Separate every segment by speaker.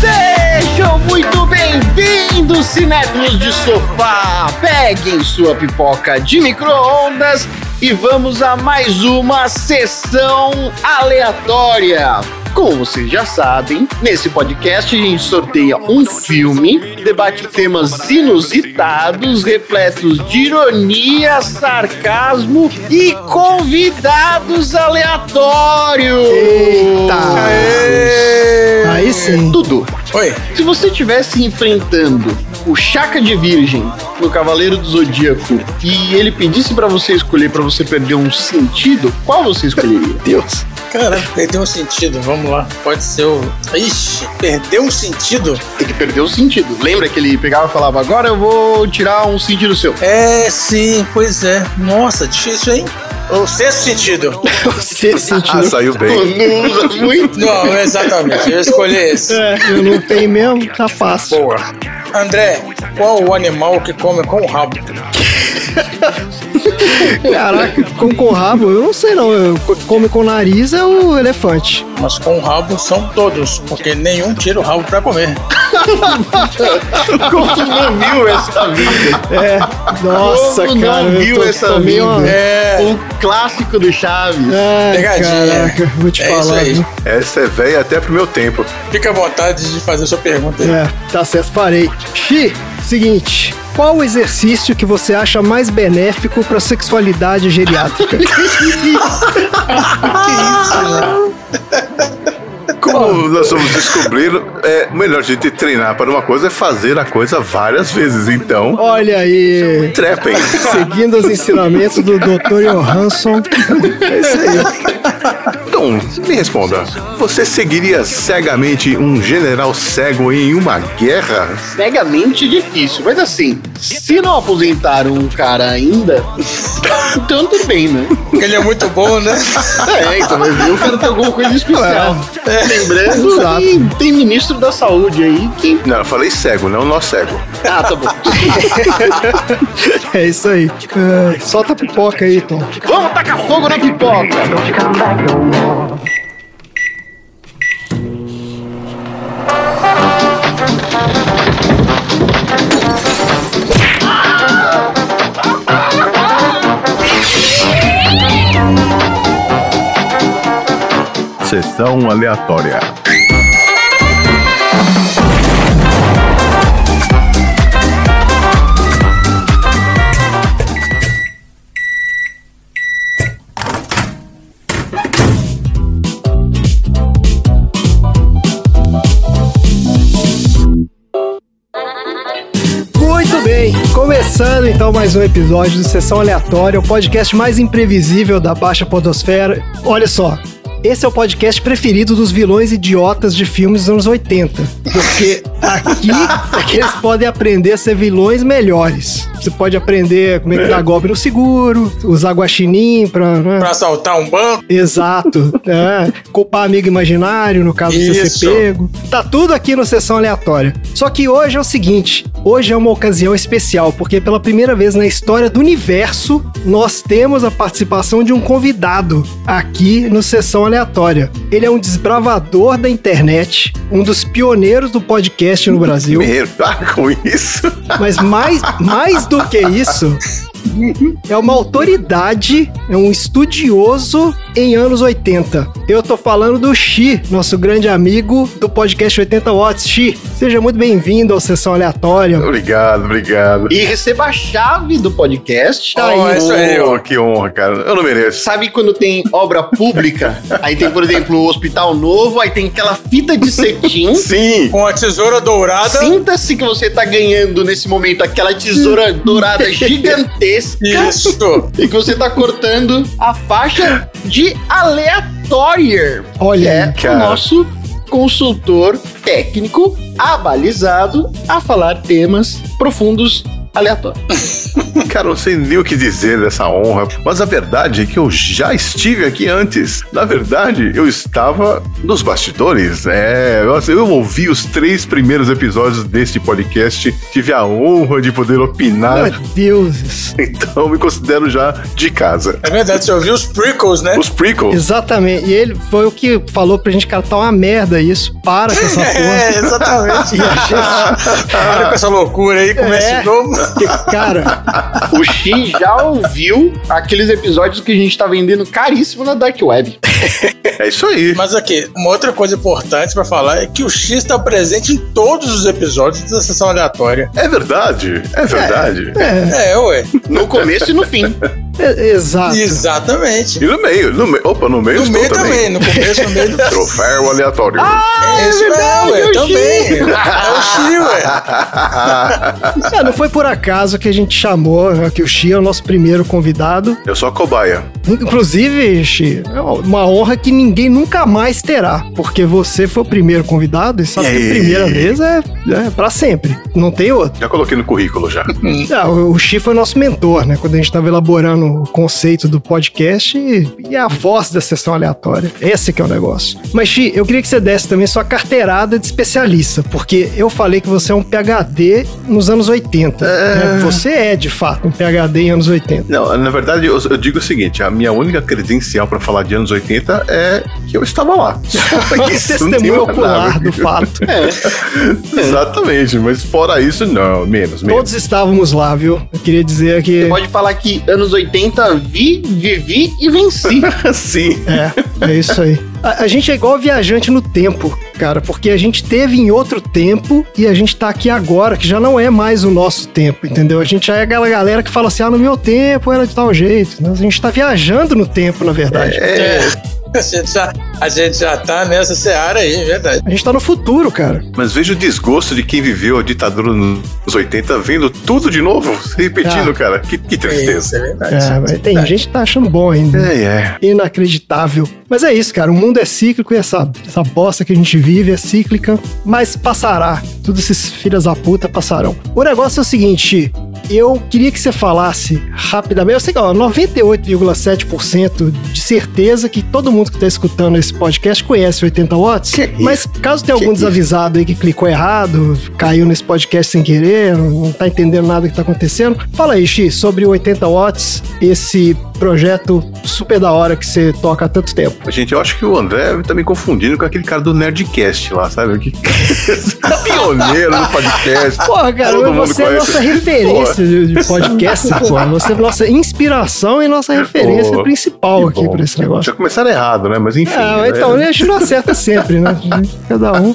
Speaker 1: Sejam muito bem-vindos, cinéfilos de sofá! Peguem sua pipoca de micro-ondas e vamos a mais uma sessão aleatória. Como vocês já sabem, nesse podcast a gente sorteia um filme, debate temas inusitados, repletos de ironia, sarcasmo e convidados aleatórios.
Speaker 2: Eita! Aí sim.
Speaker 1: Dudu,
Speaker 2: Oi.
Speaker 1: se você estivesse enfrentando o Chaca de Virgem no Cavaleiro do Zodíaco e ele pedisse pra você escolher pra você perder um sentido, qual você escolheria?
Speaker 2: Deus.
Speaker 3: Caramba, perdeu um sentido, vamos lá. Pode ser o. Ixi, perdeu um sentido?
Speaker 1: Tem que perder o sentido. Lembra que ele pegava e falava: Agora eu vou tirar um sentido seu.
Speaker 3: É, sim, pois é. Nossa, difícil, hein? O sexto sentido.
Speaker 2: Você
Speaker 4: Ah,
Speaker 2: sentiu?
Speaker 4: saiu
Speaker 1: Pô,
Speaker 4: bem.
Speaker 1: Não usa muito.
Speaker 3: Não, exatamente, eu escolhi esse.
Speaker 2: É, eu não tenho mesmo, tá fácil.
Speaker 3: Boa. André, qual o animal que come com o rabo?
Speaker 2: Caraca, com, com o rabo, eu não sei não. Eu, co- come com o nariz é o elefante.
Speaker 3: Mas com o rabo são todos, porque nenhum tira o rabo pra comer.
Speaker 1: Como tu não viu essa vida?
Speaker 2: É. Nossa,
Speaker 1: Como
Speaker 2: cara.
Speaker 1: não
Speaker 2: eu
Speaker 1: viu
Speaker 2: tô-
Speaker 1: essa
Speaker 2: tomei
Speaker 1: vida?
Speaker 2: uma-
Speaker 3: É.
Speaker 1: O clássico do Chaves.
Speaker 2: Ai,
Speaker 3: Pegadinha.
Speaker 2: Caraca, vou te
Speaker 3: É isso
Speaker 2: falar.
Speaker 3: aí.
Speaker 2: viu?
Speaker 4: Essa é velha até pro meu tempo.
Speaker 3: Fica à vontade de fazer sua pergunta aí.
Speaker 2: É, tá certo, farei. Xi, seguinte. Qual o exercício que você acha mais benéfico pra sexualidade geriátrica?
Speaker 4: Como nós vamos descobrindo, é o melhor jeito de treinar para uma coisa é fazer a coisa várias vezes. Então,
Speaker 2: Olha aí.
Speaker 4: trepem.
Speaker 2: Seguindo os ensinamentos do Dr. Johansson. É isso aí.
Speaker 4: Então, me responda. Você seguiria cegamente um general cego em uma guerra?
Speaker 1: Cegamente difícil. Mas assim, se não aposentaram um cara ainda, então tudo bem, né?
Speaker 3: Porque ele é muito bom, né?
Speaker 1: É, então vai ver o cara tem alguma coisa especial. Lembrando
Speaker 2: Exato.
Speaker 1: que tem ministro da saúde aí que.
Speaker 4: Não, eu falei cego, não nós cego.
Speaker 1: Ah, tá bom.
Speaker 2: É isso aí. Ai, solta a pipoca aí, Tom.
Speaker 1: Vamos tacar fogo na pipoca!
Speaker 4: Sessão aleatória.
Speaker 2: Muito bem, começando então mais um episódio do Sessão Aleatória, o podcast mais imprevisível da Baixa Podosfera. Olha só, esse é o podcast preferido dos vilões idiotas de filmes dos anos 80, porque aqui é que eles podem aprender a ser vilões melhores. Você pode aprender como é que dá golpe no seguro, usar guaxinim pra... né?
Speaker 3: Pra assaltar um banco.
Speaker 2: Exato. É. Culpar amigo imaginário, no caso de você
Speaker 3: Isso.
Speaker 2: ser pego. Tá tudo aqui no Sessão Aleatória. Só que hoje é o seguinte: hoje é uma ocasião especial, porque pela primeira vez na história do universo, nós temos a participação de um convidado aqui no Sessão Aleatória. Ele é um desbravador da internet, um dos pioneiros do podcast no Brasil.
Speaker 4: Me tá com isso?
Speaker 2: Mas mais, mais do que isso, é uma autoridade, é um estudioso em anos 80. Eu tô falando do Xi, nosso grande amigo do podcast 80 Watts. Xi, seja muito bem-vindo ao Sessão Aleatória.
Speaker 4: Obrigado, obrigado.
Speaker 1: E receba a chave do podcast.
Speaker 3: Tá aí. Isso
Speaker 1: é-
Speaker 3: aí, ó.
Speaker 4: Oh, que honra, cara. Eu não mereço.
Speaker 1: Sabe quando tem obra pública? Aí tem, por exemplo, o Hospital Novo, aí tem aquela fita de cetim.
Speaker 4: Sim,
Speaker 3: Com a tesoura dourada.
Speaker 1: Sinta-se que você tá ganhando nesse momento aquela tesoura dourada gigantesca
Speaker 3: Isso.
Speaker 1: e que você tá cortando a faixa de aleatório. que
Speaker 2: Olha,
Speaker 1: é
Speaker 2: aí,
Speaker 1: o
Speaker 4: cara.
Speaker 1: nosso consultor técnico abalizado a falar temas profundos aleatório.
Speaker 4: Cara, eu não sei nem o que dizer dessa honra, mas a verdade é que eu já estive aqui antes. Na verdade, eu estava nos bastidores. É, nossa, eu ouvi os três primeiros episódios deste podcast, tive a honra de poder opinar,
Speaker 2: Meu Deus.
Speaker 4: então me considero já de casa.
Speaker 3: É verdade, você ouviu os prequels, né?
Speaker 4: Os prequels.
Speaker 2: Exatamente. E ele foi o que falou pra gente, cara, tá uma merda isso.
Speaker 3: Tá
Speaker 2: Para com essa porra.
Speaker 3: É, exatamente. E a gente- Para com essa loucura aí, começa
Speaker 2: É.
Speaker 3: de novo.
Speaker 2: Porque, cara,
Speaker 1: O Shin já ouviu aqueles episódios que a gente tá vendendo caríssimo na Dark Web.
Speaker 4: É isso aí.
Speaker 3: Mas aqui, uma outra coisa importante pra falar é que o X está presente em todos os episódios da sessão aleatória.
Speaker 4: É verdade. É verdade.
Speaker 3: É, ué.
Speaker 1: No começo e no fim.
Speaker 2: é- exato.
Speaker 3: Exatamente.
Speaker 4: E no meio, no meio. Opa, no meio
Speaker 3: No
Speaker 4: estou
Speaker 3: meio
Speaker 4: também.
Speaker 3: também, no começo, no meio do
Speaker 4: Troféu aleatório.
Speaker 3: É isso,
Speaker 1: verdade,
Speaker 3: é,
Speaker 1: é
Speaker 3: ué,
Speaker 1: o
Speaker 3: também. É o Xi, ué.
Speaker 2: É, não foi por acaso que a gente chamou aqui o Xi, é o nosso primeiro convidado.
Speaker 4: eu sou a cobaia.
Speaker 2: Inclusive, Xi, é uma honra que ninguém nunca mais terá, porque você foi o primeiro convidado e sabe que
Speaker 4: Ei.
Speaker 2: a primeira vez é, é para sempre, não tem outro.
Speaker 4: Já coloquei no currículo já.
Speaker 2: Ah, o Xi foi nosso mentor, né? Quando a gente estava elaborando o conceito do podcast e, e é a voz da sessão aleatória. Esse que é o negócio. Mas, Xi, eu queria que você desse também sua carteirada de especialista, porque eu falei que você é um PHD nos anos 80. né? Você é, de fato, um PHD em anos 80.
Speaker 4: Não, na verdade, eu, eu digo o seguinte: a minha única credencial pra falar de anos 80 é que eu estava lá. Isso não tem
Speaker 2: Testemunho
Speaker 4: nada.
Speaker 2: ocular do fato.
Speaker 1: É,
Speaker 4: Exatamente, mas fora isso, não, menos, menos.
Speaker 2: Todos estávamos lá, viu? Eu queria dizer que.
Speaker 1: Você pode falar que anos 80 vi, vivi e venci.
Speaker 4: Sim.
Speaker 2: É, é isso aí. A, a gente é igual viajante no tempo, cara, porque a gente teve em outro tempo e a gente tá aqui agora, que já não é mais o nosso tempo, entendeu? A gente já é aquela galera que fala assim, ah, no meu tempo era de tal jeito. né? A gente tá viajando no tempo, na verdade.
Speaker 4: É,
Speaker 3: A gente, já, a gente já tá nessa seara aí, é verdade.
Speaker 2: A gente tá no futuro, cara.
Speaker 4: mas veja o desgosto de quem viveu a ditadura nos 80 vendo tudo de novo, se repetindo,
Speaker 2: Ah.
Speaker 4: cara. Que, que
Speaker 3: Isso,
Speaker 4: tristeza.
Speaker 3: é verdade.
Speaker 2: É, mas tem gente que tá achando bom ainda.
Speaker 4: É, é.
Speaker 2: inacreditável. Mas é isso, cara. O mundo é cíclico e essa, essa bosta que a gente vive é cíclica, mas passará. Todos esses filhas da puta passarão. O negócio é o seguinte. Eu queria que você falasse rapidamente. Eu sei que ó, 98,7% de certeza que todo mundo que tá escutando esse podcast conhece 80 watts.
Speaker 4: Que é isso?
Speaker 2: mas caso tenha
Speaker 4: Que
Speaker 2: algum
Speaker 4: isso?
Speaker 2: desavisado aí que clicou errado, caiu nesse podcast sem querer, não tá entendendo nada que tá acontecendo, fala aí, Xi, sobre o 80 watts, esse projeto super da hora que você toca há tanto tempo.
Speaker 4: Gente, eu acho que o André tá me confundindo com aquele cara do Nerdcast lá, sabe? Que pioneiro no podcast.
Speaker 2: Porra, cara,
Speaker 4: Todo mundo
Speaker 2: você é
Speaker 4: conhece.
Speaker 2: nossa referência de, de podcast, pô. Você é nossa inspiração e nossa referência
Speaker 4: Pô,
Speaker 2: principal
Speaker 4: Que
Speaker 2: aqui
Speaker 4: bom.
Speaker 2: pra esse negócio.
Speaker 4: Já começaram errado, né? Mas enfim.
Speaker 2: Ah,
Speaker 4: né?
Speaker 2: então, né, a gente não acerta sempre, né? Cada um.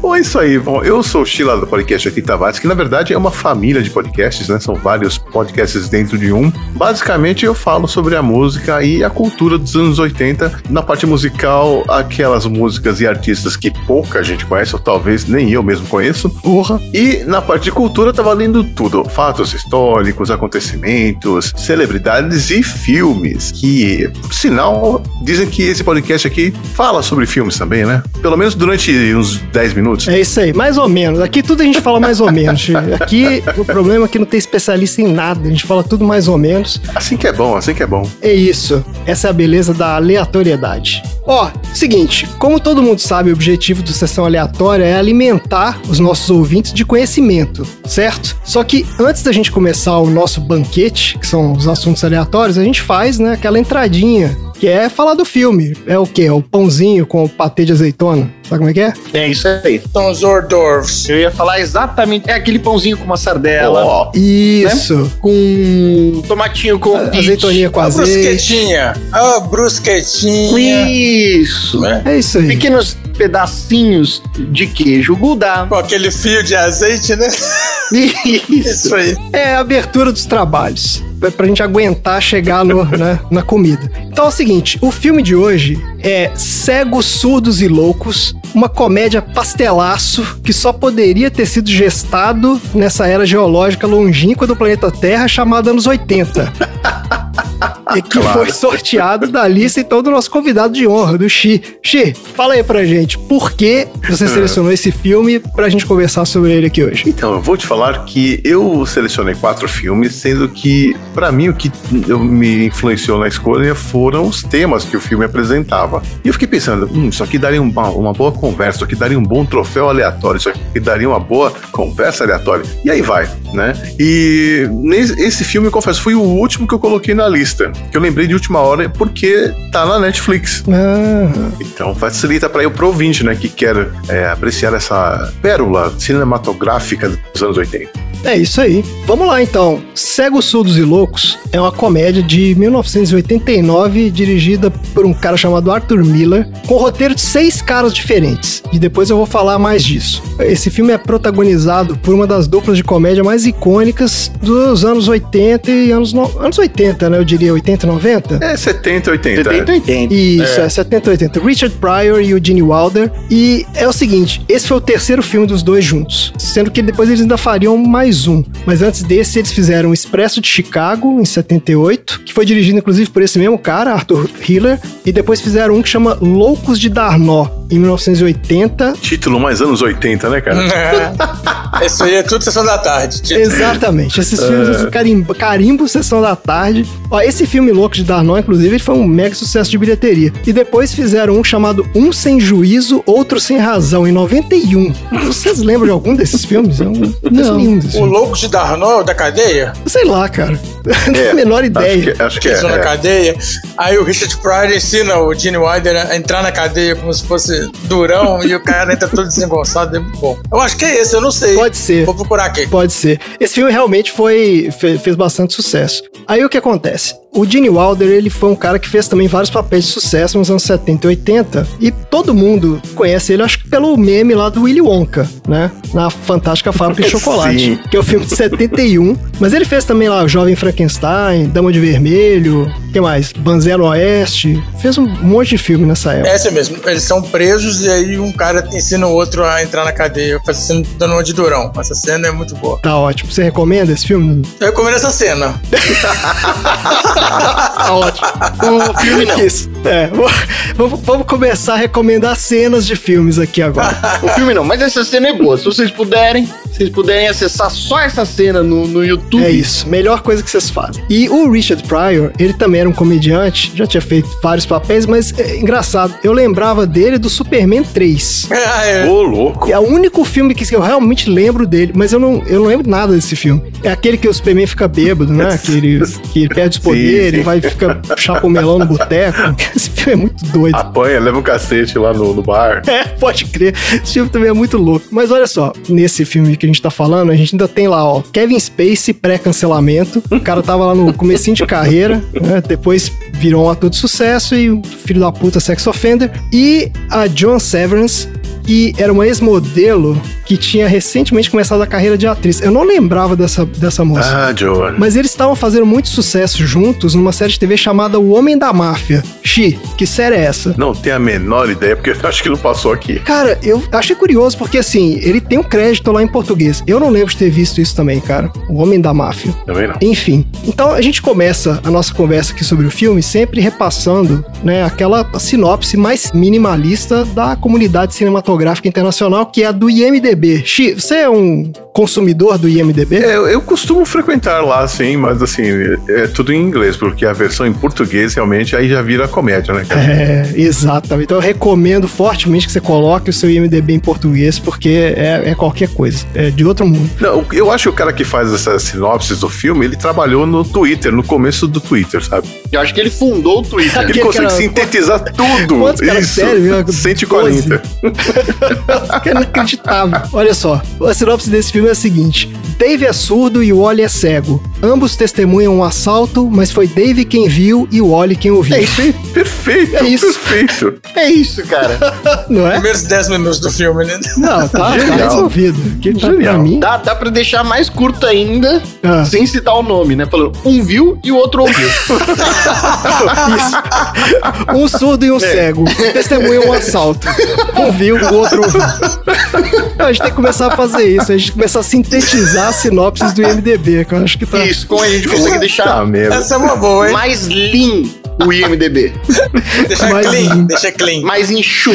Speaker 4: Bom, é isso aí. Bom, eu sou o Sheila do podcast aqui Tavares, que na verdade é uma família de podcasts, né? São vários podcasts dentro de um. Basicamente, eu falo sobre a música e a cultura dos anos 80. Na parte musical, aquelas músicas e artistas que pouca gente conhece, ou talvez nem eu mesmo conheço.
Speaker 2: Porra.
Speaker 4: E na parte de cultura tá valendo tudo: fatos históricos, acontecimentos, celebridades e filmes. Que, por sinal, dizem que esse podcast aqui fala sobre filmes também, né? Pelo menos durante uns 10 minutos.
Speaker 2: É isso aí, mais ou menos. Aqui tudo a gente fala mais ou menos. Aqui o problema é que não tem especialista em nada. A gente fala tudo mais ou menos.
Speaker 4: Assim que é bom, assim que é bom.
Speaker 2: É isso. Essa é a beleza da aleatoriedade. Ó, seguinte, como todo mundo sabe, o objetivo do Sessão Aleatória é alimentar os nossos ouvintes de conhecimento, certo? Só que antes da gente começar o nosso banquete, que são os assuntos aleatórios, a gente faz, né, aquela entradinha, que é falar do filme. É o quê? É o pãozinho com o patê de azeitona. Sabe como é que é?
Speaker 1: É isso aí.
Speaker 3: Então, Zordorfs.
Speaker 1: Eu ia falar exatamente. É aquele pãozinho com uma sardela,
Speaker 4: Ó,
Speaker 2: Isso.
Speaker 1: com um tomatinho com
Speaker 2: Azeitoninha com
Speaker 3: A
Speaker 2: azeite.
Speaker 3: brusquetinha. A brusquetinha.
Speaker 1: Isso.
Speaker 3: Né?
Speaker 2: É isso aí.
Speaker 1: Pequenos pedacinhos de queijo Gouda.
Speaker 3: Com aquele fio de azeite, né?
Speaker 1: Isso.
Speaker 3: Isso aí.
Speaker 2: É a abertura dos trabalhos. É pra gente aguentar chegar no, né, na comida. Então é o seguinte: o filme de hoje é Cegos, Surdos e Loucos, uma comédia pastelaço que só poderia ter sido gestado nessa era geológica longínqua do planeta Terra chamada anos 80. e que foi sorteado da lista, então, do nosso convidado de honra, do Xi. Xi, fala aí pra gente, por que você selecionou esse filme pra gente conversar sobre ele aqui hoje?
Speaker 4: Então, eu vou te falar que eu selecionei quatro filmes, sendo que, pra mim, o que eu- me influenciou na escolha foram os temas que o filme apresentava. E eu fiquei pensando, hum, isso aqui daria uma, uma boa conversa, isso aqui daria um bom troféu aleatório, isso aqui daria uma boa conversa aleatória. E aí vai, né? E nes- esse filme, eu confesso, foi o último que eu coloquei na lista, que eu lembrei de última hora, porque tá na Netflix.
Speaker 2: Ah,
Speaker 4: Então facilita para eu pro ouvinte, né, que quer é, apreciar essa pérola cinematográfica dos anos 80.
Speaker 2: é isso aí. Vamos lá, então. Cegos, Surdos e Loucos é uma comédia de 1989, dirigida por um cara chamado Arthur Miller, com roteiro de seis caras diferentes. E depois eu vou falar mais disso. Esse filme é protagonizado por uma das duplas de comédia mais icônicas dos anos 80 e anos... no- Anos 80, né? Eu diria 80 e 90.
Speaker 4: É 70, 80.
Speaker 1: 70, 80.
Speaker 2: Isso, é. 70 80. Richard Pryor e o Gene Wilder. E é o seguinte, esse foi o terceiro filme dos dois juntos. Sendo que depois eles ainda fariam mais um. Mas antes desse, eles fizeram o Expresso de Chicago, em 78, que foi dirigido, inclusive, por esse mesmo cara, Arthur Hiller. E depois fizeram um que chama Loucos de Darnó, em 1980.
Speaker 4: É, Título mais anos 80, né,
Speaker 3: Hum,
Speaker 4: cara?
Speaker 3: Isso aí é tudo sessão da tarde. Tipo, Tito.
Speaker 2: Exatamente. Esses
Speaker 4: É.
Speaker 2: filmes do carimbo, carimbo Sessão da Tarde. Ó, esse filme louco de Darnon, inclusive, ele foi um mega sucesso de bilheteria. E depois fizeram um chamado Um Sem Juízo, Outro Sem Razão, em 91. Vocês lembram de algum desses filmes? É Eu não lembro nenhum um desses
Speaker 3: O
Speaker 2: filmes.
Speaker 3: louco de Darnol da cadeia,
Speaker 2: Sei lá, cara. Não tenho
Speaker 4: É,
Speaker 2: a menor
Speaker 4: Acho
Speaker 2: ideia.
Speaker 4: que, acho que
Speaker 3: que
Speaker 4: é.
Speaker 3: eles vão na
Speaker 4: é.
Speaker 3: cadeia. Aí o Richard Pryor ensina o Gene Wilder a entrar na cadeia como se fosse durão e o cara entra todo desengonçado. É muito bom. Eu acho que é esse, eu não sei.
Speaker 2: Pode ser.
Speaker 3: Vou procurar aqui.
Speaker 2: Pode ser. Esse filme realmente foi fe- fez bastante sucesso. Aí o que acontece? O Gene Wilder, ele foi um cara que fez também vários papéis de sucesso nos anos 70 e 80, e todo mundo conhece ele, acho que pelo meme lá do Willy Wonka, né? Na Fantástica Fábrica de Chocolate,
Speaker 4: Sim.
Speaker 2: que é o filme de 71. Mas ele fez também lá Jovem Frankenstein, Dama de Vermelho, que mais? Banzero Oeste, fez um monte de filme nessa época.
Speaker 3: É esse mesmo. Eles são presos e aí um cara ensina o outro a entrar na cadeia, fazendo dando uma de durão. Essa cena é muito boa.
Speaker 2: Tá ótimo. Você recomenda esse filme?
Speaker 3: Eu recomendo essa cena.
Speaker 1: Ah,
Speaker 2: Tá ótimo. O filme não. Isso. É, v- vamos, vamos começar a recomendar cenas de filmes aqui agora.
Speaker 1: O filme não, mas essa cena é boa. Se vocês puderem, se vocês puderem acessar só essa cena no, no YouTube.
Speaker 2: É isso, melhor coisa que vocês fazem. E o Richard Pryor, ele também era um comediante, já tinha feito vários papéis, mas é engraçado, eu lembrava dele do Superman 3.
Speaker 3: Ah, é.
Speaker 4: Ô, louco.
Speaker 2: É o único filme que eu realmente lembro dele, mas eu não, eu não lembro nada desse filme. É aquele que o Superman fica bêbado, né? Que ele, que ele perde os
Speaker 4: Sim,
Speaker 2: poderes,
Speaker 4: sim.
Speaker 2: vai ficar chapomelão no boteco. Esse filme é muito doido.
Speaker 4: Apanha, leva um cacete lá no, no bar.
Speaker 2: É, pode crer. Esse filme também é muito louco. Mas olha só, nesse filme que a gente tá falando, a gente ainda tem lá, ó, Kevin Spacey pré-cancelamento. O cara tava lá no comecinho de carreira, né? Depois virou um ator de sucesso e o filho da puta sex offender. E a John Severance, que era uma ex-modelo que tinha recentemente começado a carreira de atriz. Eu não lembrava dessa, dessa moça.
Speaker 4: Ah, Joan.
Speaker 2: Mas eles estavam fazendo muito sucesso juntos numa série de TV chamada O Homem da Máfia. Xi, que série é essa?
Speaker 4: Não tenho a menor ideia, porque eu acho que não passou aqui.
Speaker 2: Cara, eu achei curioso, porque assim, ele tem um crédito lá em português. Eu não lembro de ter visto isso também, cara. O Homem da Máfia.
Speaker 4: Também não.
Speaker 2: Enfim, então a gente começa a nossa conversa aqui sobre o filme sempre repassando, né, aquela sinopse mais minimalista da comunidade cinematográfica internacional, que é a do IMDB. Xi, você é um consumidor do IMDB?
Speaker 4: É, Eu, eu costumo frequentar lá, sim, mas assim, é é tudo em inglês, porque a versão em português realmente aí já vira comédia, né, cara?
Speaker 2: É, exatamente. Então eu recomendo fortemente que você coloque o seu IMDB em português, porque é, é qualquer coisa. É de outro mundo.
Speaker 4: Não, eu acho que o cara que faz essas sinopses do filme, ele trabalhou no Twitter, no começo do Twitter, sabe?
Speaker 1: Eu acho que ele fundou o Twitter.
Speaker 4: Ele
Speaker 2: Que-
Speaker 4: consegue
Speaker 2: que era-
Speaker 4: sintetizar tudo.
Speaker 2: Quantos
Speaker 4: Isso.
Speaker 2: caracteres, né?
Speaker 4: 140.
Speaker 2: Que é inacreditável. Olha só, a sinopse desse filme é a seguinte: Dave é surdo e o Wally é cego. Ambos testemunham um assalto, mas foi Dave quem viu e o Wally quem ouviu.
Speaker 4: Perfeito,
Speaker 2: É isso.
Speaker 4: perfeito.
Speaker 1: É isso, cara.
Speaker 2: Não é?
Speaker 3: Primeiros 10 minutos do filme, né?
Speaker 2: Não, tá, tá
Speaker 4: Genial.
Speaker 2: resolvido. Que tá pra
Speaker 4: Genial.
Speaker 2: mim.
Speaker 1: Dá, dá pra deixar mais curto ainda,
Speaker 2: Ah.
Speaker 1: sem citar o nome, né? Falando, um viu e o outro ouviu.
Speaker 2: Um surdo e um cego. Testemunham um assalto. Um viu, o outro ouviu. A gente tem que começar a fazer isso, a gente começar a sintetizar as sinopses do IMDB, que eu acho que tá.
Speaker 1: Isso, como a gente consegue deixar
Speaker 4: Tá merda.
Speaker 3: Essa é uma boa, hein?
Speaker 1: mais lean o IMDB,
Speaker 3: Deixa
Speaker 2: Mas-
Speaker 3: clean, deixa clean.
Speaker 1: mais enxuto.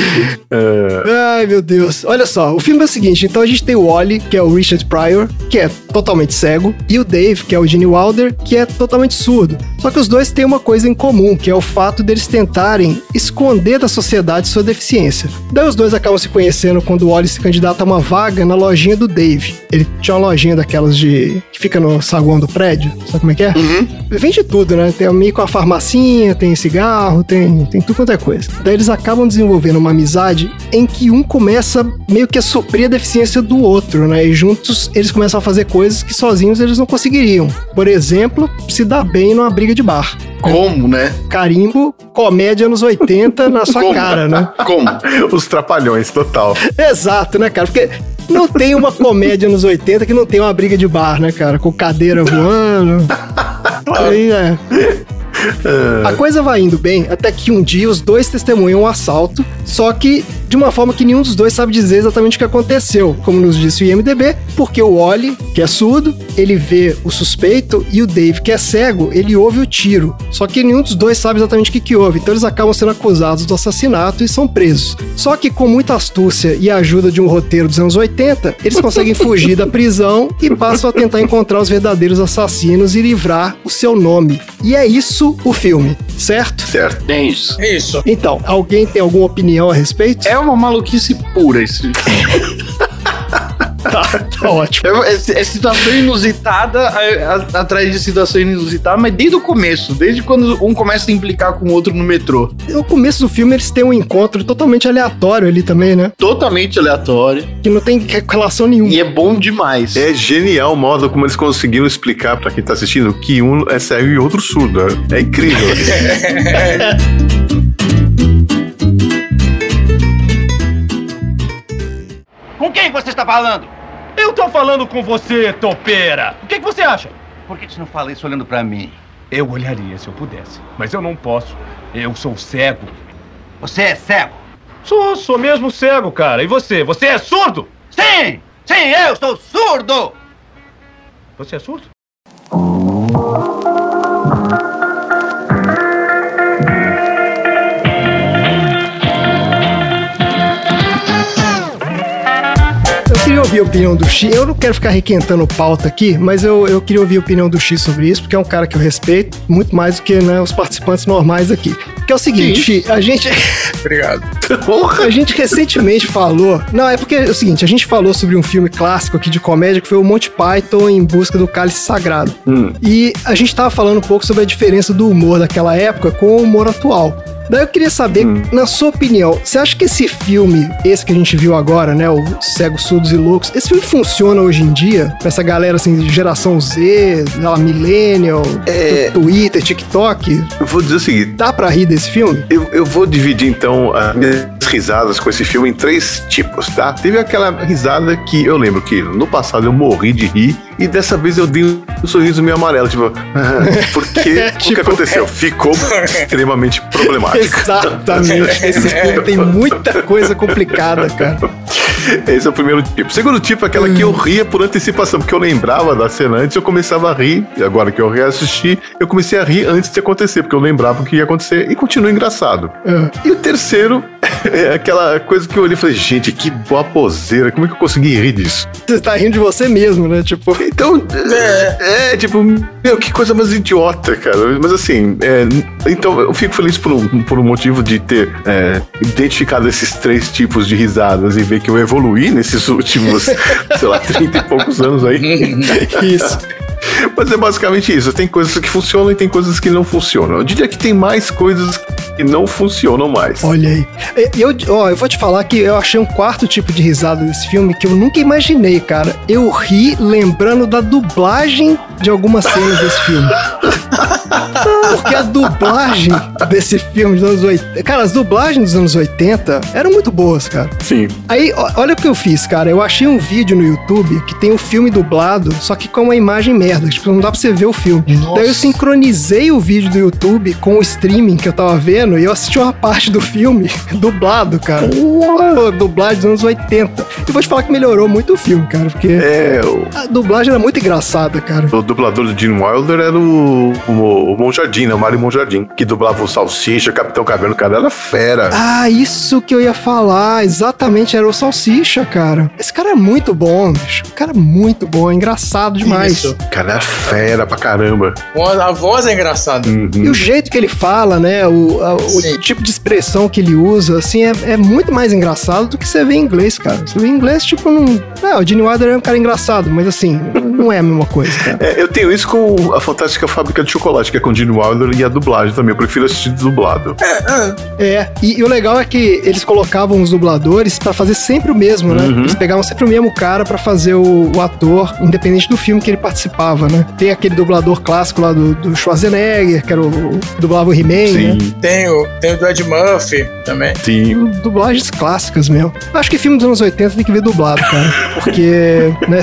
Speaker 2: Ai, meu Deus. Olha só, o filme é o seguinte: então a gente tem o Ollie, que é o Richard Pryor, que é totalmente cego, e o Dave, que é o Gene Wilder, que é totalmente surdo. Só que os dois têm uma coisa em comum, que é o fato deles tentarem esconder da sociedade sua deficiência. Daí os dois acabam se conhecendo quando o Ollie se candidata a uma vaga na lojinha do Dave. Ele tinha uma lojinha daquelas de. que fica no saguão do prédio, sabe como é que é? Vende tudo, né? Tem amigo com a farmacinha, tem cigarro, tem, tem tudo quanto é coisa. Daí eles acabam desenvolvendo uma amizade em que um começa meio que a suprir a deficiência do outro, né? E juntos eles começam a fazer coisas que sozinhos eles não conseguiriam. Por exemplo, se dar bem numa briga de bar.
Speaker 1: Como, né?
Speaker 2: Carimbo, comédia anos 80 na sua
Speaker 1: Como?
Speaker 2: cara, né?
Speaker 1: Como?
Speaker 4: Os trapalhões, total.
Speaker 2: Exato, né, cara? Porque não tem uma comédia nos 80 que não tem uma briga de bar, né, cara? Com cadeira voando. Aí, é. A coisa vai indo bem até que um dia os dois testemunham um assalto, só que de uma forma que nenhum dos dois sabe dizer exatamente o que aconteceu, como nos disse o IMDB, porque o Oli, que é surdo, ele vê o suspeito e o Dave, que é cego, ele ouve o tiro. Só que nenhum dos dois sabe exatamente o que, que houve, então eles acabam sendo acusados do assassinato e são presos. Só que com muita astúcia e a ajuda de um roteiro dos anos 80, eles conseguem fugir da prisão e passam a tentar encontrar os verdadeiros assassinos e livrar o seu nome. E é isso o filme, certo?
Speaker 4: Certo.
Speaker 1: É isso.
Speaker 3: É Isso.
Speaker 2: Então, alguém tem alguma opinião a respeito?
Speaker 1: É uma maluquice pura esse.
Speaker 2: Tá ótimo.
Speaker 1: É, é- é situação inusitada a- a- atrás de situação inusitada, mas desde o começo, desde quando um começa a implicar com o outro no metrô.
Speaker 2: No começo do filme, eles têm um encontro totalmente aleatório ali também, né?
Speaker 1: Totalmente aleatório.
Speaker 2: Que não tem relação nenhuma.
Speaker 1: E é bom demais.
Speaker 4: É genial o modo como eles conseguiram explicar pra quem tá assistindo que um é cego e o outro surdo. né? É incrível.
Speaker 5: Com quem você está falando?
Speaker 6: Eu tô falando com você, topeira. O que, que você acha?
Speaker 5: Por que você não fala isso olhando pra mim?
Speaker 6: Eu olharia se eu pudesse, mas eu não posso. Eu sou cego.
Speaker 5: Você é cego?
Speaker 6: Sou, sou mesmo cego, cara. E você? Você é surdo?
Speaker 5: Sim! Sim, eu sou surdo!
Speaker 6: Você é surdo?
Speaker 2: Eu queria ouvir a opinião do X. Eu não quero ficar requentando pauta aqui, mas eu, eu queria ouvir a opinião do X sobre isso, porque é um cara que eu respeito muito mais do que né, os participantes normais aqui. Que é o seguinte, X, a gente.
Speaker 3: Obrigado.
Speaker 2: A gente recentemente falou. Não, é porque é o seguinte: a gente falou sobre um filme clássico aqui de comédia que foi o Monty Python em busca do cálice sagrado. E a gente tava falando um pouco sobre a diferença do humor daquela época com o humor atual. Daí eu queria saber, na sua opinião, você acha que esse filme, esse que a gente viu agora, né, o Cegos, Surdos e Loucos, esse filme funciona hoje em dia? Pra essa galera, assim, de geração Z, sei lá, millennial, Twitter, TikTok,
Speaker 4: Eu vou dizer o seguinte.
Speaker 2: dá pra rir desse filme?
Speaker 4: Eu, eu vou dividir então as minhas risadas com esse filme em três tipos, tá? Teve aquela risada que eu lembro que no passado eu morri de rir e dessa vez eu dei um sorriso meio amarelo, tipo, porque o que
Speaker 2: Tipo,
Speaker 4: aconteceu? Ficou extremamente problemático.
Speaker 2: Exatamente. Esse filme tem muita coisa complicada, cara.
Speaker 4: Esse é o primeiro tipo. O segundo tipo é aquela que eu ria por antecipação, porque eu lembrava da cena antes, eu começava a rir. E agora que eu reassisti, eu comecei a rir antes de acontecer, porque eu lembrava o que ia acontecer e continua engraçado.
Speaker 2: Ah.
Speaker 4: E o terceiro é aquela coisa que eu olhei e falei, gente, que boa poseira, como é que eu consegui rir disso?
Speaker 2: Você tá rindo de você mesmo, né? Tipo,
Speaker 4: Então, é, é, tipo, meu, que coisa mais idiota, cara. Mas assim, é, então eu fico feliz por um, por um motivo de ter é, identificado esses três tipos de risadas e ver que eu evoluí nesses últimos, sei lá, 30 e poucos anos aí.
Speaker 2: isso.
Speaker 4: Mas é basicamente isso. Tem coisas que funcionam e tem coisas que não funcionam. Eu diria que tem mais coisas que não funcionam mais.
Speaker 2: Olha aí. E- Eu, ó, eu vou te falar que eu achei um quarto tipo de risada desse filme que eu nunca imaginei, cara. Eu ri lembrando da dublagem de algumas cenas desse filme. Porque a dublagem desse filme dos anos 80. Cara, as dublagens dos anos 80 eram muito boas, cara.
Speaker 7: Sim.
Speaker 2: Aí, ó- olha o que eu fiz, cara. Eu achei um vídeo no YouTube que tem o filme dublado, só que com uma imagem merda. Tipo, não dá pra você ver o filme.
Speaker 1: Nossa.
Speaker 2: Daí eu sincronizei o vídeo do YouTube com o streaming que eu tava vendo e eu assisti uma parte do filme dublado, cara. Pô, dublagem dos anos 80. E vou te falar que melhorou muito o filme, cara, porque
Speaker 4: É, o,
Speaker 2: a dublagem era muito engraçada, cara.
Speaker 4: o dublador do Gene Wilder era o, o, o Monjardim, né? O Mário Monjardim, que dublava o Salsicha, o Capitão Caverna, o cara era fera.
Speaker 2: Ah, isso que eu ia falar, exatamente, era o Salsicha, cara. Esse cara é muito bom, bicho. O cara é muito bom, é engraçado demais.
Speaker 1: Isso.
Speaker 4: O cara era fera pra caramba.
Speaker 3: A voz é engraçada.
Speaker 2: E o jeito que ele fala, né? O, a- o
Speaker 3: Sim.
Speaker 2: tipo de expressão que ele usa, assim, é, é muito mais engraçado do que você vê em inglês, cara. Você vê em inglês, tipo, não. Ah, o Gene Wilder é um cara engraçado, mas assim, não é a mesma coisa, cara.
Speaker 4: É, eu tenho isso com a Fantástica Fábrica de Chocolate, que é com o Gene Wilder e a dublagem também. Eu prefiro assistir dublado.
Speaker 2: É, e, e o legal é que eles colocavam os dubladores pra fazer sempre o mesmo, né?
Speaker 7: Uhum.
Speaker 2: Eles pegavam sempre o mesmo cara pra fazer o, o ator, independente do filme que ele participava, né? Tem aquele dublador clássico lá do, do Schwarzenegger, que era o, o que dublava o He-Man, né?
Speaker 7: Sim.
Speaker 3: Tem o, tem o do Ed Murphy também.
Speaker 7: Sim.
Speaker 2: dublagens clássicas mesmo. Acho que filme dos anos 80 tem que ver dublado, cara. Porque, né,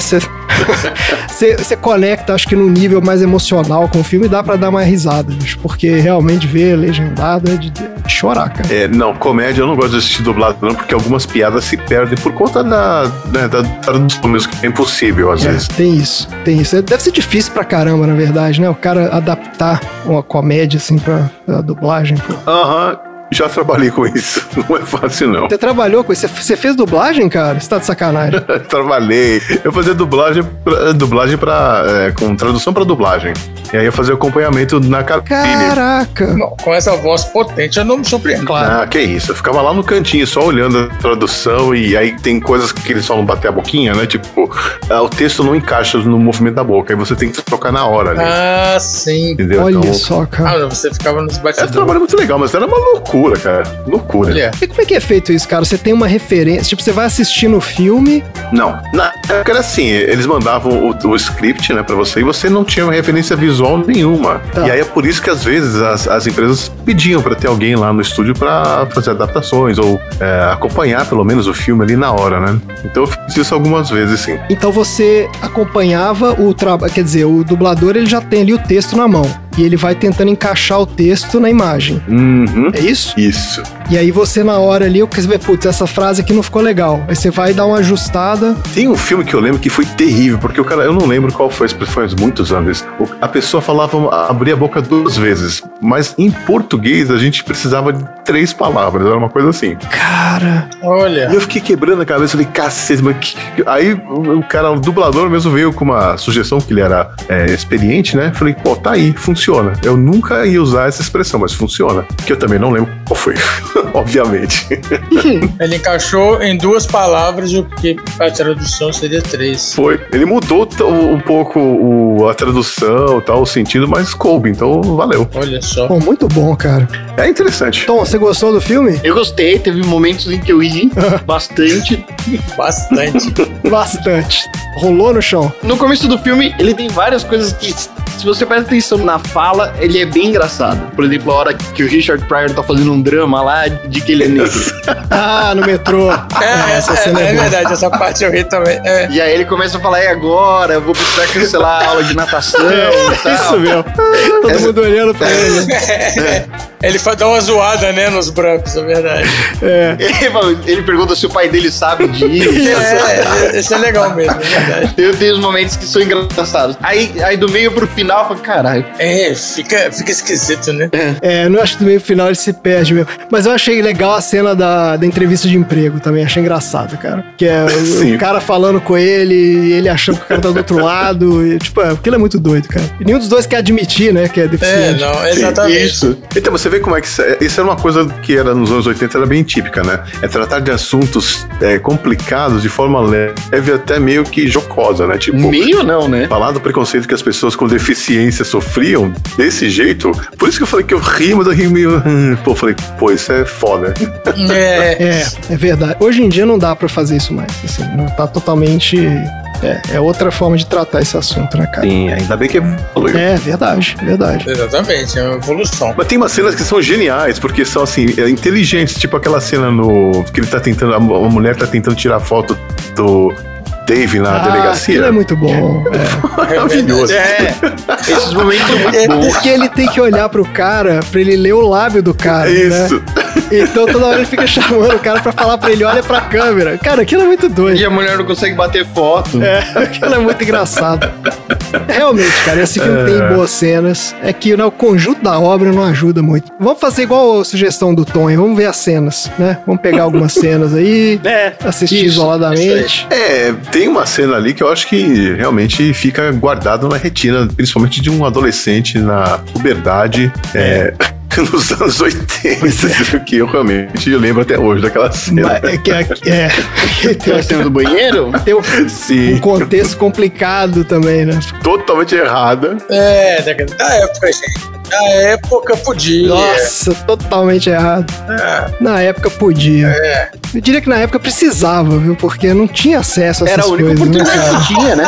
Speaker 2: você conecta, acho que num nível mais emocional com o filme, dá pra dar uma risada, bicho. Porque realmente ver legendado é de, de chorar, cara.
Speaker 4: É, não, comédia eu não gosto de assistir dublado, não, porque algumas piadas se perdem por conta da, né, da tradução mesmo, que é impossível às vezes.
Speaker 2: É, tem isso, tem isso. É, Deve ser difícil pra caramba, na verdade, né? O cara adaptar uma comédia, assim, pra, pra dublagem. pô.
Speaker 4: Aham, já trabalhei com isso. Não é fácil, não.
Speaker 2: Você trabalhou com isso? Você fez dublagem, cara? Você tá de sacanagem.
Speaker 4: Trabalhei. Eu fazia dublagem, pra, dublagem pra, é, com tradução pra dublagem. E aí eu fazia acompanhamento na cabine.
Speaker 2: Caraca!
Speaker 3: Não, Com essa voz potente, eu não me surpreendo.
Speaker 4: Ah, que isso. Eu ficava lá no cantinho, só olhando a tradução, e aí tem coisas que eles falam bater a boquinha, né? Tipo, ah, o texto não encaixa no movimento da boca, aí você tem que trocar na hora, né?
Speaker 3: Ah, sim.
Speaker 4: Entendeu?
Speaker 2: Olha só, cara.
Speaker 3: Ah, você ficava nos
Speaker 4: Era um
Speaker 3: batidores.
Speaker 4: trabalho muito legal, mas era uma loucura, cara. Loucura.
Speaker 3: Olha,
Speaker 2: E como é que é feito isso, cara? Você tem uma referência, tipo, você vai assistindo o filme.
Speaker 4: Não, na época era assim, eles mandavam o, o script, né, pra você e você não tinha referência visual nenhuma.
Speaker 2: Tá.
Speaker 4: E aí é por isso que às vezes as, as empresas pediam pra ter alguém lá no estúdio pra fazer adaptações ou é, acompanhar pelo menos o filme ali na hora, né? Então eu fiz isso algumas vezes, sim.
Speaker 2: Então você acompanhava o trabalho. Quer dizer, o dublador ele já tem ali o texto na mão. E ele vai tentando encaixar o texto na imagem.
Speaker 4: Uhum.
Speaker 2: É isso?
Speaker 4: Isso.
Speaker 2: E aí você, na hora ali, você vê, putz, essa frase aqui não ficou legal. Aí você vai dar uma ajustada.
Speaker 4: Tem um filme que eu lembro que foi terrível, porque o cara, eu não lembro qual foi, foi há muitos anos. O- A pessoa falava, abria a boca duas vezes, mas em português a gente precisava de três palavras, era uma coisa assim.
Speaker 2: Cara.
Speaker 3: olha.
Speaker 4: E eu fiquei quebrando a cabeça, falei, cacete, mas que... que-" Aí o o cara, o dublador mesmo veio com uma sugestão que ele era é, experiente, né? Falei, pô, tá aí, funciona. Eu nunca ia usar essa expressão, mas funciona. Que eu também não lembro qual foi, obviamente.
Speaker 3: Ele encaixou em duas palavras o que a tradução seria três.
Speaker 4: Foi. Ele mudou t- um pouco o- a tradução, tal, o sentido, mas coube, então valeu.
Speaker 3: Olha só.
Speaker 2: Pô, muito bom, cara.
Speaker 4: É interessante.
Speaker 2: Tom, você gostou do filme?
Speaker 1: Eu gostei, teve momentos em que eu ri bastante.
Speaker 3: Bastante.
Speaker 2: Bastante. Rolou no chão.
Speaker 1: No começo do filme, ele tem várias coisas que, se você presta atenção na fala, ele é bem engraçado. Por exemplo, a hora que o Richard Pryor tá fazendo um drama lá de que ele é negro.
Speaker 2: Ah, no metrô. Ah,
Speaker 3: É,
Speaker 2: essa
Speaker 3: é,
Speaker 2: cena
Speaker 3: é
Speaker 2: é boa.
Speaker 3: verdade, essa parte eu ri também. É.
Speaker 1: E aí ele começa a falar, é agora, eu vou precisar cancelar a aula de natação e tal.
Speaker 2: É Isso mesmo. Todo
Speaker 1: Essa-
Speaker 2: mundo olhando pra
Speaker 3: é.
Speaker 2: ele.
Speaker 3: Ele fa- dá uma zoada, né, nos brancos, é verdade.
Speaker 2: É.
Speaker 1: Ele fala- Ele pergunta se o pai dele sabe
Speaker 3: É,
Speaker 1: disso.
Speaker 3: é, esse é legal mesmo, é verdade.
Speaker 1: Eu tenho os momentos que são engraçados. Aí, aí do meio pro final, eu falo, caralho.
Speaker 3: É, fica, fica esquisito, né?
Speaker 2: É, não acho que no meio final ele se perde mesmo. Mas eu achei legal a cena da, da entrevista de emprego também, achei engraçado, cara. Que é o,
Speaker 4: Sim.
Speaker 2: o cara falando com ele e ele achando que o cara tá do outro lado. E, tipo, é, aquilo é muito doido, cara. E nenhum dos dois quer admitir, né, que é
Speaker 3: É,
Speaker 2: deficiente.
Speaker 3: não, exatamente.
Speaker 1: Isso.
Speaker 4: Então você vê como é que isso, é- isso era uma coisa que era nos anos 80 era bem típica, né? É tratar de assuntos é, complicados de forma leve, até meio que jocosa, né? Tipo,
Speaker 1: Meio não, né?
Speaker 4: falar do preconceito que as pessoas com deficiência sofriam desse jeito. Por isso que eu falei que eu ri, mas eu ri meio. hum, Pô, eu falei, pô, isso é foda.
Speaker 3: É,
Speaker 2: É, é verdade. Hoje em dia não dá pra fazer isso mais. Assim, não tá totalmente. É, é outra forma de tratar esse assunto, né, cara?
Speaker 4: Sim, ainda bem que evoluiu.
Speaker 2: É, verdade, verdade.
Speaker 3: exatamente, é uma evolução.
Speaker 4: Mas tem umas cenas que são geniais, porque são assim, é, inteligentes, tipo aquela cena no. que ele tá tentando. A mu- a mulher tá tentando tirar foto do Dave na
Speaker 2: Ele
Speaker 4: delegacia.
Speaker 2: é muito bom. é.
Speaker 4: Maravilhoso.
Speaker 3: É,
Speaker 1: Esses momentos são muito
Speaker 3: É.
Speaker 1: bons.
Speaker 2: Porque ele tem que olhar pro cara pra ele ler o lábio do cara. Né?
Speaker 4: É Isso.
Speaker 2: Então toda hora ele fica chamando o cara pra falar pra ele: olha pra câmera. Cara, aquilo é muito doido.
Speaker 1: E a mulher não consegue bater foto.
Speaker 2: É, aquilo é muito engraçado. Realmente, cara, esse filme tem boas cenas. É que né, o conjunto da obra não ajuda muito. Vamos fazer igual a sugestão do Tony, vamos ver as cenas, né? Vamos pegar algumas cenas aí,
Speaker 1: É,
Speaker 2: assistir
Speaker 1: isso,
Speaker 2: isoladamente.
Speaker 4: É, tem uma cena ali que eu acho que realmente fica guardado na retina, principalmente de um adolescente na puberdade. é, Nos anos 80,
Speaker 2: é.
Speaker 4: que eu realmente lembro até hoje daquela cena.
Speaker 2: Mas É, que- é, que- é, que
Speaker 1: Tem a
Speaker 2: tem,
Speaker 1: cena do banheiro?
Speaker 2: tem um,
Speaker 4: Sim,
Speaker 2: um contexto complicado também, né?
Speaker 4: totalmente errada.
Speaker 3: é, da, da época, gente. Da época podia.
Speaker 2: Nossa, totalmente errado.
Speaker 3: É,
Speaker 2: Na época podia.
Speaker 3: É.
Speaker 2: Eu diria que na época precisava, viu? Porque não tinha acesso a
Speaker 1: Era
Speaker 2: essas
Speaker 1: a única
Speaker 2: coisas. né, cara?
Speaker 1: oportunidade que tinha, né?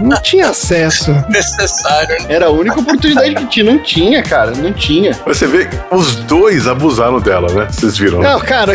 Speaker 2: É, não tinha acesso.
Speaker 3: é necessário, né?
Speaker 1: Era a única oportunidade que tinha. Não tinha, cara. Não tinha.
Speaker 4: Você vê, os dois abusaram dela, né? Vocês viram?
Speaker 2: Não, cara,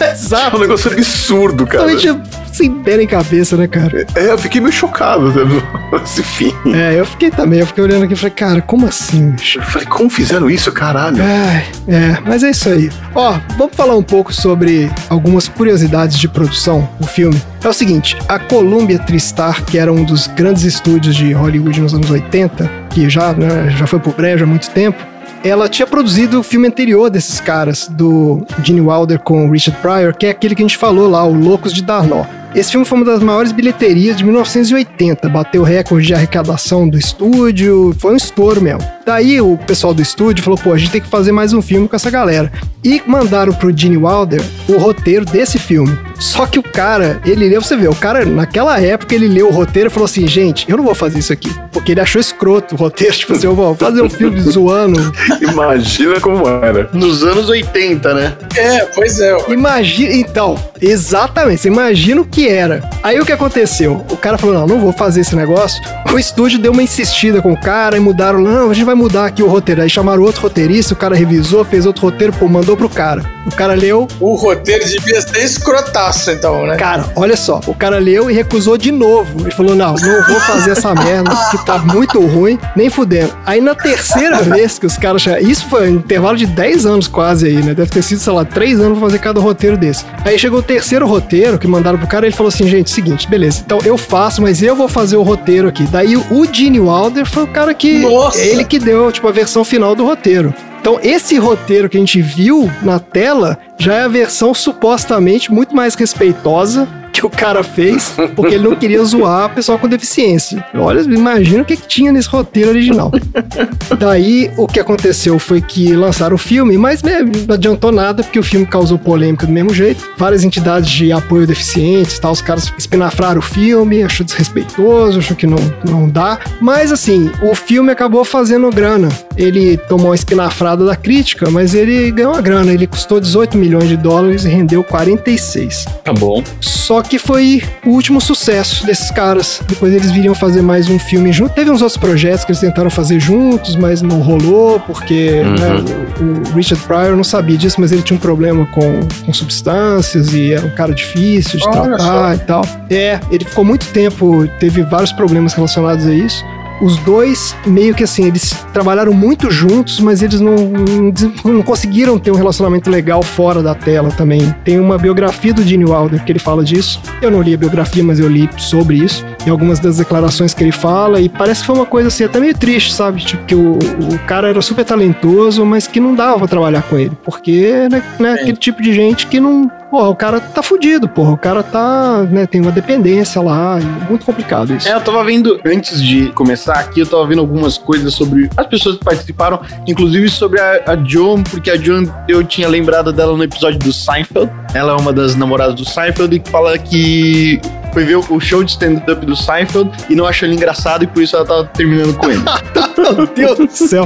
Speaker 4: É
Speaker 2: exato.
Speaker 4: um negócio absurdo, cara.
Speaker 2: Totalmente sem pé nem cabeça, né, cara?
Speaker 4: É, eu fiquei meio chocado, sabe? Esse fim.
Speaker 2: É, eu fiquei também, eu fiquei olhando aqui e falei, cara, como assim, bicho?
Speaker 4: Eu falei, como fizeram isso, caralho?
Speaker 2: Ai, é, mas é isso aí. Ó, vamos falar um pouco sobre algumas curiosidades de produção do filme. É o seguinte, a Columbia TriStar, que era um dos grandes estúdios de Hollywood nos anos 80, que já, né, já foi pro brejo há muito tempo, ela tinha produzido o filme anterior desses caras, do Gene Wilder com o Richard Pryor, que é aquele que a gente falou lá, o Loucos de Darnó. Esse filme foi uma das maiores bilheterias de 1980, bateu recorde de arrecadação do estúdio, foi um estouro mesmo. Daí o pessoal do estúdio falou, pô, a gente tem que fazer mais um filme com essa galera. E mandaram pro Gene Wilder o roteiro desse filme. Só que o cara, ele leu, você vê, o cara naquela época ele leu o roteiro e falou assim, gente, eu não vou fazer isso aqui. Porque ele achou escroto o roteiro, tipo assim, eu vou fazer um filme zoando
Speaker 4: Imagina como era.
Speaker 1: Nos anos 80, né?
Speaker 3: É, pois é. ué.
Speaker 2: Imagina, então, exatamente, você imagina o que era. Aí o que aconteceu? O cara falou: não, não vou fazer esse negócio. O estúdio deu uma insistida com o cara e mudaram: não, a gente vai mudar aqui o roteiro. Aí chamaram outro roteirista, o cara revisou, fez outro roteiro, pô, mandou pro cara. O cara leu,
Speaker 3: O roteiro devia ser escrotaço, então, né?
Speaker 2: cara, olha só, o cara leu e recusou de novo. Ele falou: não, não vou fazer essa merda, que tá muito ruim, nem fudendo. Aí na terceira vez que os caras. che- Isso foi um intervalo de 10 anos quase aí, né? Deve ter sido, sei lá, 3 anos pra fazer cada roteiro desse. Aí chegou o terceiro roteiro que mandaram pro cara e ele falou assim: gente, seguinte, beleza, então eu faço, mas eu vou fazer o roteiro aqui. Daí o Gene Wilder foi o cara que.
Speaker 3: Nossa!
Speaker 2: Ele que deu, tipo, a versão final do roteiro. Então, esse roteiro que a gente viu na tela já é a versão supostamente muito mais respeitosa que o cara fez, porque ele não queria zoar a pessoa com deficiência. Olha, imagina o que, que tinha nesse roteiro original. Daí, o que aconteceu foi que lançaram o filme, mas né, não adiantou nada, porque o filme causou polêmica do mesmo jeito. Várias entidades de apoio a deficientes, tal, os caras espinafraram o filme, achou desrespeitoso, achou que não, não dá. Mas, assim, o filme acabou fazendo grana. Ele tomou uma espinafrada da crítica, mas ele ganhou uma grana. Ele custou 18 milhões de dólares e rendeu 46.
Speaker 7: Tá bom.
Speaker 2: Só que foi o último sucesso desses caras. Depois eles viriam fazer mais um filme junto. Teve uns outros projetos que eles tentaram fazer juntos, mas não rolou, porque né, o o Richard Pryor não sabia disso, mas ele tinha um problema com, com substâncias e era um cara difícil de
Speaker 3: Olha
Speaker 2: tratar e tal. É, ele ficou muito tempo, teve vários problemas relacionados a isso. Os dois, meio que assim, eles trabalharam muito juntos, mas eles não, não des- não conseguiram ter um relacionamento legal fora da tela também. Tem uma biografia do Gene Wilder que ele fala disso. Eu não li a biografia, mas eu li sobre isso. E algumas das declarações que ele fala. E parece que foi uma coisa assim, até meio triste, sabe? Tipo, que o, o cara era super talentoso, mas que não dava pra trabalhar com ele. Porque, né, né, aquele tipo de gente que não. Porra, o cara tá fudido, porra. O cara tá. né, tem uma dependência lá. e Muito complicado isso.
Speaker 1: É, eu tava vendo, antes de começar aqui, eu tava vendo algumas coisas sobre as pessoas que participaram, inclusive sobre a, a Joan, porque a Joan, eu tinha lembrado dela no episódio do Seinfeld. Ela é uma das namoradas do Seinfeld e que fala que foi ver o show de stand-up do Seinfeld e não achou ele engraçado e por isso ela tava terminando com ele.
Speaker 2: Meu Deus do céu.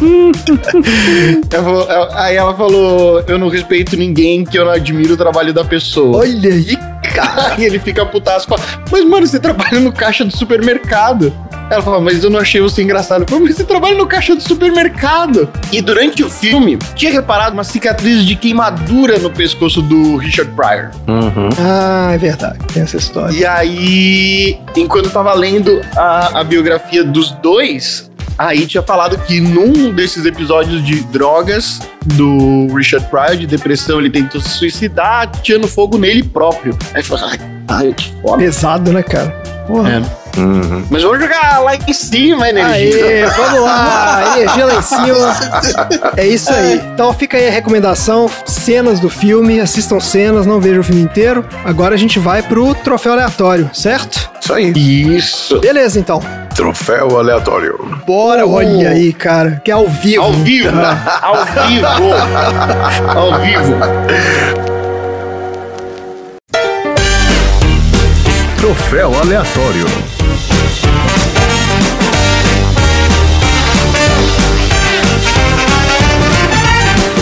Speaker 1: Ela falou- ela- aí ela falou: Eu não respeito ninguém que eu não admiro o trabalho da pessoa.
Speaker 2: Olha aí, cara.
Speaker 1: E ele fica putaço e fala: Mas, mano, você trabalha no caixa do supermercado. Ela fala, mas eu não achei você engraçado. Eu falo, mas você trabalha no caixa do supermercado. E durante o filme, tinha reparado uma cicatriz de queimadura no pescoço do Richard Pryor.
Speaker 4: Uhum.
Speaker 2: Ah, é verdade. Tem essa história.
Speaker 1: E aí, enquanto eu tava lendo a, a biografia dos dois, aí tinha falado que num desses episódios de drogas do Richard Pryor, de depressão, ele tentou se suicidar, tirando fogo nele próprio. Aí falou, ai, ai, que foda.
Speaker 2: Pesado, né, cara? Porra.
Speaker 1: É.
Speaker 4: Uhum.
Speaker 1: Mas vamos jogar lá em cima, né, energia.
Speaker 2: Aê, vamos lá, energia lá em cima. É isso aí. Então fica aí a recomendação: cenas do filme, assistam cenas, não vejam o filme inteiro. Agora a gente vai pro troféu aleatório, certo?
Speaker 4: Isso aí.
Speaker 1: Isso.
Speaker 2: Beleza, então.
Speaker 4: Troféu aleatório.
Speaker 2: Bora, olha aí, cara, que é ao vivo.
Speaker 1: Ao vivo, ao vivo, ao vivo.
Speaker 4: Troféu aleatório.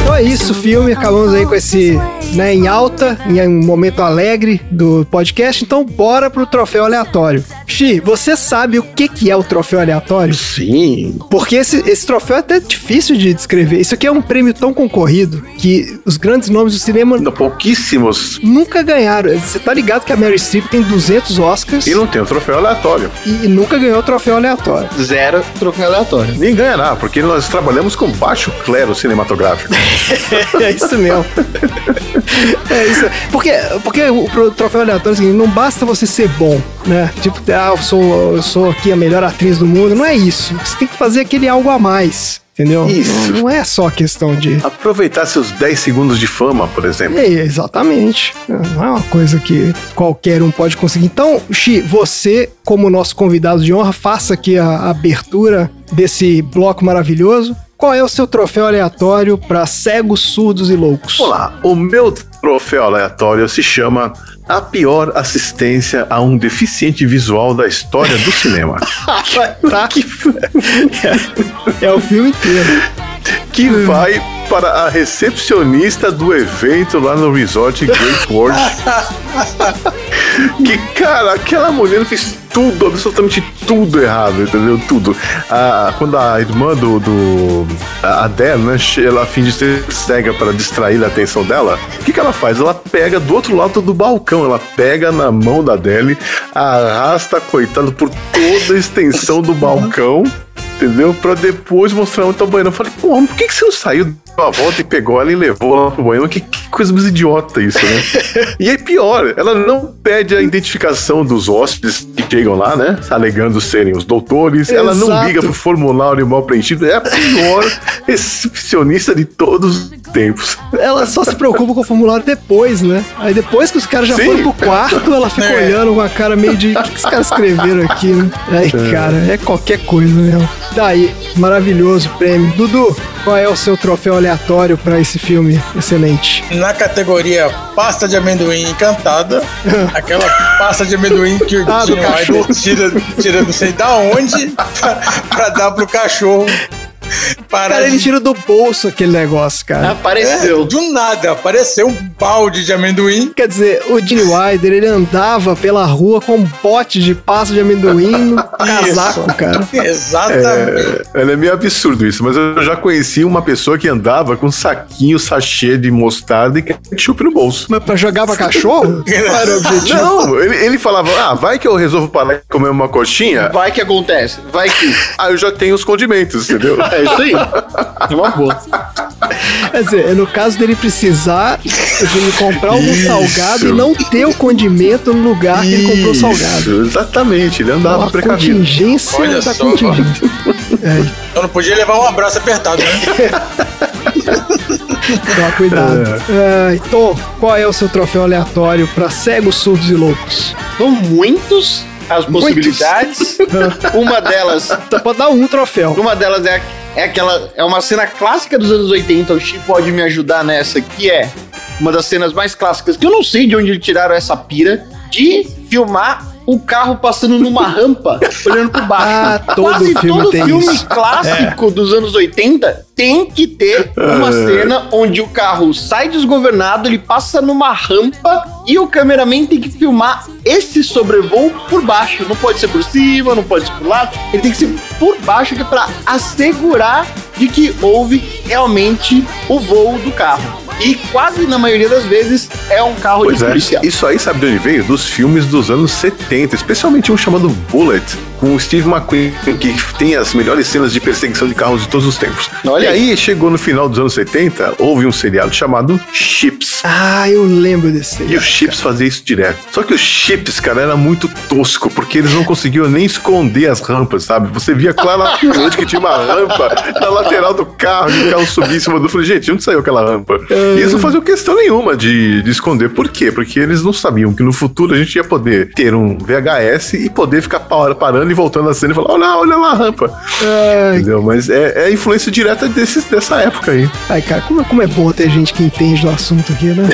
Speaker 2: Então é isso, filme. Acabamos aí com esse, né, em alta, em um momento alegre do podcast. Então bora pro troféu aleatório. Xi, você sabe o que, que é o troféu aleatório?
Speaker 1: Sim.
Speaker 2: Porque esse, esse troféu é até difícil de descrever. Isso aqui é um prêmio tão concorrido que os grandes nomes do cinema
Speaker 4: Ainda Pouquíssimos.
Speaker 2: nunca ganharam. Você tá ligado que a Mary Streep tem 200 Oscars
Speaker 4: E
Speaker 2: e,
Speaker 4: não tem o troféu aleatório.
Speaker 2: e nunca ganhou o troféu aleatório.
Speaker 1: Zero troféu aleatório.
Speaker 4: Nem ganhará, porque nós trabalhamos com baixo clero cinematográfico.
Speaker 2: É isso mesmo. é isso. Porque, porque o pro- troféu aleatório é o seguinte, não basta você ser bom, né? Tipo, ah, eu sou, eu sou aqui a melhor atriz do mundo. Não é isso. Você tem que fazer aquele algo a mais, entendeu?
Speaker 4: Isso.
Speaker 2: Não é só questão de...
Speaker 4: Aproveitar seus 10 segundos de fama, por exemplo.
Speaker 2: É, exatamente. Não é uma coisa que qualquer um pode conseguir. Então, Xi, você, como nosso convidado de honra, faça aqui a abertura desse bloco maravilhoso. Qual é o seu troféu aleatório para cegos, surdos e loucos?
Speaker 4: Olá, o meu troféu aleatório se chama A Pior Assistência a um Deficiente Visual da História do Cinema.
Speaker 2: Tá? é o filme inteiro.
Speaker 4: que vai para a recepcionista do evento lá no resort Great World. que, cara, aquela mulher fez tudo, absolutamente tudo errado, entendeu? Tudo. Ah, quando a irmã do. do a Adele, né? che- Ela finge ser cega para distrair a atenção dela. O que, que ela faz? Ela pega do outro lado do balcão, ela pega na mão da Adele, arrasta, coitado, por toda a extensão do balcão. Entendeu? Pra depois mostrar onde tá o banheiro. Eu falei, pô, por que, que você não saiu, deu a volta e pegou ela e levou lá pro banheiro? Que, que coisa mais idiota isso, né? e aí, pior, ela não pede a identificação dos hóspedes que chegam lá, né? Alegando serem os doutores. Ela não
Speaker 2: Exato.
Speaker 4: liga pro formulário mal preenchido. É a pior recepcionista de todos os tempos.
Speaker 2: Ela só se preocupa com o formulário depois, né? Aí depois que os caras já
Speaker 4: Sim.
Speaker 2: foram pro quarto, ela fica
Speaker 3: É.
Speaker 2: olhando com a cara meio de. O que, que os caras escreveram aqui, né? Aí, cara, é qualquer coisa mesmo. Daí, maravilhoso prêmio. Dudu, qual é o seu troféu aleatório pra esse filme excelente?
Speaker 3: Na categoria pasta de amendoim encantada, aquela pasta de amendoim que o
Speaker 2: Ah, do
Speaker 3: Gene Wilder
Speaker 2: cachorro.
Speaker 3: tira, tira não sei da onde pra, pra dar pro cachorro. Para
Speaker 2: Cara, ele tira do bolso aquele negócio,
Speaker 1: Ah.
Speaker 2: cara.
Speaker 1: Apareceu.
Speaker 3: do nada, apareceu um balde de amendoim.
Speaker 2: Quer dizer, o Gene Wilder, ele andava pela rua com um pote de pasta de amendoim no casaco, cara.
Speaker 3: Exatamente.
Speaker 4: É, ela é meio absurdo isso, mas eu já conheci uma pessoa que andava com um saquinho, sachê de mostarda e ketchup no bolso.
Speaker 2: Mas pra jogar pra cachorro? Qual era o objetivo?
Speaker 4: Não, ele, ele falava, ah, vai que eu resolvo parar de comer uma coxinha,
Speaker 1: Vai que acontece. Vai que.
Speaker 4: aí eu já tenho os condimentos, entendeu?
Speaker 1: É isso aí. É uma boa.
Speaker 2: Quer dizer, no caso dele precisar de ele comprar algum
Speaker 4: Isso.
Speaker 2: salgado e não ter o condimento no lugar que Ah, ele comprou o salgado.
Speaker 4: Isso, Exatamente, ele andava
Speaker 2: Uma
Speaker 4: precavido.
Speaker 2: contingência
Speaker 3: Olha
Speaker 2: da
Speaker 3: só,
Speaker 2: contingência.
Speaker 3: Eu não podia levar um abraço apertado, né?
Speaker 2: Então, cuidado. Ai, Tom, qual é o seu troféu aleatório pra cegos, surdos e loucos?
Speaker 1: São muitos as possibilidades. uma delas,
Speaker 2: Então, pode dar um troféu.
Speaker 1: uma delas é, é aquela é uma cena clássica dos anos 80, o Chico pode me ajudar nessa, que é uma das cenas mais clássicas, que eu não sei de onde tiraram essa pira de filmar um carro passando numa rampa, olhando pro baixo.
Speaker 2: Ah, todo
Speaker 1: Quase
Speaker 2: filme
Speaker 1: todo
Speaker 2: tem
Speaker 1: filme
Speaker 2: isso.
Speaker 1: clássico dos anos 80 tem que ter uma cena onde o carro sai desgovernado, ele passa numa rampa e o cameraman tem que filmar esse sobrevoo por baixo. Não pode ser por cima, não pode ser por lado, ele tem que ser por baixo que é pra assegurar de que houve realmente o voo do carro. E quase na maioria das vezes é um carro
Speaker 4: Pois
Speaker 1: de
Speaker 4: é,
Speaker 1: policial.
Speaker 4: isso aí sabe de onde veio? Dos filmes dos anos 70, especialmente um chamado Bullet, com o Steve McQueen, que tem as melhores cenas de perseguição de carros de todos os tempos.
Speaker 1: Olha
Speaker 4: e aí, chegou no final dos anos 70, houve um seriado chamado Chips.
Speaker 2: Ah, eu lembro desse.
Speaker 4: E o Chips fazia isso direto. Só que o Chips, cara, era muito tosco, porque eles não conseguiam nem esconder as rampas, sabe? Você via claramente que tinha uma rampa na lateral do carro, e o carro subia em cima do. Eu falei, gente, onde saiu aquela rampa? E eles não faziam questão nenhuma de, de esconder. Por quê? Porque eles não sabiam que no futuro a gente ia poder ter um VHS e poder ficar pa- parando e voltando a cena e falar: olha lá, olha lá a rampa.
Speaker 2: Ai,
Speaker 4: Entendeu? Mas é, é a influência direta desses, dessa época aí.
Speaker 2: ai, cara, como, como é bom ter gente que entende do assunto aqui, né?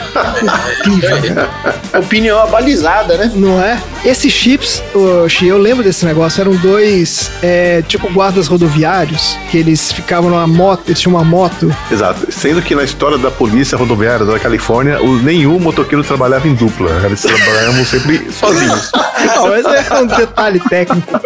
Speaker 2: Incrível, cara.
Speaker 1: É Opinião abalizada, né?
Speaker 2: Não é? Esses chips, oxi, eu lembro desse negócio, eram dois, é, tipo guardas rodoviários, que eles ficavam numa moto, eles tinham uma moto.
Speaker 4: Exato. Sendo que na história da polícia rodoviária da Califórnia, o- nenhum motoqueiro trabalhava em dupla. Eles trabalhavam sempre sozinhos.
Speaker 2: Não, mas é um detalhe técnico.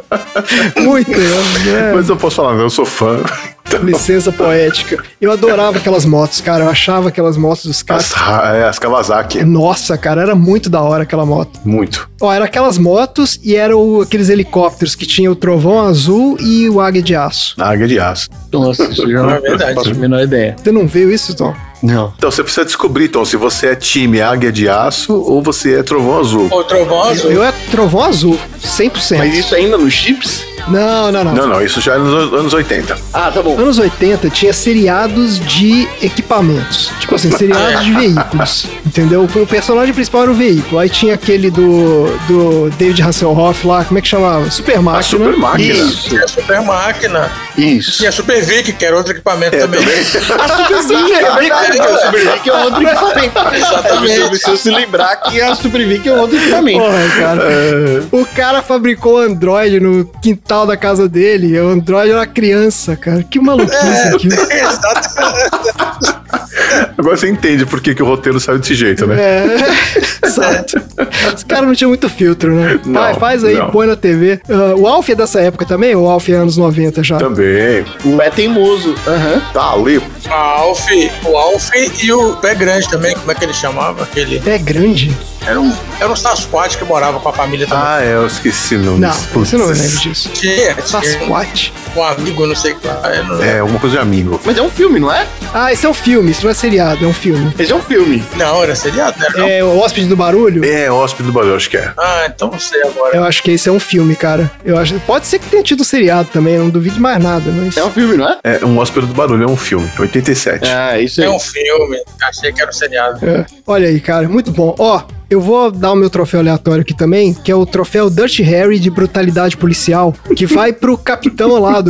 Speaker 2: Muito, né?
Speaker 4: Mas eu posso falar, eu sou fã. Então,
Speaker 2: licença poética. Eu adorava aquelas motos, cara, eu achava aquelas motos dos
Speaker 4: As,
Speaker 2: caras.
Speaker 4: ra- é, as Kawasaki,
Speaker 2: Nossa, cara, era muito da hora aquela moto.
Speaker 4: muito.
Speaker 2: Ó, era aquelas motos e eram aqueles helicópteros que tinha o trovão azul e o águia de aço.
Speaker 4: Na águia de aço.
Speaker 1: Nossa, isso já tá
Speaker 3: Não é verdade.
Speaker 1: menor ideia.
Speaker 2: Você não viu isso, Tom?
Speaker 1: Não.
Speaker 4: Então você precisa descobrir, Tom, se você é time águia de aço ou você é trovão azul.
Speaker 3: O trovão
Speaker 2: Eu,
Speaker 3: azul.
Speaker 2: eu é trovão azul, 100%.
Speaker 1: Mas isso ainda nos chips?
Speaker 2: Não, não, não.
Speaker 4: Não, não, isso já é nos anos 80.
Speaker 1: Ah, tá bom.
Speaker 2: Anos 80 tinha seriados de equipamentos. Tipo
Speaker 1: Ah,
Speaker 2: assim, seriados
Speaker 1: é.
Speaker 2: de veículos. Entendeu? O personagem principal era o veículo. Aí tinha aquele do, do David Hasselhoff lá, como é que chamava? Super
Speaker 4: A
Speaker 2: Máquina.
Speaker 4: super máquina.
Speaker 1: Isso,
Speaker 3: Tinha a é super máquina.
Speaker 1: isso.
Speaker 3: Tinha a Super Vic, que era outro equipamento também.
Speaker 1: A Super Vic é verdade, a Super Vic é um outro equipamento.
Speaker 3: Exatamente.
Speaker 1: Você É, precisa se lembrar que a Super Vic é um outro equipamento.
Speaker 2: Porra,
Speaker 1: É.
Speaker 2: cara. O cara fabricou o Android no quintal da casa dele. e O Android era criança, cara. Que
Speaker 1: É.
Speaker 2: maluquice aquilo.
Speaker 3: Exato.
Speaker 4: Agora você entende por que, que o roteiro saiu desse jeito, né?
Speaker 2: É, exato. Os caras não tinham muito filtro, né?
Speaker 4: Não,
Speaker 2: Vai, faz aí,
Speaker 4: não.
Speaker 2: põe na TV. Ah, o Alf é dessa época também? Ou o Alf é anos 90 já?
Speaker 4: Também.
Speaker 1: Não é teimoso. Aham.
Speaker 4: Tá ali.
Speaker 3: A Alf, o Alf e o Pé Grande também, como é que ele chamava? Aquele.
Speaker 2: É grande?
Speaker 3: Era um, era um Sasquatch que morava com a família também.
Speaker 4: Ah, é, eu esqueci o nome.
Speaker 2: Não,
Speaker 4: disso.
Speaker 2: você não é
Speaker 4: Putz.
Speaker 2: lembra disso.
Speaker 3: Tinha, tinha
Speaker 2: Sasquatch?
Speaker 3: um amigo, não sei o que lá. eu não-
Speaker 4: É, alguma coisa de amigo.
Speaker 1: Mas é um filme, não é?
Speaker 2: Ah, esse é um filme, isso não é seriado, é um filme.
Speaker 1: Esse é um filme.
Speaker 3: Não, era seriado, né?
Speaker 2: É o Hóspede do Barulho?
Speaker 4: É, Hóspede do Barulho, acho que é.
Speaker 3: Ah, então não sei agora.
Speaker 2: Eu acho que esse é um filme, cara. Eu acho. Pode ser que tenha tido seriado também, eu não duvido mais nada, mas.
Speaker 1: É um filme, não é?
Speaker 4: É, um Hóspede do Barulho é um filme, 87.
Speaker 1: Ah, isso
Speaker 3: É um filme, achei que era um seriado.
Speaker 2: É. Olha aí, cara, muito bom. Ó, eu vou dar o meu troféu aleatório aqui também, que é o troféu Dirty Harry de brutalidade policial, que vai pro capitão lá do.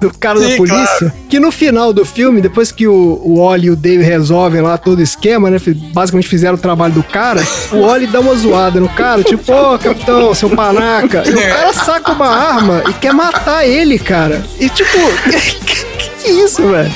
Speaker 2: Do cara da
Speaker 3: Sim,
Speaker 2: polícia, que no final do filme, depois que o, o Oli e o Dave resolvem lá todo o esquema, né? fi- Basicamente fizeram o trabalho do cara, o Oli dá uma zoada no cara, tipo, ô capitão, seu panaca. E o cara saca uma arma e quer matar ele, cara. E tipo, que, que isso, velho?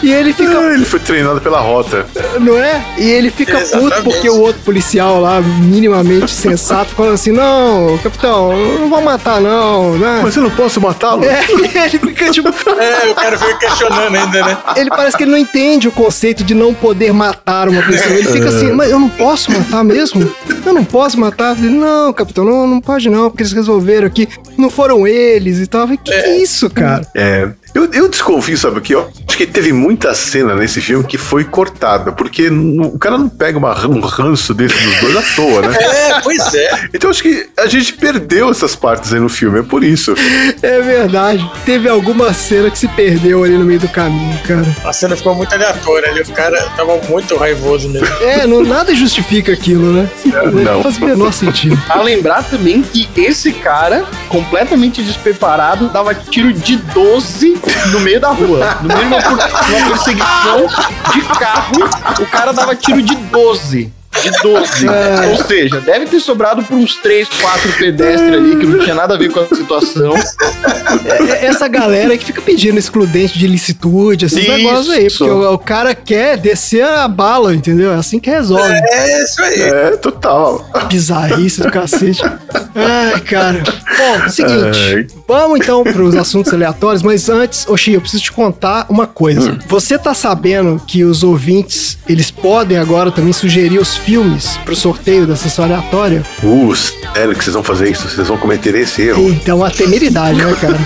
Speaker 2: E ele fica
Speaker 4: Ah, ele foi treinado pela rota.
Speaker 2: não é? E ele fica puto
Speaker 3: Exatamente.
Speaker 2: porque o outro policial lá, minimamente sensato, falando assim: não, capitão, eu não vou matar, não, né?
Speaker 4: Mas eu não posso matá-lo?
Speaker 2: É, ele fica tipo.
Speaker 3: É, o cara veio questionando ainda, né?
Speaker 2: Ele parece que ele não entende o conceito de não poder matar uma pessoa. Ele fica assim, mas eu não posso matar mesmo? Eu não posso matar? Ele, não, capitão, não, não pode não, porque eles resolveram aqui. Não foram eles e tal. Eu falei, que que é isso, cara?
Speaker 4: É. Eu, eu desconfio, sabe o que? Eu acho que teve muita cena nesse filme que foi cortada, porque n- o cara não pega uma, ran- um ranço desse dos dois à toa, né?
Speaker 3: É, pois é.
Speaker 4: Então acho que a gente perdeu essas partes aí no filme, é por isso.
Speaker 2: É verdade. Teve alguma cena que se perdeu ali no meio do caminho, cara.
Speaker 3: A cena ficou muito aleatória ali, o cara tava muito raivoso mesmo.
Speaker 2: É, não, nada justifica aquilo, né?
Speaker 4: É, não.
Speaker 2: faz o menor sentido.
Speaker 1: A lembrar também que esse cara, completamente despreparado, dava tiro de 12 no meio da rua. No meio de uma, por- uma perseguição de carro, o cara dava tiro de 12. de 12. Ou seja, deve ter sobrado por uns 3, 4 pedestres ali que não tinha nada a ver com a situação.
Speaker 2: É- Essa galera aí que fica pedindo excludente de licitude, esses
Speaker 1: Isso.
Speaker 2: negócios aí. Porque o, o cara quer descer a bala, entendeu? É assim que resolve.
Speaker 3: É isso aí.
Speaker 4: É, total.
Speaker 2: Bizarrice do cacete. Ai, cara. Bom, seguinte.
Speaker 4: Ai.
Speaker 2: Vamos então para os assuntos aleatórios, mas antes, Oxi, eu preciso te contar uma coisa.
Speaker 4: Hum.
Speaker 2: Você tá sabendo que os ouvintes, eles podem agora também sugerir os filmes pro sorteio da sessão aleatória?
Speaker 4: Uh, sério que vocês vão fazer isso? Vocês vão cometer esse erro?
Speaker 2: Então, a temeridade, né, cara?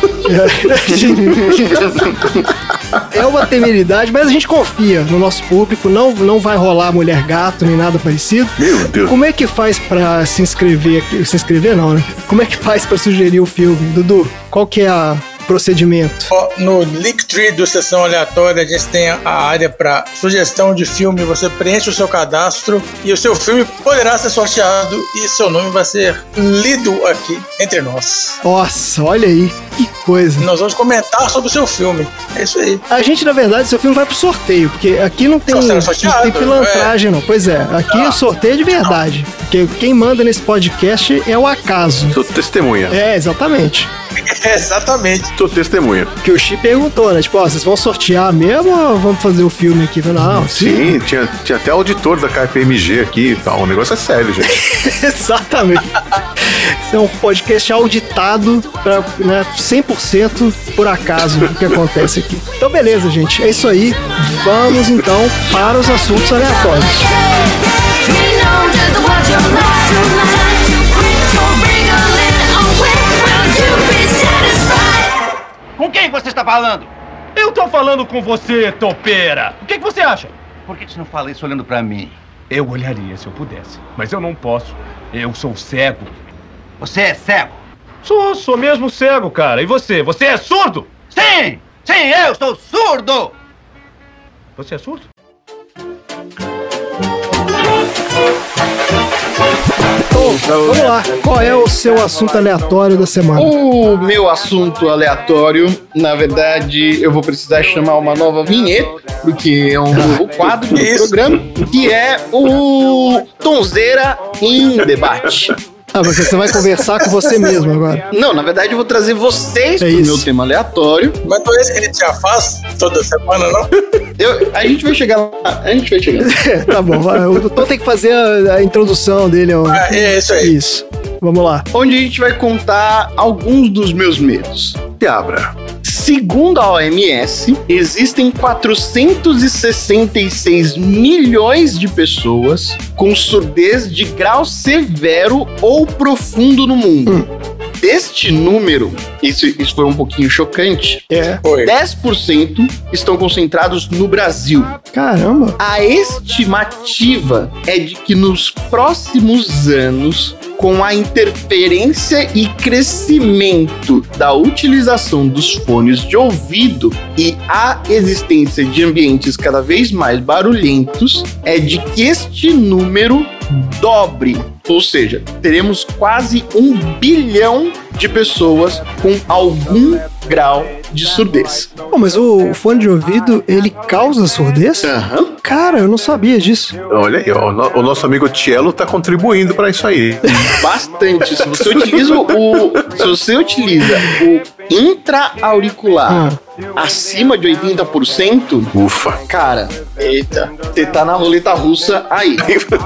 Speaker 2: É uma temeridade, mas a gente confia no nosso público, não, não vai rolar mulher gato nem nada parecido.
Speaker 4: Meu Deus.
Speaker 2: Como é que faz pra se inscrever aqui? Se inscrever não, né? Como é que faz pra sugerir o filme? Dudu, qual que é a procedimento?
Speaker 3: Ó, No Linktree do Sessão Aleatória, a gente tem a área para sugestão de filme. Você preenche o seu cadastro e o seu filme poderá ser sorteado e seu nome vai ser lido aqui entre nós.
Speaker 2: Nossa, olha aí, que coisa.
Speaker 3: Nós vamos comentar sobre o seu filme. É isso aí.
Speaker 2: A gente, na verdade, seu filme vai pro sorteio, porque aqui não tem,
Speaker 3: Só será
Speaker 2: não
Speaker 3: sorteado,
Speaker 2: tem pilantragem, não. Pois é, aqui é sorteio de verdade. Porque quem manda nesse podcast é o acaso.
Speaker 4: Sou testemunha.
Speaker 2: É, exatamente.
Speaker 3: Exatamente.
Speaker 4: Sou testemunha.
Speaker 2: Que o Chi perguntou, né? Tipo, ó, vocês vão sortear mesmo ou vamos fazer o filme aqui? Eu falei, Não,
Speaker 4: Sim, tinha, tinha até auditor da KPMG aqui e tal. O negócio é sério, gente.
Speaker 2: Exatamente. Isso é um podcast auditado pra, né, 100% por acaso o que acontece aqui. Então, beleza, gente. É isso aí. Vamos então para os assuntos aleatórios.
Speaker 5: Com quem você está falando?
Speaker 6: Eu tô falando com você, topeira! O que, que você acha?
Speaker 5: Por que você não fala isso olhando pra mim?
Speaker 6: Eu olharia se eu pudesse, mas eu não posso. Eu sou cego.
Speaker 5: Você é cego?
Speaker 6: Sou, sou mesmo cego, cara. E você? Você é surdo?
Speaker 5: Sim! Sim, eu sou surdo!
Speaker 6: Você é surdo?
Speaker 2: Então, vamos lá. Qual é o seu assunto aleatório da semana?
Speaker 1: O meu assunto aleatório, na verdade, eu vou precisar chamar uma nova vinheta, porque é um novo quadro do
Speaker 3: Isso.
Speaker 1: programa, que é o Tonzeira em Debate.
Speaker 2: Ah, porque você vai conversar com você mesmo agora.
Speaker 1: Não, na verdade, eu vou trazer vocês
Speaker 2: É
Speaker 1: pro
Speaker 2: isso.
Speaker 1: meu tema aleatório.
Speaker 3: Mas não é isso que a gente já faz toda semana, não?
Speaker 1: Eu- a gente vai chegar lá. A gente vai chegar lá.
Speaker 2: É, tá bom. Vai. O Tom tem que fazer a, a introdução dele. ó.
Speaker 3: Ah, é isso aí.
Speaker 2: Isso. Vamos lá.
Speaker 1: Onde a gente vai contar alguns dos meus medos.
Speaker 4: Se abra.
Speaker 1: Segundo a OMS, existem 466 milhões de pessoas com surdez de grau severo ou profundo no mundo. Deste número, isso, isso foi um pouquinho chocante,
Speaker 2: É.
Speaker 3: Foi.
Speaker 1: 10% estão concentrados no Brasil.
Speaker 2: Caramba.
Speaker 1: A estimativa é de que nos próximos anos, com a interferência e crescimento da utilização dos fones de ouvido e a existência de ambientes cada vez mais barulhentos, é de que este número dobre. Ou seja, teremos quase um bilhão de pessoas com algum grau de surdez.
Speaker 2: Pô, mas o fone de ouvido, ele causa surdez?
Speaker 1: Aham.
Speaker 2: Cara, eu não sabia disso.
Speaker 4: Olha aí, ó, o no- o nosso amigo Tielo tá contribuindo pra isso aí.
Speaker 1: Bastante. Se você utiliza o. Se você utiliza o intra-auricular acima de 80%,
Speaker 4: Ufa.
Speaker 1: cara, eita, você tá na roleta russa aí.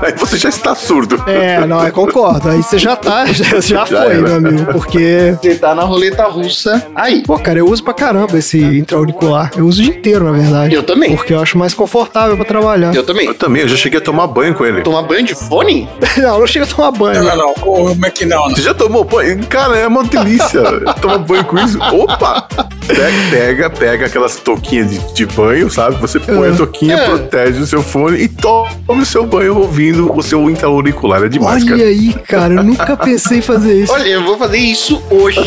Speaker 4: Aí você já está surdo.
Speaker 2: É, não, eu concordo. Aí você já tá, já, já foi,
Speaker 4: era.
Speaker 2: meu amigo. Porque.
Speaker 1: Você tá na roleta russa aí.
Speaker 2: Pô, cara, eu uso pra caramba esse intra-auricular. Eu uso o dia inteiro, na verdade.
Speaker 1: Eu também.
Speaker 2: Porque eu acho mais confortável pra trabalhar.
Speaker 1: Eu também.
Speaker 4: Eu também, eu já cheguei a tomar banho com ele.
Speaker 1: Tomar banho de fone?
Speaker 2: Não, não chega a tomar banho.
Speaker 3: Não, não, como é que não?
Speaker 4: Você já tomou banho? Cara, é uma delícia. Tomar banho com isso. Opa! Pega, pega, pega aquelas touquinhas de, de banho, sabe? Você põe a touquinha,
Speaker 1: É.
Speaker 4: protege o seu fone e toma o seu banho ouvindo o seu intra-auricular. É demais,
Speaker 2: Olha
Speaker 4: cara.
Speaker 2: aí, cara, eu nunca pensei em fazer isso.
Speaker 1: Olha, eu vou fazer isso hoje.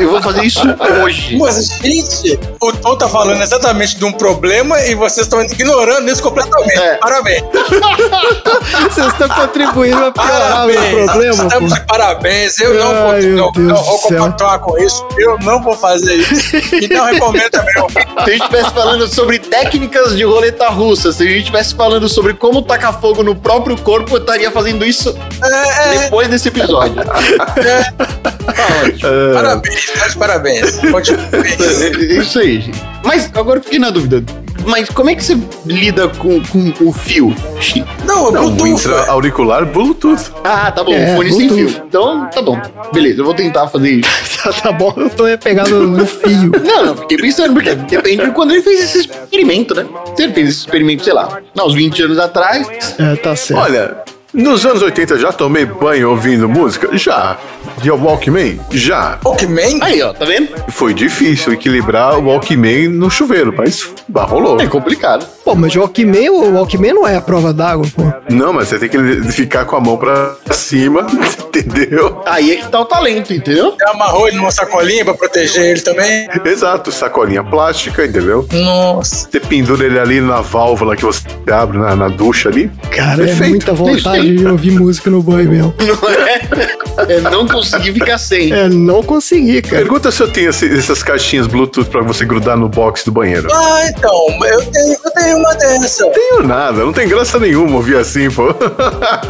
Speaker 1: eu vou fazer isso hoje.
Speaker 3: Mas, gente, o O Tom tá falando exatamente de um problema e vocês estão ignorando isso completamente.
Speaker 1: É.
Speaker 3: Parabéns.
Speaker 2: Vocês estão contribuindo pra piorar o
Speaker 3: Parabéns.
Speaker 2: meu Ah, problema.
Speaker 3: Estamos de
Speaker 2: pô.
Speaker 3: parabéns. Eu não,
Speaker 2: Ai,
Speaker 3: vou-
Speaker 2: meu
Speaker 3: não-
Speaker 2: Deus
Speaker 3: não
Speaker 2: do
Speaker 3: vou
Speaker 2: céu.
Speaker 3: compactuar com isso. Eu não vou fazer isso. E não recomendo também.
Speaker 1: Se a gente estivesse falando sobre técnicas de roleta russa, se a gente estivesse falando sobre como tacar fogo no próprio corpo, eu estaria fazendo isso
Speaker 3: É, é,
Speaker 1: depois desse episódio.
Speaker 2: É.
Speaker 3: Parabéns. tá de Parabéns. Continue.
Speaker 1: Isso aí, gente. Mas agora eu fiquei na dúvida. Mas como é que você lida com, com o fio? Chico?
Speaker 3: Não, é
Speaker 4: Não,
Speaker 3: Bluetooth.
Speaker 4: intra auricular Bluetooth.
Speaker 1: Ah, tá bom,
Speaker 2: É,
Speaker 1: fone sem
Speaker 2: Bluetooth.
Speaker 1: fio. Então, tá bom. Beleza, eu vou tentar fazer isso.
Speaker 2: Tá, tá bom, eu tô pegando no fio.
Speaker 1: Não, não, fiquei pensando, porque depende de quando ele fez esse experimento, né? Se ele fez esse experimento, sei lá, não, uns 20 anos atrás.
Speaker 2: É, tá certo.
Speaker 4: Olha, nos anos 80 eu já tomei banho ouvindo música? Já. De Walkman? Já.
Speaker 3: Walkman?
Speaker 1: Aí, ó, tá vendo?
Speaker 4: Foi difícil equilibrar o Walkman no chuveiro, mas bah, rolou.
Speaker 1: É complicado.
Speaker 2: Pô, mas o Walkman, o Walkman não é a prova d'água, pô.
Speaker 4: Não, mas você tem que ficar com a mão pra cima, entendeu?
Speaker 1: Aí é que tá o talento, entendeu?
Speaker 3: Já amarrou ele numa sacolinha pra proteger ele também?
Speaker 4: Exato, sacolinha plástica, entendeu?
Speaker 3: Nossa.
Speaker 4: Você pendura ele ali na válvula que você abre na, na ducha ali.
Speaker 2: Cara, é
Speaker 4: Perfeito.
Speaker 2: muita vontade de ouvir música no banho mesmo.
Speaker 1: Não é? É não conseguir ficar sem.
Speaker 2: É, não consegui, cara.
Speaker 4: Pergunta se eu tenho esse- essas caixinhas Bluetooth pra você grudar no box do banheiro. Não
Speaker 3: Ah, então, eu tenho, eu tenho uma dessa.
Speaker 4: tenho nada, não tem graça nenhuma ouvir assim, pô.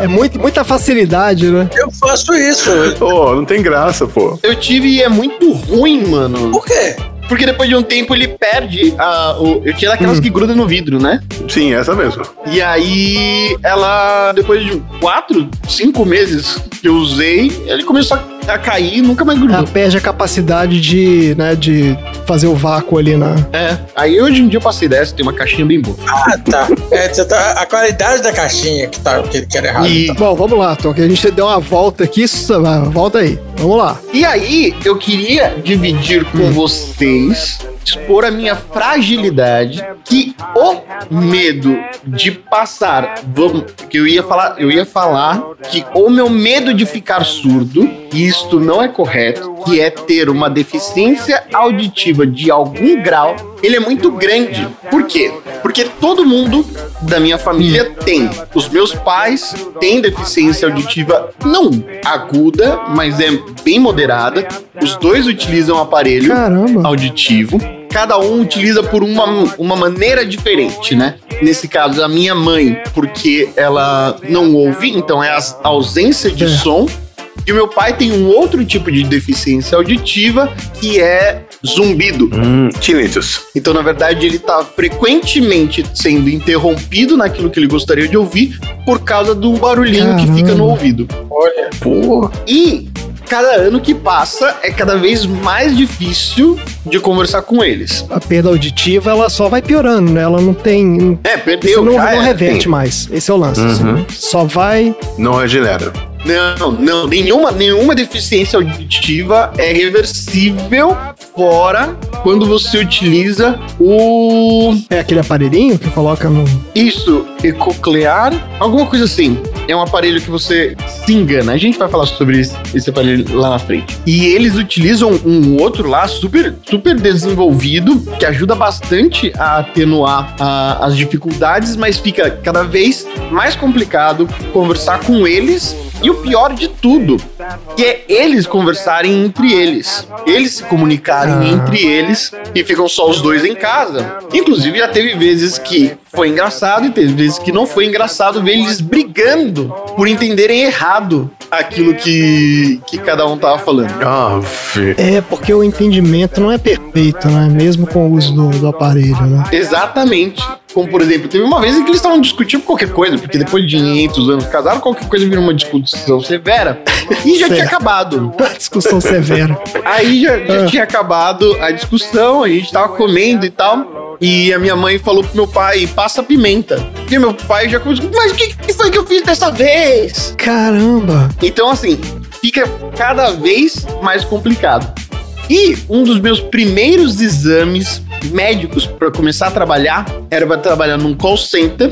Speaker 2: É, é muito, muita facilidade, né?
Speaker 3: Eu faço isso.
Speaker 4: Ô, não tem graça, pô.
Speaker 1: Eu tive e é muito ruim, mano.
Speaker 3: Por quê?
Speaker 1: Porque depois de um tempo ele perde a. O, eu tinha daquelas que grudam no vidro, né?
Speaker 4: Sim, é essa mesmo.
Speaker 1: E aí ela, depois de quatro, cinco meses que eu usei, ele começou a, a cair e nunca mais
Speaker 2: Ela
Speaker 1: grudou.
Speaker 2: É, perde a capacidade de, né, de fazer o vácuo ali né? na.
Speaker 1: É. Aí hoje em dia eu passei dessa, tem uma caixinha bem boa.
Speaker 3: Ah, tá. É, você tá. A qualidade da caixinha que, tá, que, que era errada.
Speaker 1: E,
Speaker 2: Bom, vamos lá, Tom, que a gente deu uma volta aqui. isso- tá, Volta aí. Vamos lá.
Speaker 1: e aí eu queria dividir com vocês, expor a minha fragilidade, que o medo de passar, vamos, que eu ia falar, eu ia falar que o meu medo de ficar surdo, e isto não é correto, que é ter uma deficiência auditiva de algum grau, ele é muito grande. Por quê? Porque todo mundo da minha família tem. Os meus pais têm deficiência auditiva não aguda, mas é bem moderada. Os dois utilizam aparelho
Speaker 2: Caramba.
Speaker 1: auditivo. Cada um utiliza por uma, uma maneira diferente, né? Nesse caso, a minha mãe, porque ela não ouve, então é a ausência de
Speaker 2: É.
Speaker 1: som. E o meu pai tem um outro tipo de deficiência auditiva, que é zumbido.
Speaker 4: Hum, tinnitus.
Speaker 1: Então, na verdade, ele tá frequentemente sendo interrompido naquilo que ele gostaria de ouvir por causa do barulhinho que fica
Speaker 2: Caramba.
Speaker 1: no ouvido.
Speaker 3: Olha,
Speaker 4: Pô,
Speaker 1: E cada ano que passa é cada vez mais difícil de conversar com eles.
Speaker 2: A perda auditiva, ela só vai piorando, né? Ela não tem.
Speaker 1: É, perdeu.
Speaker 2: Isso não,
Speaker 1: já
Speaker 2: não
Speaker 1: era.
Speaker 2: reverte mais. Esse é o lance.
Speaker 4: Uhum.
Speaker 2: assim. Só vai.
Speaker 4: não é regenera.
Speaker 1: Não, não. Nenhuma, nenhuma deficiência auditiva é reversível fora quando você utiliza o.
Speaker 2: É aquele aparelhinho que coloca no.
Speaker 1: Isso, ecoclear, alguma coisa assim. É um aparelho que você se engana. A gente vai falar sobre esse, esse aparelho lá na frente. E eles utilizam um outro lá super, super desenvolvido, que ajuda bastante a atenuar ah, as dificuldades, mas fica cada vez mais complicado conversar com eles. E o pior de tudo, que é eles conversarem entre eles. Eles se comunicarem
Speaker 2: Ah.
Speaker 1: entre eles e ficam só os dois em casa. Inclusive, já teve vezes que foi engraçado e teve vezes que não foi engraçado ver eles brigando por entenderem errado aquilo que, que cada um tava falando.
Speaker 4: Ah, vê.
Speaker 2: É, porque o entendimento não é perfeito, né? Mesmo com o uso do, do aparelho, né?
Speaker 1: Exatamente. Como, por exemplo, teve uma vez em que eles estavam discutindo qualquer coisa, porque depois de 500 anos casaram, qualquer coisa virou uma discussão severa e já tinha
Speaker 2: Certo.
Speaker 1: acabado.
Speaker 2: Discussão severa.
Speaker 1: Aí já, já
Speaker 2: Ah.
Speaker 1: tinha acabado a discussão, a gente tava comendo e tal. E a minha mãe falou pro meu pai, passa pimenta. E meu pai já começou, mas o que, que foi que eu fiz dessa vez?
Speaker 2: Caramba!
Speaker 1: Então, assim, fica cada vez mais complicado. E um dos meus primeiros exames médicos para começar a trabalhar era pra trabalhar num call center.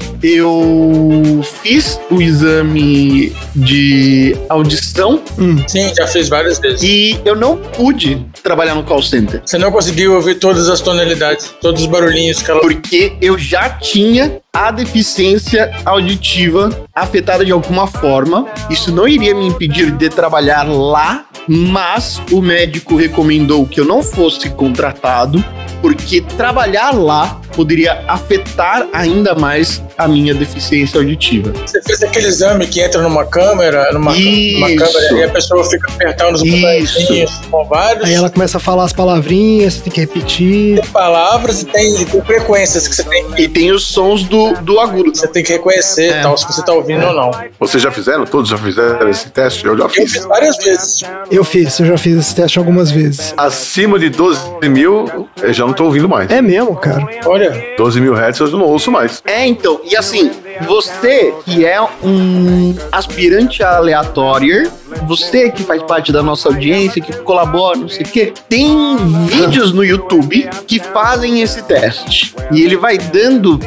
Speaker 1: Eu fiz o exame de audição
Speaker 2: Hum.
Speaker 3: Sim, já fiz várias vezes.
Speaker 1: e eu não pude trabalhar no call center.
Speaker 3: Você não conseguiu ouvir todas as tonalidades, todos os barulhinhos que ela.
Speaker 1: Porque eu já tinha a deficiência auditiva afetada de alguma forma. Isso não iria me impedir de trabalhar lá, mas o médico recomendou que eu não fosse contratado, porque trabalhar lá poderia afetar ainda mais a minha deficiência auditiva.
Speaker 3: Você fez aquele exame que entra numa câmera, numa, numa
Speaker 1: Isso.
Speaker 3: câmera, e a pessoa fica apertando os
Speaker 1: Isso.
Speaker 3: botõezinhos com vários.
Speaker 2: Aí ela começa a falar as palavrinhas, você tem que repetir.
Speaker 3: Tem palavras e tem, e tem frequências que você tem,
Speaker 1: E tem os sons do, do agudo.
Speaker 3: você tem que reconhecer,
Speaker 1: É.
Speaker 3: tal, se você tá ouvindo ou não.
Speaker 4: Vocês já fizeram? Todos já fizeram esse teste? Eu já
Speaker 3: Eu fiz
Speaker 4: fiz.
Speaker 3: várias vezes.
Speaker 2: Eu fiz, eu já fiz esse teste algumas vezes.
Speaker 4: Acima de 12 mil, eu já não tô ouvindo mais.
Speaker 2: É mesmo, cara.
Speaker 3: Olha,
Speaker 4: 12 mil hertz eu não ouço mais.
Speaker 1: É, então, e assim, você que é um aspirante aleatório, você que faz parte da nossa audiência, que colabora, não sei o quê, tem vídeos no YouTube que fazem esse teste. E ele vai dando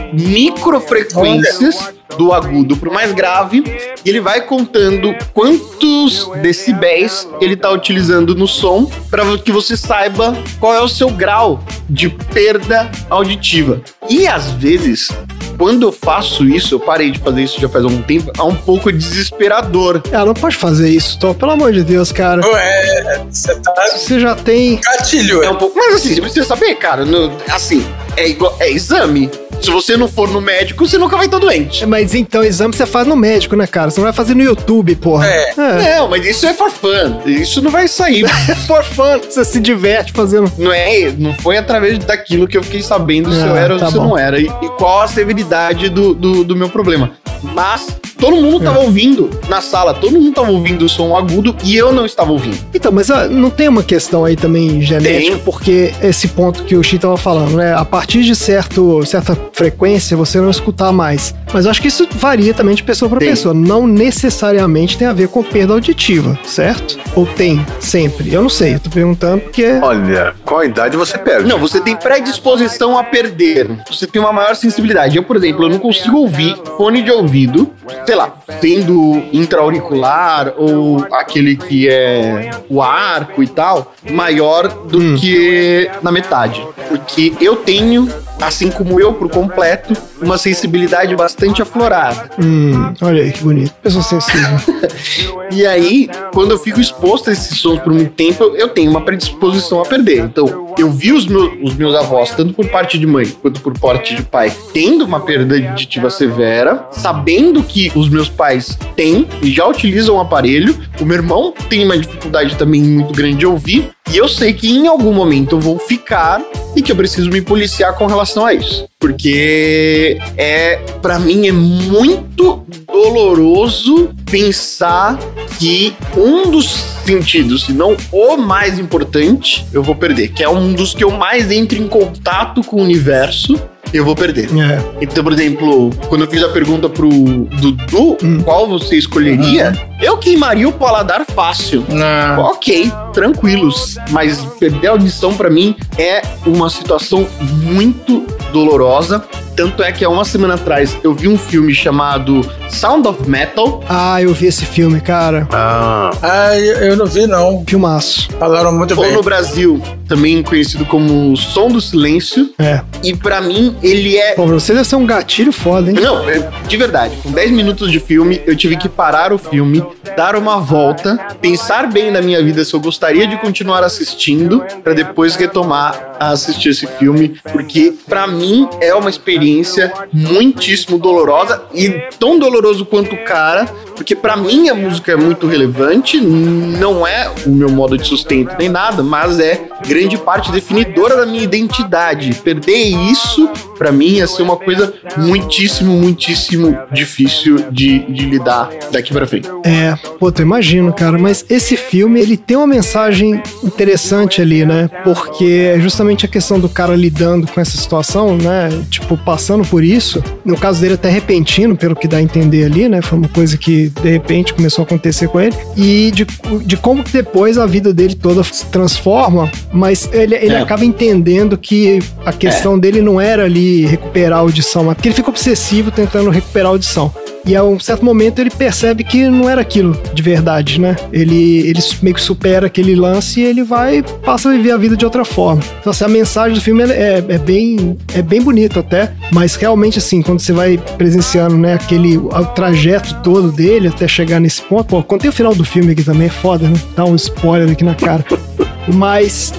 Speaker 1: microfrequências do agudo pro mais grave, e ele vai contando quantos decibéis ele tá utilizando no som para que você saiba qual é o seu grau de perda auditiva. E às vezes quando eu faço isso, eu parei de fazer isso já faz algum tempo, é um pouco desesperador.
Speaker 2: Ela não pode fazer isso, Tom. Pelo amor de Deus, cara.
Speaker 3: é, você tá
Speaker 2: Você já tem.
Speaker 3: gatilho.
Speaker 1: É um pouco. Mas assim, você precisa saber, cara, no- assim, é igual. É exame. Se você não for no médico, você nunca vai estar doente.
Speaker 2: Mas então, exame você faz no médico, né, cara? Você não vai fazer no YouTube, porra.
Speaker 3: É.
Speaker 2: É.
Speaker 1: Não, mas isso é for fun. Isso não vai sair.
Speaker 2: For fun, você se diverte fazendo.
Speaker 1: não é, não foi através daquilo que eu fiquei sabendo se
Speaker 2: Ah,
Speaker 1: eu era
Speaker 2: tá
Speaker 1: ou se eu
Speaker 2: bom.
Speaker 1: não era. E, e qual a severidade do, do, do meu problema. Mas todo mundo
Speaker 2: É.
Speaker 1: tava ouvindo na sala, todo mundo tava ouvindo o som agudo e eu não estava ouvindo.
Speaker 2: Então, mas ah, não tem uma questão aí também genética,
Speaker 1: Tem.
Speaker 2: porque esse ponto que o Chi tava falando, né? A partir de certo, certa frequência, você não escutar mais. Mas eu acho que isso varia também de pessoa para
Speaker 1: Tem.
Speaker 2: pessoa. Não necessariamente tem a ver com perda auditiva, certo? Ou tem, sempre. Eu não sei, eu tô perguntando porque.
Speaker 4: Olha, qual a idade você perde?
Speaker 1: Não, você tem predisposição a perder. Você tem uma maior sensibilidade. Eu, por exemplo, eu não consigo ouvir fone de ouvido, sei lá, tendo intra-auricular ou aquele que é o arco e tal, maior do
Speaker 2: Hum.
Speaker 1: que na metade. Porque eu tenho, assim como eu por completo, uma sensibilidade bastante aflorada.
Speaker 2: Hum, olha aí que bonito. Pessoa sensível.
Speaker 1: E aí, quando eu fico exposto a esses sons por muito tempo, eu- eu tenho uma predisposição a perder. Então, eu vi os meus, os meus avós, tanto por parte de mãe quanto por parte de pai, tendo uma perda auditiva severa, sabendo que os meus pais têm e já utilizam o aparelho. O meu irmão tem uma dificuldade também muito grande de ouvir. E eu sei que em algum momento eu vou ficar e que eu preciso me policiar com relação a isso. Porque é, para mim é muito doloroso pensar que um dos sentidos, se não o mais importante, eu vou perder, que é um dos que eu mais entro em contato com o universo, eu vou perder.
Speaker 2: é.
Speaker 1: Então, por exemplo, quando eu fiz a pergunta pro Dudu,
Speaker 2: Hum.
Speaker 1: qual você escolheria? Eu queimaria o paladar fácil.
Speaker 3: Não.
Speaker 1: Ok, tranquilos. Mas perder a audição pra mim é uma situação muito dolorosa. Tanto é que há uma semana atrás eu vi um filme chamado Sound of Metal.
Speaker 2: Ah, eu vi esse filme, cara.
Speaker 4: Ah,
Speaker 3: Ah, eu eu não vi, não.
Speaker 2: Filmaço.
Speaker 3: Falaram muito
Speaker 1: Ou
Speaker 3: bem.
Speaker 1: no Brasil, também conhecido como Som do Silêncio.
Speaker 2: É.
Speaker 1: E pra mim, ele é.
Speaker 2: Pô, pra você deve ser um gatilho foda, hein?
Speaker 1: Não, é- de verdade, com 10 minutos de filme, eu tive que parar o filme, dar uma volta, pensar bem na minha vida se eu gostaria de continuar assistindo, pra depois retomar a assistir esse filme, porque pra mim é uma experiência muitíssimo dolorosa e tão doloroso quanto o cara, porque pra mim a música é muito relevante, não é o meu modo de sustento nem nada, mas é grande parte definidora da minha identidade. Perder isso, pra mim, ia ser uma coisa muitíssimo, muitíssimo difícil de, de lidar daqui pra frente.
Speaker 2: É, pô, eu imagino, cara, mas esse filme, ele tem uma mensagem interessante ali, né? Porque é justamente a questão do cara lidando com essa situação, né? Tipo, passando por isso, no caso dele até repentino, pelo que dá a entender ali, né? Foi uma coisa que que de repente começou a acontecer com ele e de, de como que depois a vida dele toda se transforma, mas ele, ele
Speaker 1: É.
Speaker 2: acaba entendendo que a questão dele não era ali recuperar a audição, mas porque ele fica obsessivo tentando recuperar a audição. E a um certo momento ele percebe que não era aquilo de verdade, né? Ele, ele su- meio que supera aquele lance e ele vai passa a viver a vida de outra forma. Então, assim, a mensagem do filme é, é bem é bem bonita até, mas realmente assim, quando você vai presenciando, né, aquele o trajeto todo dele até chegar nesse ponto, pô, contei o final do filme aqui também, é foda, né? Dá um spoiler aqui na cara. Mas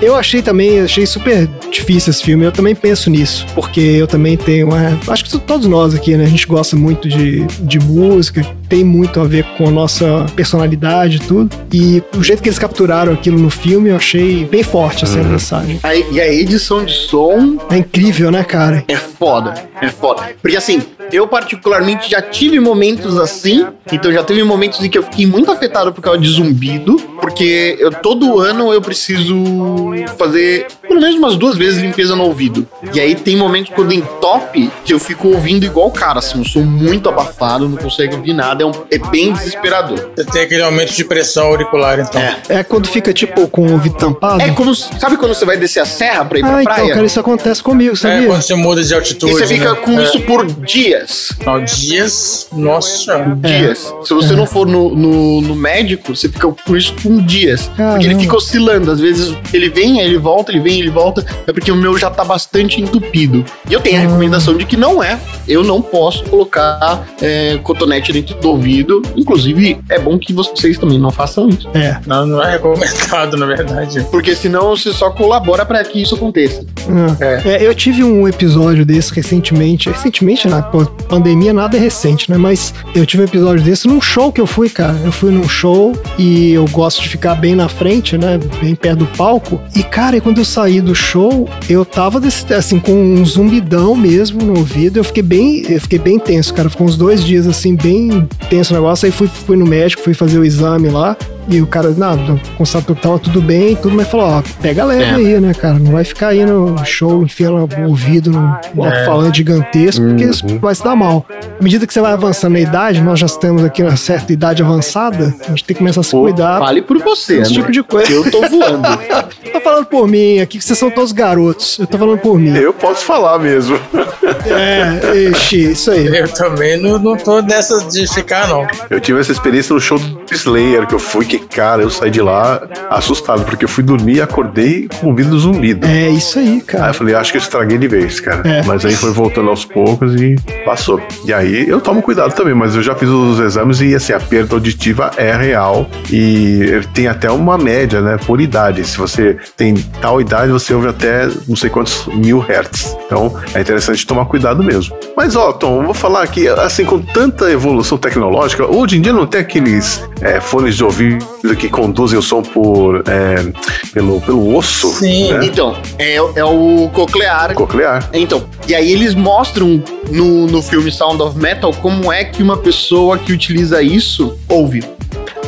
Speaker 2: eu achei também, achei super difícil esse filme. Eu também penso nisso, porque eu também tenho. uma- acho que todos nós aqui, né? A gente gosta muito de, de música, tem muito a ver com a nossa personalidade e tudo. E o jeito que eles capturaram aquilo no filme, eu achei bem forte essa mensagem.
Speaker 1: A- e a edição de som
Speaker 2: É incrível, né, cara?
Speaker 1: É foda, é foda. Porque assim, eu particularmente já tive momentos assim, então já teve momentos em que eu fiquei muito afetado por causa de zumbido, porque eu todo ano eu preciso fazer pelo menos umas duas vezes limpeza no ouvido. E aí tem momentos quando em top que eu fico ouvindo igual o cara, assim, eu sou muito abafado, não consigo ouvir nada, é, um- é bem desesperador.
Speaker 3: Você tem aquele aumento de pressão auricular, então.
Speaker 1: É.
Speaker 2: É quando fica, tipo, com o ouvido tampado.
Speaker 1: É como, sabe quando você vai descer a serra pra ir pra
Speaker 2: ah, então,
Speaker 1: praia?
Speaker 2: cara, isso acontece comigo,
Speaker 3: É,
Speaker 2: sabia?
Speaker 3: quando você muda de altitude.
Speaker 1: e você fica
Speaker 3: né?
Speaker 1: com
Speaker 3: É.
Speaker 1: isso por dias.
Speaker 3: Não, dias. Nossa senhora.
Speaker 1: dias.
Speaker 2: É.
Speaker 1: Se você não for no, no, no médico, você fica por isso com dias. Porque ele
Speaker 2: Caramba.
Speaker 1: fica oscilando. Às vezes ele vem, aí ele volta, ele vem, ele volta. É porque o meu já tá bastante entupido. E eu tenho
Speaker 2: Ah.
Speaker 1: a recomendação de que não é. Eu não posso colocar é, cotonete dentro do ouvido. Inclusive, é bom que vocês também não façam isso.
Speaker 2: É.
Speaker 3: Não, não é recomendado, na verdade.
Speaker 1: Porque senão você só colabora pra que isso aconteça.
Speaker 2: Ah.
Speaker 1: É.
Speaker 2: É, eu tive um episódio desse recentemente. Recentemente, na pô, pandemia, nada é recente, né? Mas eu tive um episódio desse num show que eu fui, cara. Eu fui num show e eu gosto de ficar bem na frente, né? Bem perto do palco. E, cara, e quando eu saí do show, eu tava desse- assim, com um zumbidão mesmo no ouvido. Eu fiquei bem, eu fiquei bem tenso, cara. Ficou uns dois dias, assim, bem tenso o negócio. Aí fui, fui no médico, fui fazer o exame lá. E o cara, nada, constatou que tava tudo bem e tudo, mas falou, ó, pega leve
Speaker 1: É.
Speaker 2: aí, né, cara? Não vai ficar aí no show, enfiando o ouvido num alto-falante gigantesco, porque isso
Speaker 4: Uhum.
Speaker 2: vai se dar mal. À medida que você vai avançando na idade, nós já estamos aqui na certa idade avançada, a gente tem que começar a se
Speaker 1: Pô,
Speaker 2: cuidar.
Speaker 1: Fale por você,
Speaker 2: Tá Esse
Speaker 1: né?
Speaker 2: tipo de coisa.
Speaker 1: Eu tô voando.
Speaker 2: Eu tô falando por mim aqui, que vocês são todos garotos. Eu tô falando por mim.
Speaker 4: Eu posso falar mesmo.
Speaker 2: É, ixi, isso aí.
Speaker 3: Eu também não, não tô nessa de ficar, não.
Speaker 4: Eu tive essa experiência no show do Slayer, que eu fui, que cara, eu saí de lá assustado, porque eu fui dormir e acordei com o vidro zumbido.
Speaker 2: É isso aí,
Speaker 4: Aí eu
Speaker 2: cara.
Speaker 4: falei, acho que eu estraguei de vez, cara.
Speaker 2: É.
Speaker 4: Mas aí foi voltando aos poucos e passou. E aí eu tomo cuidado também, mas eu já fiz os exames e assim, a perda auditiva é real. E tem até uma média, né? Por idade. Se você tem tal idade, você ouve até não sei quantos mil hertz. Então é interessante tomar cuidado mesmo. Mas ó, Tom, eu vou falar aqui, assim, com tanta evolução tecnológica, hoje em dia não tem aqueles é, fones de ouvido que conduzem o som por, é, pelo, pelo osso.
Speaker 3: Sim.
Speaker 4: Né?
Speaker 1: Então, é, é o coclear
Speaker 4: Coclear.
Speaker 1: Então, e aí eles mostram no, no filme Sound of Metal como é que uma pessoa que utiliza isso ouve.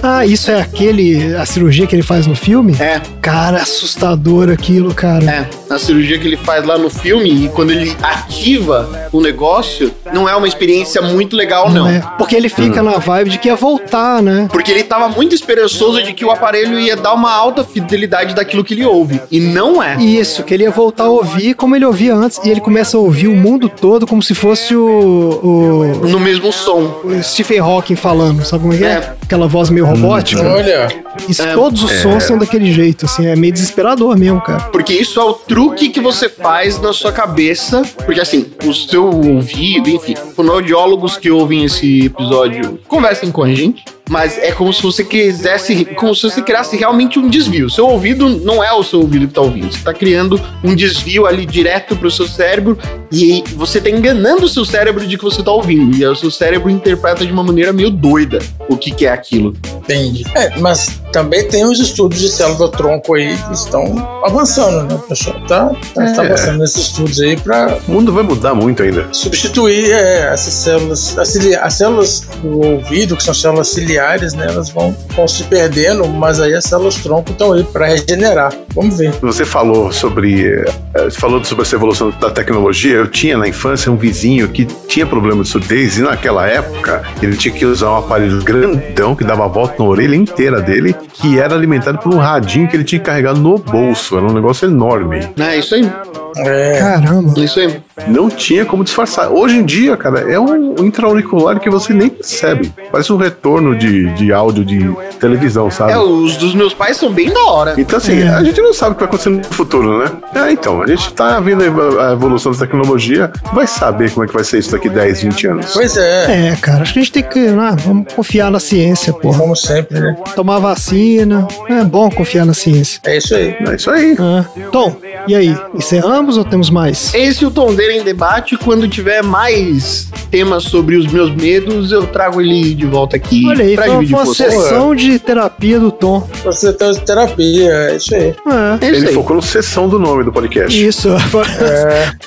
Speaker 2: Ah, isso é aquele. a cirurgia que ele faz no filme?
Speaker 1: É,
Speaker 2: Cara, assustador aquilo, cara.
Speaker 1: é. Na cirurgia que ele faz lá no filme, e quando ele ativa o negócio, não é uma experiência muito legal, não. Hum.
Speaker 2: é. Porque ele fica na vibe de que ia voltar, né?
Speaker 1: Porque ele tava muito esperançoso de que o aparelho ia dar uma alta fidelidade daquilo que ele ouve. E não é.
Speaker 2: Isso, que ele ia voltar a ouvir como ele ouvia antes, e ele começa a ouvir o mundo todo como se fosse o,
Speaker 1: No mesmo som.
Speaker 2: o- o Stephen Hawking falando, sabe como é que é?
Speaker 1: É. Uhum.
Speaker 2: Aquela voz meio robótica.
Speaker 3: Olha,
Speaker 2: Isso,
Speaker 1: É.
Speaker 2: todos os sons são daquele jeito, assim, é meio desesperador mesmo, cara.
Speaker 1: Porque isso é o truque que você faz na sua cabeça. Porque assim, o seu ouvido, enfim, fonoaudiólogos que ouvem esse episódio, conversem com a gente. Mas é como se você quisesse, como se você criasse realmente um desvio. Seu ouvido não é o seu ouvido que tá ouvindo. Você tá criando um desvio ali direto pro seu cérebro e você tá enganando o seu cérebro de que você tá ouvindo. E aí o seu cérebro interpreta de uma maneira meio doida o que que é aquilo.
Speaker 3: entende. É, mas Também tem os estudos de célula-tronco aí que estão avançando, né, pessoal? Tá, tá, tá
Speaker 4: É.
Speaker 3: avançando nesses estudos aí para
Speaker 4: O mundo vai mudar muito ainda.
Speaker 3: substituir é, essas células, as, cilia- as células do ouvido, que são células ciliares, né, elas vão, vão se perdendo, mas aí as células tronco estão aí para regenerar. Vamos ver.
Speaker 4: Você falou sobre. eh, eh, Falando sobre essa evolução da tecnologia, eu tinha na infância um vizinho que tinha problema de surdez e naquela época ele tinha que usar um aparelho grandão que dava a volta na orelha inteira dele, que era alimentado por um radinho que ele tinha que carregar no bolso. Era um negócio enorme.
Speaker 1: É isso aí.
Speaker 3: É,
Speaker 1: É
Speaker 2: Caramba.
Speaker 1: isso aí.
Speaker 4: Não tinha como disfarçar. Hoje em dia, cara, é um intra-auricular que você nem percebe. Parece um retorno de, de áudio de televisão, sabe?
Speaker 1: É, os dos meus pais são bem da hora.
Speaker 4: Então, assim,
Speaker 2: É.
Speaker 4: a gente não sabe o que vai acontecer no futuro, né? É, então, a gente tá vendo a evo- a evolução da tecnologia, vai saber como é que vai ser isso daqui 10, 20 anos.
Speaker 3: pois é.
Speaker 2: É, cara, acho que a gente tem que. né, vamos confiar na ciência, porra.
Speaker 3: Como sempre, né?
Speaker 2: Tomar vacina. É bom confiar na ciência.
Speaker 3: É isso aí.
Speaker 4: É isso aí.
Speaker 2: É. Tom, e aí? Encerramos ou temos mais?
Speaker 1: Esse é o Tom dele em debate. Quando tiver mais temas sobre os meus medos, eu trago ele de volta aqui.
Speaker 2: Olha aí,
Speaker 1: pra
Speaker 2: foi,
Speaker 1: dividir
Speaker 2: foi
Speaker 1: com
Speaker 2: uma
Speaker 1: vocês.
Speaker 2: sessão de terapia do Tom.
Speaker 3: Você tá de terapia, é isso aí.
Speaker 2: É.
Speaker 1: É isso
Speaker 4: Ele
Speaker 1: aí.
Speaker 4: focou no sessão do nome do podcast.
Speaker 2: Isso, foi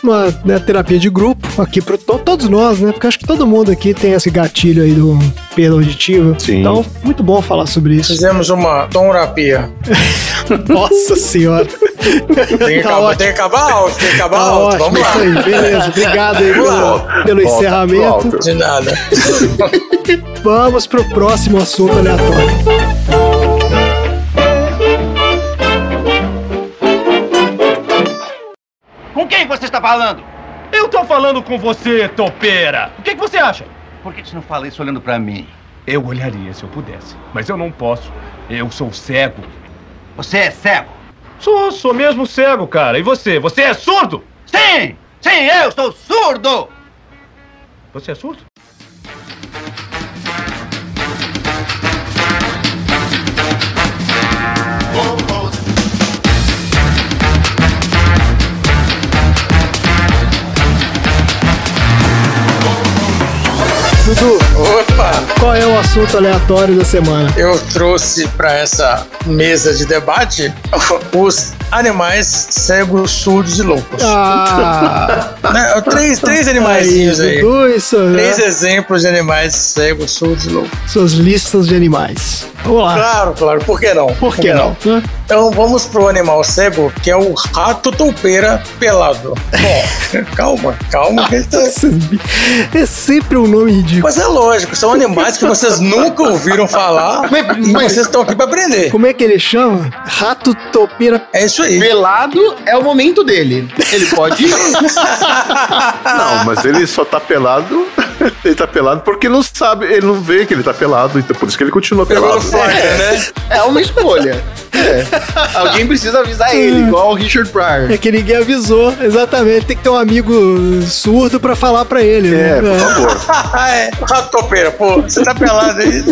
Speaker 2: uma né, terapia de grupo aqui para todos nós, né? Porque acho que todo mundo aqui tem esse gatilho aí do perda auditiva.
Speaker 4: Sim.
Speaker 2: Então, muito bom falar sobre isso.
Speaker 3: Fizemos uma tomrapia.
Speaker 2: Nossa senhora.
Speaker 3: Tem que
Speaker 2: Tá
Speaker 3: acabar,
Speaker 2: ótimo.
Speaker 3: tem que acabar alto, tem que acabar
Speaker 2: Tá
Speaker 3: alto.
Speaker 2: ótimo,
Speaker 3: Vamos
Speaker 2: isso
Speaker 3: lá.
Speaker 2: aí, beleza. Obrigado aí
Speaker 3: Vamos
Speaker 2: pelo, pelo
Speaker 4: Volta pro
Speaker 2: encerramento.
Speaker 4: alto.
Speaker 3: De nada.
Speaker 2: Vamos pro próximo assunto aleatório.
Speaker 5: Com quem você está falando?
Speaker 6: Eu tô falando com você, topeira! O que, que você acha?
Speaker 5: Por que você não fala isso olhando pra mim?
Speaker 6: Eu olharia se eu pudesse, mas eu não posso. Eu sou cego.
Speaker 5: Você é cego?
Speaker 6: Sou, sou mesmo cego, cara. E você? Você é surdo?
Speaker 5: Sim! Sim, eu sou surdo!
Speaker 6: Você é surdo?
Speaker 2: Dudu,
Speaker 3: Opa!
Speaker 2: qual é o assunto aleatório da semana?
Speaker 3: Eu trouxe para essa mesa de debate os animais cegos, surdos e loucos.
Speaker 2: Ah,
Speaker 3: Né? Três, três animaizinhos
Speaker 2: aí,
Speaker 3: aí.
Speaker 2: Dudu e sua-
Speaker 3: Três exemplos de animais cegos, surdos e loucos.
Speaker 2: suas listas de animais. Vamos lá.
Speaker 3: Claro, claro, por que não?
Speaker 2: Ah. Por que não? né?
Speaker 3: Então vamos pro animal cego, que é o rato toupeira pelado. Bom, calma, calma. que ele tá-
Speaker 2: É sempre um nome ridículo.
Speaker 3: Mas é lógico, são animais que vocês nunca ouviram falar
Speaker 1: Mas-
Speaker 3: e
Speaker 1: mas-
Speaker 3: vocês estão aqui pra aprender.
Speaker 2: Como é que ele chama? Rato topeira.
Speaker 3: É isso aí.
Speaker 1: Velado é o momento dele. Ele pode.
Speaker 4: Não, mas ele só tá pelado. ele tá pelado porque não sabe, ele não vê que ele tá pelado, então por isso que ele continua
Speaker 3: Pegou
Speaker 4: pelado.
Speaker 3: no flagra, né?
Speaker 1: é uma escolha. É. Alguém precisa avisar ele, igual o Richard Pryor.
Speaker 2: É que ninguém avisou, exatamente. Tem que ter um amigo surdo pra falar pra ele.
Speaker 4: É, por
Speaker 2: né?
Speaker 4: favor.
Speaker 3: Ah, é. Rato topeira, pô, você tá pelado aí.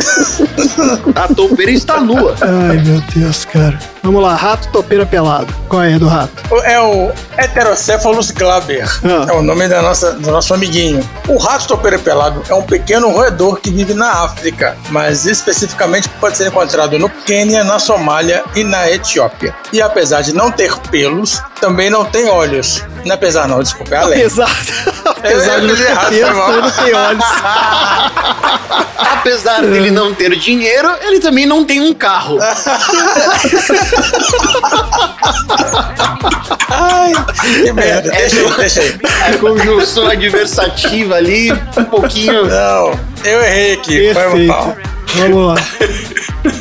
Speaker 1: A toupeira está nua.
Speaker 2: Ai, meu Deus, cara. Vamos lá, rato topeira pelado. Qual é do rato?
Speaker 3: É o Heterocephalus glaber.
Speaker 2: Ah.
Speaker 3: É o nome da nossa, do nosso amiguinho. O rato topeira pelado é um pequeno roedor que vive na África, mas especificamente pode ser encontrado no Quênia, na Somália e na Etiópia. E apesar de não ter pelos, também não tem olhos. Não é apesar não, desculpa, é além.
Speaker 2: Apesar, apesar
Speaker 3: eu
Speaker 2: de não
Speaker 3: fiz errado,
Speaker 2: ter peso,
Speaker 3: foi mal.
Speaker 2: todo tem olhos.
Speaker 1: Apesar dele não ter dinheiro, ele também não tem um carro.
Speaker 3: Ai, que merda. Deixa aí, deixa aí.
Speaker 1: A conjunção adversativa ali, um pouquinho.
Speaker 3: Não, eu errei aqui. Foi um mal.
Speaker 2: Perfeito. Vamos lá.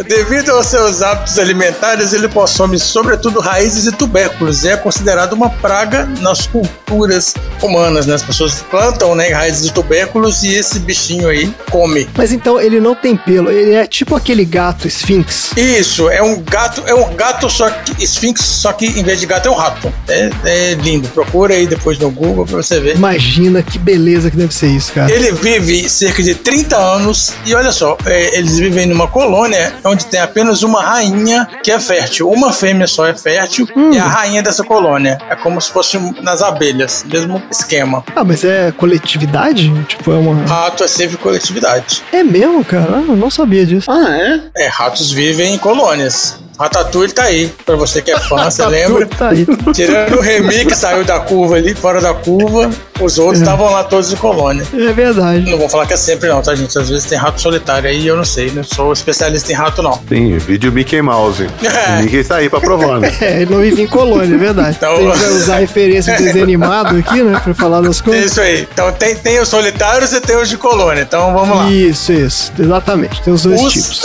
Speaker 3: Devido aos seus hábitos alimentares, ele consome sobretudo raízes e tubérculos. E é considerado uma praga nas culturas humanas, né? As pessoas plantam né, raízes e tubérculos e esse bichinho aí come.
Speaker 2: Mas então ele não tem pelo. Ele é tipo aquele gato esfinx.
Speaker 3: Isso, é um gato, é um gato só que esfinx, só que em vez de gato é um rato. É, é lindo. Procura aí depois no Google pra você ver.
Speaker 2: Imagina que beleza que deve ser isso, cara.
Speaker 3: Ele vive cerca de 30 anos e olha só, é, eles vivem numa colônia é onde tem apenas uma rainha que é fértil. Uma fêmea só é fértil e é a rainha dessa colônia. É como se fosse nas abelhas, mesmo esquema.
Speaker 2: Ah, mas é coletividade? Tipo, é uma.
Speaker 3: Rato é sempre coletividade.
Speaker 2: É mesmo, cara? Ah, eu não sabia disso.
Speaker 1: Ah, é?
Speaker 3: É, ratos vivem em colônias. Ratatouille tá aí, pra você que é fã, você lembra?
Speaker 2: Tá aí.
Speaker 3: Tirando o Remy que saiu da curva ali, fora da curva, os outros estavam lá todos em colônia.
Speaker 2: É verdade.
Speaker 3: Não vou falar que é sempre não, tá, gente? Às vezes tem rato solitário aí, eu não sei, não sou especialista em rato, não.
Speaker 4: Tem vídeo Mickey Mouse.
Speaker 3: É.
Speaker 4: O Mickey tá aí pra provar, né?
Speaker 2: É, ele não vive em colônia, é verdade.
Speaker 3: Então-
Speaker 2: Tem que usar a referência de desenho animado aqui, né? Pra falar das
Speaker 3: É
Speaker 2: coisas.
Speaker 3: isso aí. Então tem, tem os solitários e tem os de colônia. Então vamos lá.
Speaker 2: Isso, isso. Exatamente. Tem os dois
Speaker 3: Os-
Speaker 2: tipos.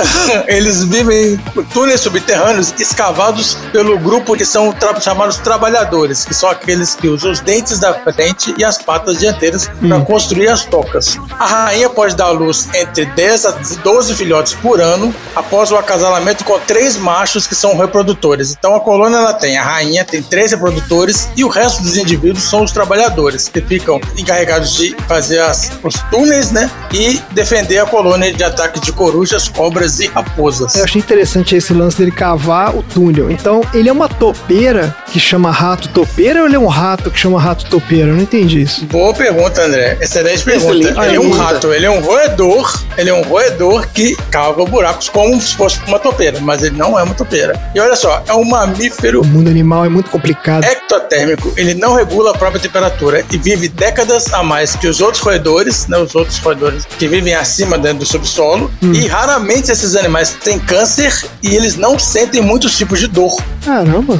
Speaker 3: eles vivem em túneis subterrâneos escavados pelo grupo que são tra- chamados trabalhadores, que são aqueles que usam os dentes da frente e as patas dianteiras para construir as tocas. A rainha pode dar à luz entre 10 a 12 filhotes por ano após o acasalamento com três machos que são reprodutores. Então a colônia ela tem a rainha, tem três reprodutores e o resto dos indivíduos são os trabalhadores, que ficam encarregados de fazer as- os túneis, né? E defender a colônia de ataque de corujas, cobras e raposas.
Speaker 2: Eu achei interessante esse lance dele cavar o túnel. Então, ele é uma topeira que chama rato topeira ou ele é um rato que chama rato topeira? Eu não entendi isso.
Speaker 3: Boa pergunta, André. Excelente pergunta.
Speaker 1: Excelente
Speaker 3: ele é um
Speaker 1: pergunta.
Speaker 3: rato, ele é um roedor, ele é um roedor que cava buracos como se fosse uma topeira, mas ele não é uma topeira. E olha só, é um mamífero
Speaker 2: O mundo animal é muito complicado.
Speaker 3: ectotérmico, ele não regula a própria temperatura e vive décadas a mais que os outros roedores, né, os outros roedores que vivem acima dentro do subsolo, e raramente esses animais têm câncer e eles não sentem muitos tipos de dor.
Speaker 2: Caramba.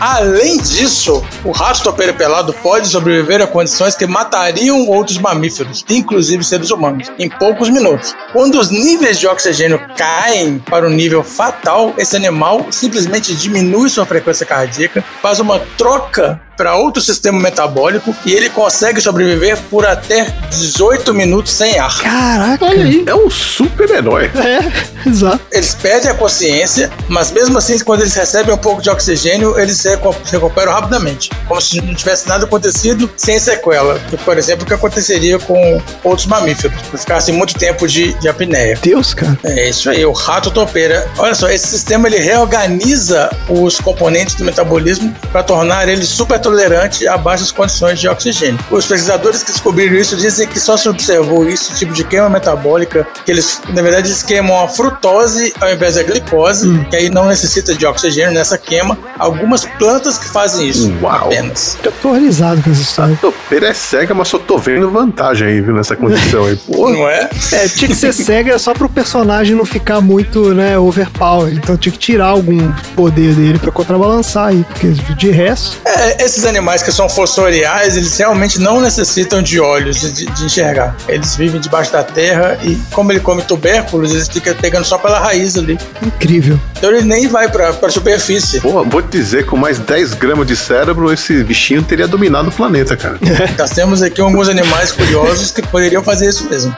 Speaker 3: Além disso, o rato topeiro pelado pode sobreviver a condições que matariam outros mamíferos, inclusive seres humanos, em poucos minutos. Quando os níveis de oxigênio caem para um nível fatal, esse animal simplesmente diminui sua frequência cardíaca, faz uma troca para outro sistema metabólico e ele consegue sobreviver por até 18 minutos sem ar.
Speaker 2: Caraca.
Speaker 4: É um super-herói.
Speaker 2: É, exato.
Speaker 3: Eles perdem a consciência, mas mesmo assim, quando eles recebem um pouco de oxigênio, eles se recu- se recuperam rapidamente. Como se não tivesse nada acontecido sem sequela. Que, por exemplo, o que aconteceria com outros mamíferos, que ficassem muito tempo de, de apneia.
Speaker 2: Deus, cara.
Speaker 3: É isso aí, o rato topeira. Olha só, esse sistema ele reorganiza os componentes do metabolismo para tornar ele super tolerante a baixas condições de oxigênio. Os pesquisadores que descobriram isso dizem que só se observou isso, tipo de queima metabólica, que eles, na verdade, eles queimam a frutose ao invés da glicose, que aí não necessita de oxigênio nessa queima. Algumas plantas que fazem isso
Speaker 4: Uau.
Speaker 3: apenas.
Speaker 2: Tô horrorizado com essa história.
Speaker 4: Topeira é cega, mas só tô vendo vantagem aí, viu, nessa condição aí. Pô,
Speaker 3: Não é?
Speaker 2: É, tinha que ser cega só pro personagem não ficar muito, né, overpower. Então tinha que tirar algum poder dele pra contrabalançar aí, porque de resto.
Speaker 3: É, esses animais que são fossoriais, eles realmente não necessitam de olhos de, de- de enxergar. Eles vivem debaixo da terra e, como ele come tubérculos, eles ficam pegando só pela raiz ali.
Speaker 2: Incrível.
Speaker 3: Então ele nem vai pra, pra superfície.
Speaker 4: pô, vou te dizer, com mais 10 gramas de cérebro, esse bichinho teria dominado o planeta, cara.
Speaker 3: Nós temos aqui alguns animais curiosos que poderiam fazer isso mesmo.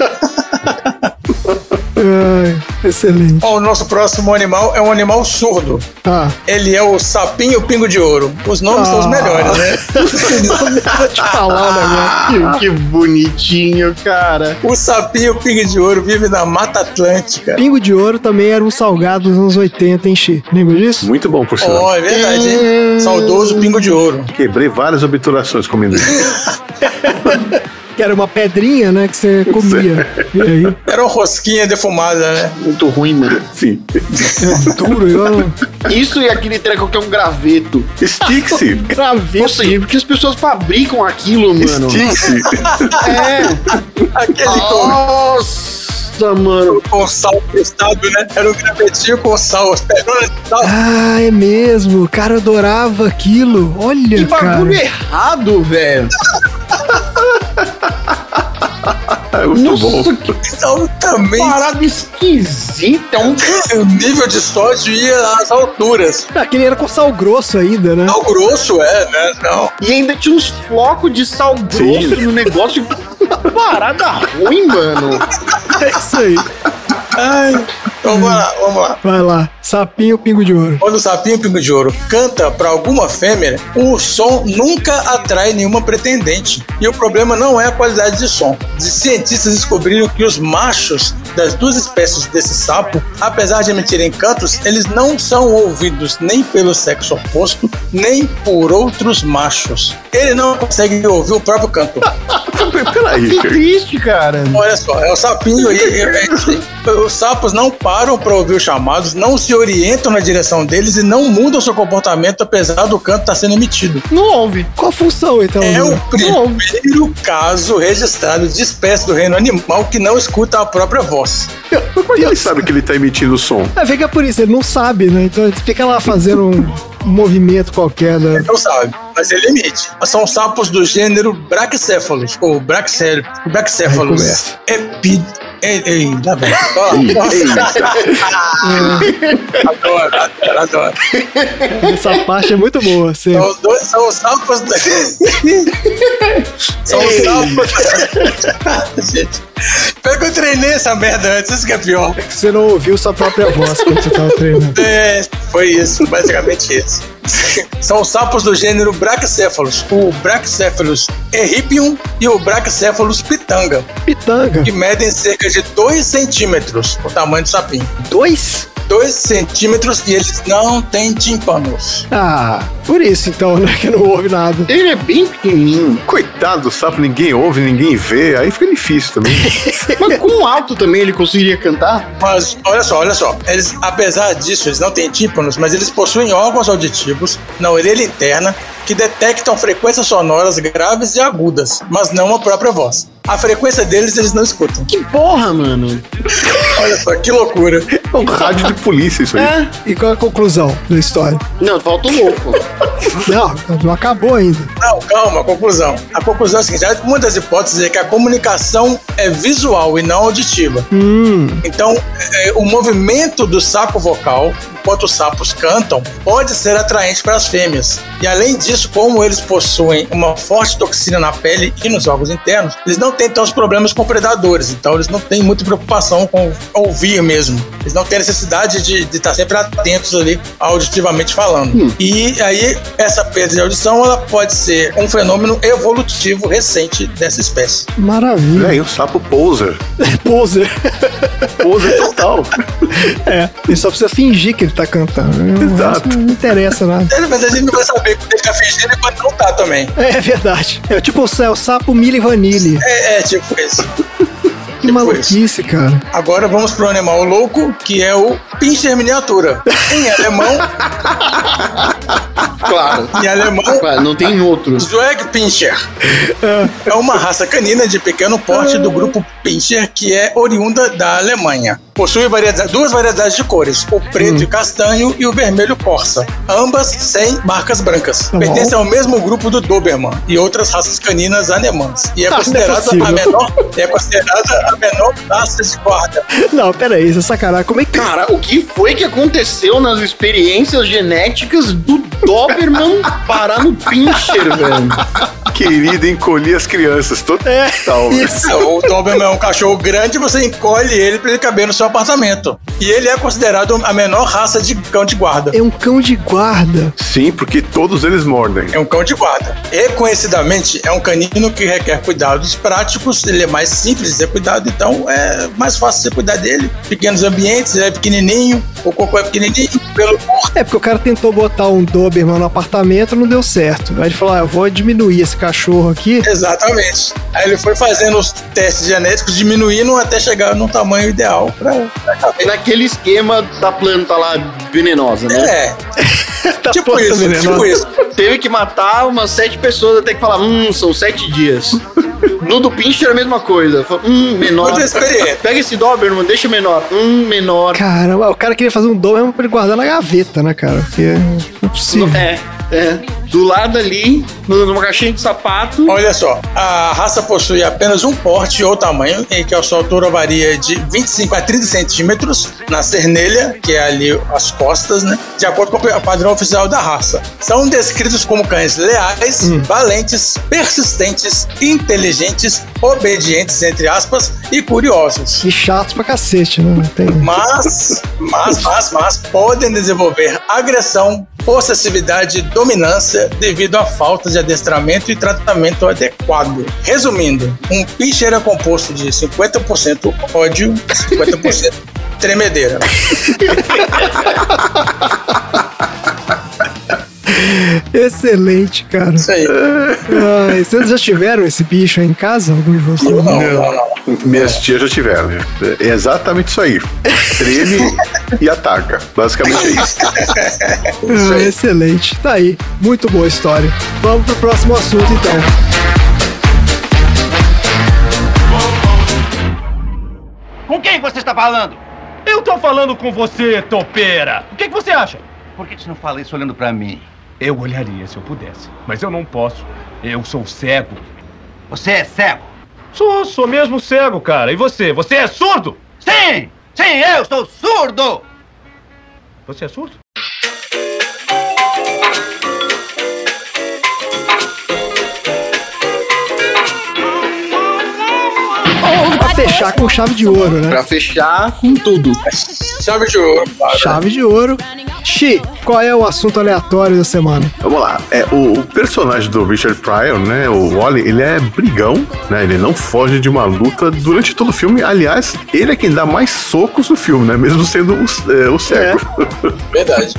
Speaker 2: Ai, excelente.
Speaker 3: Ó, o nosso próximo animal é um animal surdo.
Speaker 2: Ah,
Speaker 3: Ele é o sapinho pingo de ouro. Os nomes são os
Speaker 2: Ah.
Speaker 3: melhores, né?
Speaker 2: vou te falar um negócio.
Speaker 1: Ah, Que, que bonitinho, cara.
Speaker 3: o sapinho pingo de ouro vive na Mata Atlântica.
Speaker 2: Pingo de Ouro também era um salgado dos anos 80, hein, Xi? Lembra disso?
Speaker 4: Muito bom, por sinal.
Speaker 3: Ó, é verdade, hein? Saudoso pingo de ouro.
Speaker 4: Quebrei várias obturações comendo isso.
Speaker 2: Que era uma pedrinha, né, que você comia. E aí,
Speaker 3: Era uma rosquinha defumada, né?
Speaker 1: Muito ruim, mano.
Speaker 4: Sim.
Speaker 2: é duro, igual
Speaker 1: Isso e aquele treco que é um graveto.
Speaker 4: Stick-se.
Speaker 1: Não
Speaker 2: graveto.
Speaker 1: sei, porque as pessoas fabricam aquilo, mano.
Speaker 4: Stick-se.
Speaker 1: É.
Speaker 3: Aquele
Speaker 1: Ah. Nossa, mano.
Speaker 3: com, com sal testado, né? Era um gravetinho com sal, as peronas de sal.
Speaker 2: Ah, é mesmo. O cara adorava aquilo. Olha,
Speaker 1: Que
Speaker 2: cara.
Speaker 1: bagulho errado, velho.
Speaker 4: É muito bom.
Speaker 1: Nossa, que
Speaker 3: Sal também.
Speaker 1: parada esquisita. É um
Speaker 3: O nível de sódio ia às
Speaker 1: é-
Speaker 3: alturas.
Speaker 2: Aquele era com sal grosso ainda, né?
Speaker 3: Sal grosso é, né? Não.
Speaker 1: E ainda tinha uns flocos de sal grosso no negócio. Parada ruim, mano.
Speaker 2: É isso aí.
Speaker 3: Ai. Então vamos lá, vamos lá.
Speaker 2: Vai lá. Sapinho, pingo de ouro.
Speaker 3: Quando o sapinho pingo de ouro canta para alguma fêmea, o som nunca atrai nenhuma pretendente. E o problema não é a qualidade de som. Os cientistas descobriram que os machos das duas espécies desse sapo, apesar de emitirem cantos, eles não são ouvidos nem pelo sexo oposto, nem por outros machos. Ele não consegue ouvir o próprio canto.
Speaker 4: Peraí,
Speaker 1: Que
Speaker 4: cara.
Speaker 1: triste, cara.
Speaker 3: Olha só, é o sapinho aí. é- é- os sapos não param para ouvir os chamados, não se orientam na direção deles e não mudam seu comportamento apesar do canto estar sendo emitido.
Speaker 2: Não ouve. Qual a função, então?
Speaker 3: É o
Speaker 2: Zé? Não ouve.
Speaker 3: primeiro caso registrado de espécie do reino animal que não escuta a própria voz.
Speaker 4: Mas como é que ele sabe que ele tá emitindo som?
Speaker 2: É, fica por isso, ele não sabe, né? Então ele fica lá fazendo um movimento qualquer, né?
Speaker 3: Não sabe, mas ele emite. São sapos do gênero Brachycephalus, ou É Brachycel-
Speaker 2: Aí
Speaker 3: Brachycephalus.
Speaker 2: começa.
Speaker 3: Epi... Ei, ei, dá é, bem. Ó, adoro, adoro, adoro.
Speaker 2: Essa parte é muito boa, assim.
Speaker 3: São os dois, são os sapos. da- são os sapos. Gente, pior que eu treinei essa merda antes, isso que é pior.
Speaker 2: Você não ouviu sua própria voz quando você tava treinando.
Speaker 3: É, foi isso, basicamente isso. São os sapos do gênero Brachycephalus, o Brachycephalus erripium e o Brachycephalus pitanga,
Speaker 2: Pitanga.
Speaker 3: que medem cerca de 2 centímetros, o tamanho do sapinho.
Speaker 2: Dois?
Speaker 3: 2 centímetros e eles não têm tímpanos.
Speaker 2: Ah, por isso então, né? Que não ouve nada.
Speaker 1: Ele é bem pequenininho.
Speaker 4: Coitado do sapo, ninguém ouve, ninguém vê. Aí fica difícil também.
Speaker 1: Mas com um alto também ele conseguiria cantar?
Speaker 3: Mas olha só, olha só. Eles, apesar disso, eles não têm tímpanos, mas eles possuem órgãos auditivos na orelha interna que detectam frequências sonoras graves e agudas, mas não a própria voz. A frequência deles eles não escutam.
Speaker 1: Que porra, mano.
Speaker 3: Olha só, que loucura.
Speaker 4: É um rádio de polícia isso aí.
Speaker 2: E qual é a conclusão da história?
Speaker 1: Não, falta o louco.
Speaker 2: Não, não acabou ainda.
Speaker 3: Não, calma, conclusão. A conclusão é a seguinte: há muitas hipóteses é que a comunicação é visual e não auditiva.
Speaker 2: Hum,
Speaker 3: Então, é, o movimento do saco vocal, enquanto os sapos cantam, pode ser atraente para as fêmeas. E além disso, como eles possuem uma forte toxina na pele e nos órgãos internos, eles não têm tantos problemas com predadores. Então, eles não têm muita preocupação com ouvir mesmo. Eles não têm necessidade de de estar sempre atentos ali, auditivamente falando. E aí, essa perda de audição ela pode ser um fenômeno evolutivo recente dessa espécie.
Speaker 4: Olha
Speaker 2: maravilha.
Speaker 4: aí, um sapo poser.
Speaker 2: Poser.
Speaker 4: Poser total.
Speaker 2: É. Ele só precisa fingir que ele tá cantando. né? O
Speaker 4: Exato.
Speaker 2: resto Não interessa nada.
Speaker 3: Mas a gente não vai saber quando ele tá fingindo e quando não tá também.
Speaker 2: É verdade. É tipo o céu, sapo, milho e vanille.
Speaker 3: É, é tipo isso.
Speaker 2: Que maluquice, cara.
Speaker 3: Agora vamos pro animal louco, que é o pincher miniatura. Em alemão,
Speaker 1: Claro.
Speaker 3: em alemão,
Speaker 1: Claro, não tem outro.
Speaker 3: Zweig Pinscher. É uma raça canina de pequeno porte do grupo Pinscher, que é oriunda da Alemanha. Possui variedade- duas variedades de cores, o preto
Speaker 2: Hum.
Speaker 3: e castanho e o vermelho corsa, ambas sem marcas brancas.
Speaker 2: Tá bom.
Speaker 3: Pertence ao mesmo grupo do Doberman e outras raças caninas alemãs. E é
Speaker 2: Ah,
Speaker 3: considerada
Speaker 2: não é
Speaker 3: a
Speaker 2: possível.
Speaker 3: menor, é considerada a menor raça de guarda.
Speaker 2: Não, pera aí, isso é sacanagem. Como é que.
Speaker 1: Cara, o que foi que aconteceu nas experiências genéticas do Doberman parar no pincher, né? velho?
Speaker 4: Querido, encolhi as crianças. Total.
Speaker 2: é
Speaker 3: O Doberman é um cachorro grande, você encolhe ele pra ele caber no seu apartamento. E ele é considerado a menor raça de cão de guarda.
Speaker 2: É um cão de guarda.
Speaker 4: Sim, porque todos eles mordem.
Speaker 3: É um cão de guarda. Reconhecidamente, é um canino que requer cuidados práticos, ele é mais simples de ser cuidado, então é mais fácil você cuidar dele. Pequenos ambientes, ele é pequenininho, o cocô é pequenininho, pelo curto.
Speaker 2: É porque o cara tentou botar um Doberman no apartamento, não deu certo. Aí ele falou: ah, eu vou diminuir esse cachorro aqui.
Speaker 3: Exatamente. Aí ele foi fazendo os testes genéticos, diminuindo até chegar num tamanho ideal pra, pra caber.
Speaker 1: Naquele esquema da planta lá venenosa, né?
Speaker 3: É,
Speaker 2: Tá
Speaker 3: tipo
Speaker 2: pronto,
Speaker 3: isso,
Speaker 2: veneno.
Speaker 3: tipo isso.
Speaker 1: Teve que matar umas sete pessoas até que falar, hum, são sete dias. No do pincher a mesma coisa. Fala, Hum, menor.
Speaker 3: Outra experiência.
Speaker 1: Pega esse Doberman, deixa o menor. Hum, menor.
Speaker 2: Cara, o cara queria fazer um Doberman pra ele guardar na gaveta, né, cara? Porque não é possível.
Speaker 1: É. É. Do lado ali, no- numa caixinha de sapato.
Speaker 3: Olha só, a raça possui apenas um porte ou tamanho, em que a sua altura varia de 25 a 30 centímetros na cernelha, que é ali as costas, né? De acordo com o padrão oficial da raça. São descritos como cães leais, valentes, persistentes, inteligentes, obedientes, entre aspas, e curiosos.
Speaker 2: E chato pra cacete, né? Não Tem...
Speaker 3: Mas, mas, mas, mas podem desenvolver agressão, possessividade e dominância devido à falta de adestramento e tratamento adequado. Resumindo, um pitcher é composto de 50% ódio, 50% tremedeira.
Speaker 2: Excelente, cara.
Speaker 3: Isso aí.
Speaker 2: Ai, vocês já tiveram esse bicho aí em casa? Algum de vocês?
Speaker 3: Não, não, não.
Speaker 4: Minhas tias já tiveram. É exatamente isso aí. Treme e ataca. Basicamente é isso.
Speaker 2: Ah, excelente. Tá aí. Muito boa história. Vamos pro próximo assunto, então.
Speaker 5: Com quem você está falando?
Speaker 6: Eu tô falando com você, topeira! O que, que você acha?
Speaker 5: Por que você não fala isso olhando pra mim?
Speaker 6: Eu olharia se eu pudesse, mas eu não posso. Eu sou cego.
Speaker 5: Você é cego?
Speaker 6: Sou, sou mesmo cego, cara. E você? Você é surdo?
Speaker 5: Sim! Sim, eu sou surdo!
Speaker 6: Você é surdo?
Speaker 2: Pra fechar com chave de ouro, né?
Speaker 1: Pra fechar com tudo.
Speaker 3: Chave de ouro, claro.
Speaker 2: Chave de ouro. Xi, qual é o assunto aleatório da semana?
Speaker 4: Vamos lá. É, o, o personagem do Richard Pryor, né? O Wally, ele é brigão, né? Ele não foge de uma luta durante todo o filme. Aliás, ele é quem dá mais socos no filme, né? Mesmo sendo o, é, o cego.
Speaker 3: Verdade.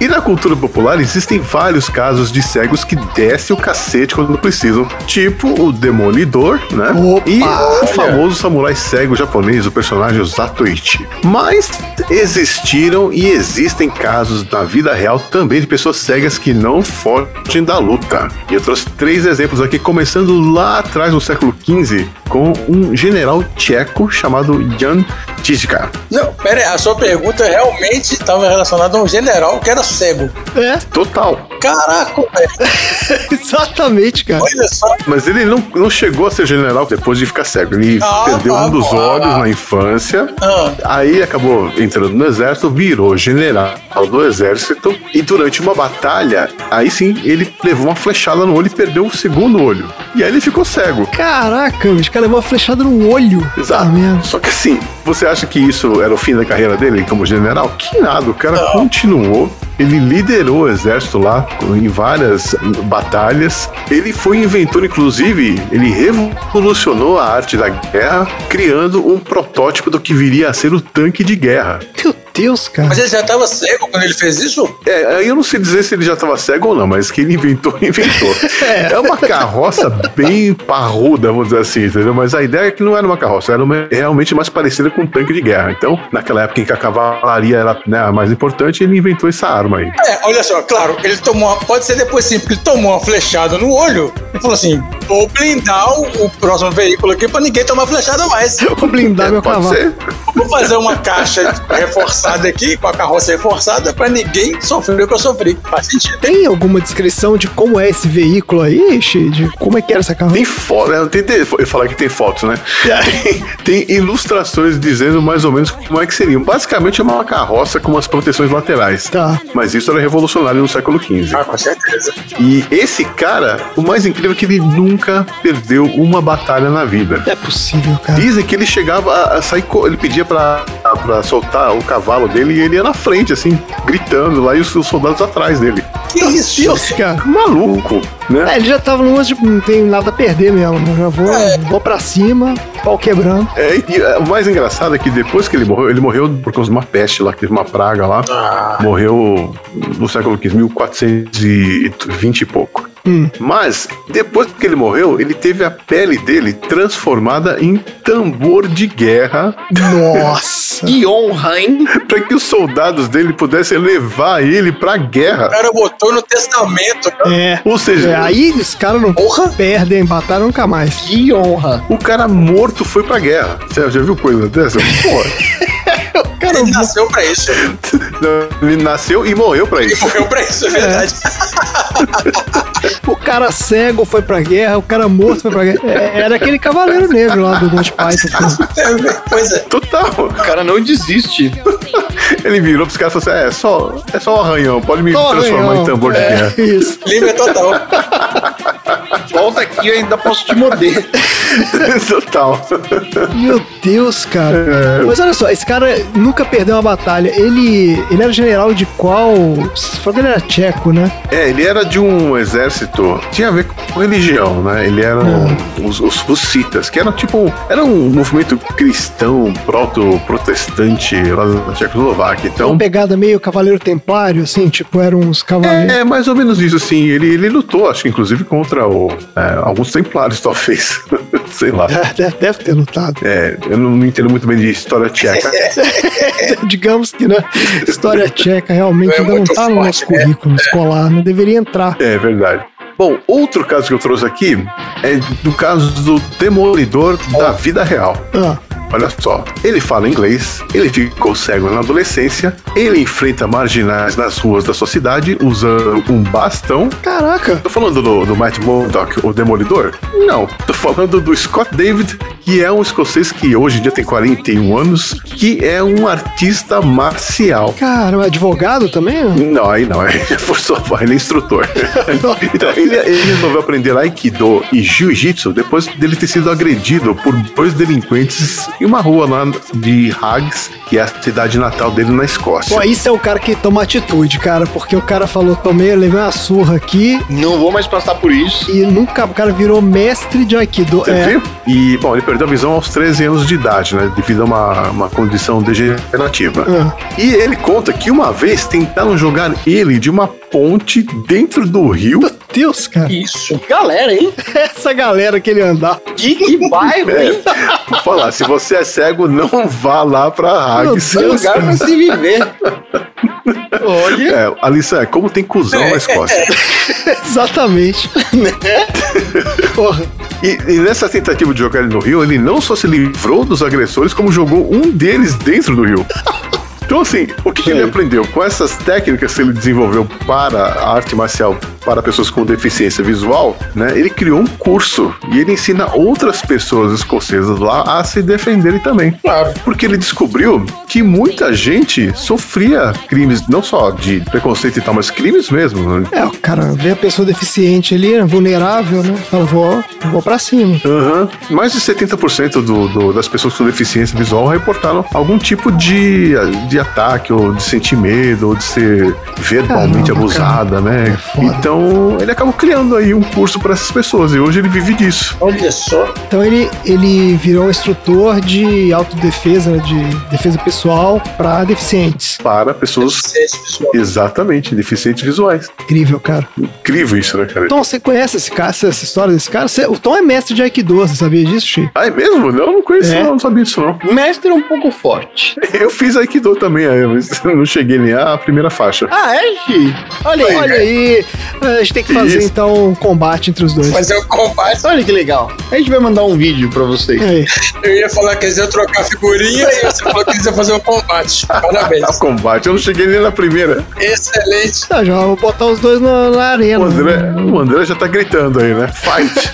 Speaker 4: E, e na cultura popular existem vários casos de cegos que descem o cacete quando precisam. Tipo o Demolidor, né?
Speaker 2: Opa!
Speaker 4: e o famoso samurai cego japonês, o personagem Zatoichi. Mas existiram e existem casos na vida real também de pessoas cegas que não fogem da luta. E eu trouxe três exemplos aqui, começando lá atrás no século XV, com um general tcheco chamado Jan Tizka.
Speaker 3: Não, pera aí, a sua pergunta realmente estava relacionada a um general que era cego.
Speaker 2: É,
Speaker 4: Total.
Speaker 3: Caraca, velho.
Speaker 2: exatamente, cara.
Speaker 3: Olha só.
Speaker 4: Mas ele não, não chegou a ser general depois de ficar cego. Ele
Speaker 3: Ah,
Speaker 4: perdeu
Speaker 3: tá
Speaker 4: um dos
Speaker 3: bom.
Speaker 4: olhos na infância.
Speaker 3: Ah.
Speaker 4: Aí acabou entrando no exército, virou general do exército. E durante uma batalha, aí sim, ele levou uma flechada no olho e perdeu o segundo olho. E aí ele ficou cego.
Speaker 2: Caraca, bicho, o cara levou uma flechada no olho.
Speaker 4: Exato.
Speaker 2: Tá vendo?
Speaker 4: Só que assim, você acha que isso era o fim da carreira dele como general? Que nada, o cara continuou. Ele liderou o exército lá em várias batalhas. Ele foi inventor, inclusive, ele revolucionou a arte da guerra, criando um protótipo do que viria a ser o tanque de guerra.
Speaker 2: Meu Deus, cara.
Speaker 3: Mas é- ele já estava cego quando ele fez isso?
Speaker 4: É, aí eu não sei dizer se ele já estava cego ou não, mas que ele inventou, inventou. é. uma carroça bem parruda, vamos dizer assim, entendeu? Mas a ideia é que não era uma carroça, era uma- realmente mais parecida com um tanque de guerra. Então, naquela época em que a cavalaria era né, a mais importante, ele inventou essa arma aí.
Speaker 3: É, olha só, claro, ele tomou, uma, pode ser depois sim, porque ele tomou uma flechada no olho e falou assim: vou blindar o, o próximo veículo aqui pra ninguém tomar flechada mais.
Speaker 2: Vou blindar
Speaker 4: É,
Speaker 2: meu
Speaker 4: pode
Speaker 2: cavalo.
Speaker 4: ser?
Speaker 3: Vou fazer uma caixa reforçada aqui, com a carroça reforçada, pra ninguém sofrer o que eu sofri. Faz sentido.
Speaker 2: Tem alguma descrição de como é esse veículo aí, Xi? De como é que era essa carroça?
Speaker 4: Tem foto, né? Tem, tem, eu falar que tem fotos, né? Tem, tem ilustrações dizendo mais ou menos como é que seria. Basicamente é uma carroça com umas proteções laterais.
Speaker 2: Tá.
Speaker 4: Mas isso era revolucionário no século XV.
Speaker 3: Ah, com certeza.
Speaker 4: E esse cara, o mais incrível é que ele nunca perdeu uma batalha na vida.
Speaker 2: Não é possível, cara.
Speaker 4: Dizem que ele chegava a- a sair, co- ele pedia pra, pra soltar o cavalo dele e ele ia na frente, assim, gritando lá e os, os soldados atrás dele.
Speaker 3: Que isso?
Speaker 2: Deus, cara.
Speaker 4: Maluco, né?
Speaker 2: É, ele já tava numa de não tem nada a perder mesmo. né? Já vou, vou pra cima, pau quebrando.
Speaker 4: É, e é, o mais engraçado é que depois que ele morreu, ele morreu por causa de uma peste lá, que teve uma praga lá. Morreu no século XV, 1420 e pouco.
Speaker 2: Hum.
Speaker 4: Mas, depois que ele morreu, ele teve a pele dele transformada em tambor de guerra
Speaker 2: Nossa.
Speaker 1: Que honra, hein?
Speaker 4: para que os soldados dele pudessem levar ele pra
Speaker 3: O
Speaker 4: guerra.
Speaker 3: cara botou no testamento.
Speaker 2: é.
Speaker 4: Ou
Speaker 2: É,
Speaker 4: seja,
Speaker 2: aí os caras não
Speaker 3: Porra!
Speaker 2: perdem batalha nunca mais.
Speaker 1: Que honra.
Speaker 4: o cara morto foi pra guerra. Você já viu coisa dessa? Pô,
Speaker 2: Cara,
Speaker 3: Ele nasceu pra isso.
Speaker 4: ele nasceu e morreu pra
Speaker 3: Ele
Speaker 4: isso.
Speaker 3: morreu pra isso, é verdade.
Speaker 2: O cara cego foi pra guerra, o cara morto foi pra guerra. É, Era aquele cavaleiro negro lá do Monty Python. pô.
Speaker 3: Pois é.
Speaker 4: Total.
Speaker 1: O cara não desiste.
Speaker 4: Ele virou pros caras e falou assim: é, é só, é só um arranhão, pode me
Speaker 2: Só
Speaker 4: transformar
Speaker 2: arranhão.
Speaker 4: em tambor de guerra.
Speaker 2: É, isso.
Speaker 3: Livre total.
Speaker 1: Volta aqui, eu ainda posso te morder.
Speaker 4: Total.
Speaker 2: Meu Deus, cara. Mas olha só, esse cara nunca perdeu uma batalha. Ele, ele era general de qual? Você falou que ele era tcheco, né?
Speaker 4: É, ele era de um exército, tinha a ver com religião, né? Ele era os, os russitas, que eram tipo, era um movimento cristão, proto-protestante lá na Tchecoslováquia.
Speaker 2: Uma
Speaker 4: Então,
Speaker 2: pegada meio cavaleiro templário, assim, tipo, eram uns cavaleiros.
Speaker 4: é, é mais ou menos isso, sim. Ele, ele lutou, acho que inclusive contra o, é, alguns templários, talvez. Sei lá.
Speaker 2: Deve, deve ter lutado.
Speaker 4: É, eu não entendo muito bem de história tcheca.
Speaker 2: Digamos que, né? História tcheca realmente
Speaker 3: É
Speaker 2: ainda não
Speaker 3: muito
Speaker 2: tá no
Speaker 3: forte,
Speaker 2: nosso
Speaker 3: né?
Speaker 2: currículo escolar, não deveria entrar.
Speaker 4: É verdade. Bom, outro caso que eu trouxe aqui é do caso do demolidor da vida real.
Speaker 2: Ah,
Speaker 4: Olha só, ele fala inglês, ele ficou cego na adolescência, ele enfrenta marginais nas ruas da sua cidade usando um bastão.
Speaker 2: caraca,
Speaker 4: Tô falando do, do Matt Murdock, o Demolidor? Não, tô falando do Scott David, que é um escocês que hoje em dia tem 41 anos, que é um artista marcial.
Speaker 2: cara, um advogado também?
Speaker 4: Não, aí não, ele forçou a barra, ele é instrutor. então, ele, ele resolveu aprender Aikido e Jiu-Jitsu depois dele ter sido agredido por dois delinquentes em uma rua lá de Hags, que é a cidade natal dele na Escócia.
Speaker 2: Pô, isso é o cara que toma atitude, cara, porque o cara falou, tomei, eu levei uma surra aqui
Speaker 1: Não vou mais passar por isso.
Speaker 2: e nunca, o cara virou mestre de Aikido.
Speaker 4: Você
Speaker 2: é,
Speaker 4: viu? E, bom, ele perdeu a visão aos 13 anos de idade, né? Devido a uma, uma condição degenerativa.
Speaker 2: Ah.
Speaker 4: E ele conta que uma vez tentaram jogar ele de uma ponte dentro do rio.
Speaker 2: Meu Deus, cara,
Speaker 3: Isso.
Speaker 1: Galera, hein?
Speaker 2: essa galera que ele andar.
Speaker 1: Que, que bairro, hein?
Speaker 4: Vou falar, se você é cego, não vá lá pra
Speaker 3: Ah,
Speaker 2: Meu
Speaker 4: Hags.
Speaker 1: É um
Speaker 2: Deus,
Speaker 1: lugar pra
Speaker 3: né?
Speaker 2: cara.
Speaker 1: se viver. Olha.
Speaker 4: É, Alissa, como tem cuzão na Escócia.
Speaker 2: Exatamente. Porra,
Speaker 4: E, e nessa tentativa de jogar ele no rio, ele não só se livrou dos agressores, como jogou um deles dentro do rio. Então, assim, o que, que ele aprendeu? Com essas técnicas que ele desenvolveu para a arte marcial para pessoas com deficiência visual, né? Ele criou um curso e ele ensina outras pessoas escocesas lá a se defenderem também.
Speaker 3: Claro.
Speaker 4: Porque ele descobriu que muita gente sofria crimes, não só de preconceito e tal, mas crimes mesmo. né?
Speaker 2: é, o cara vê a pessoa deficiente ali, né, vulnerável, né? Fala, vou, vou pra cima.
Speaker 4: Aham. Mais de 70% do, do, das pessoas com deficiência visual reportaram algum tipo de, de ataque, ou de sentir medo, ou de ser verbalmente
Speaker 2: Caramba, É
Speaker 4: abusada, né?
Speaker 2: foda.
Speaker 4: então, ele acabou criando aí um curso para essas pessoas, e hoje ele vive disso.
Speaker 3: Olha só.
Speaker 2: Então ele, ele virou um instrutor de autodefesa, né, de defesa pessoal pra deficientes.
Speaker 4: Para pessoas
Speaker 3: Esse pessoal.
Speaker 4: exatamente deficientes visuais.
Speaker 2: Incrível, cara.
Speaker 4: Incrível isso, né, cara?
Speaker 2: Tom, você conhece esse cara, essa história desse cara? Você- o Tom é mestre de Aikido, você sabia disso, Chi?
Speaker 4: Ah, é mesmo? Não, eu não conheço,
Speaker 2: É.
Speaker 4: não, não sabia disso, não.
Speaker 1: Mestre é um pouco forte.
Speaker 4: Eu fiz Aikido também, aí, mas eu não cheguei nem à primeira faixa.
Speaker 1: Ah, é, Gi? Olha aí.
Speaker 2: Olha aí, a gente tem que fazer
Speaker 4: Isso.
Speaker 2: então um combate entre os dois.
Speaker 3: Fazer o combate.
Speaker 1: Olha que legal. A gente vai mandar um vídeo pra vocês.
Speaker 2: É,
Speaker 3: Eu ia falar que ia trocar figurinha e você falou que ia fazer um combate. Parabéns.
Speaker 4: Ah, combate, eu não cheguei nem na primeira.
Speaker 3: Excelente.
Speaker 2: tá, já vou botar os dois na, na
Speaker 4: O
Speaker 2: arena.
Speaker 1: né?
Speaker 4: André, o André já tá gritando aí, né? Fight!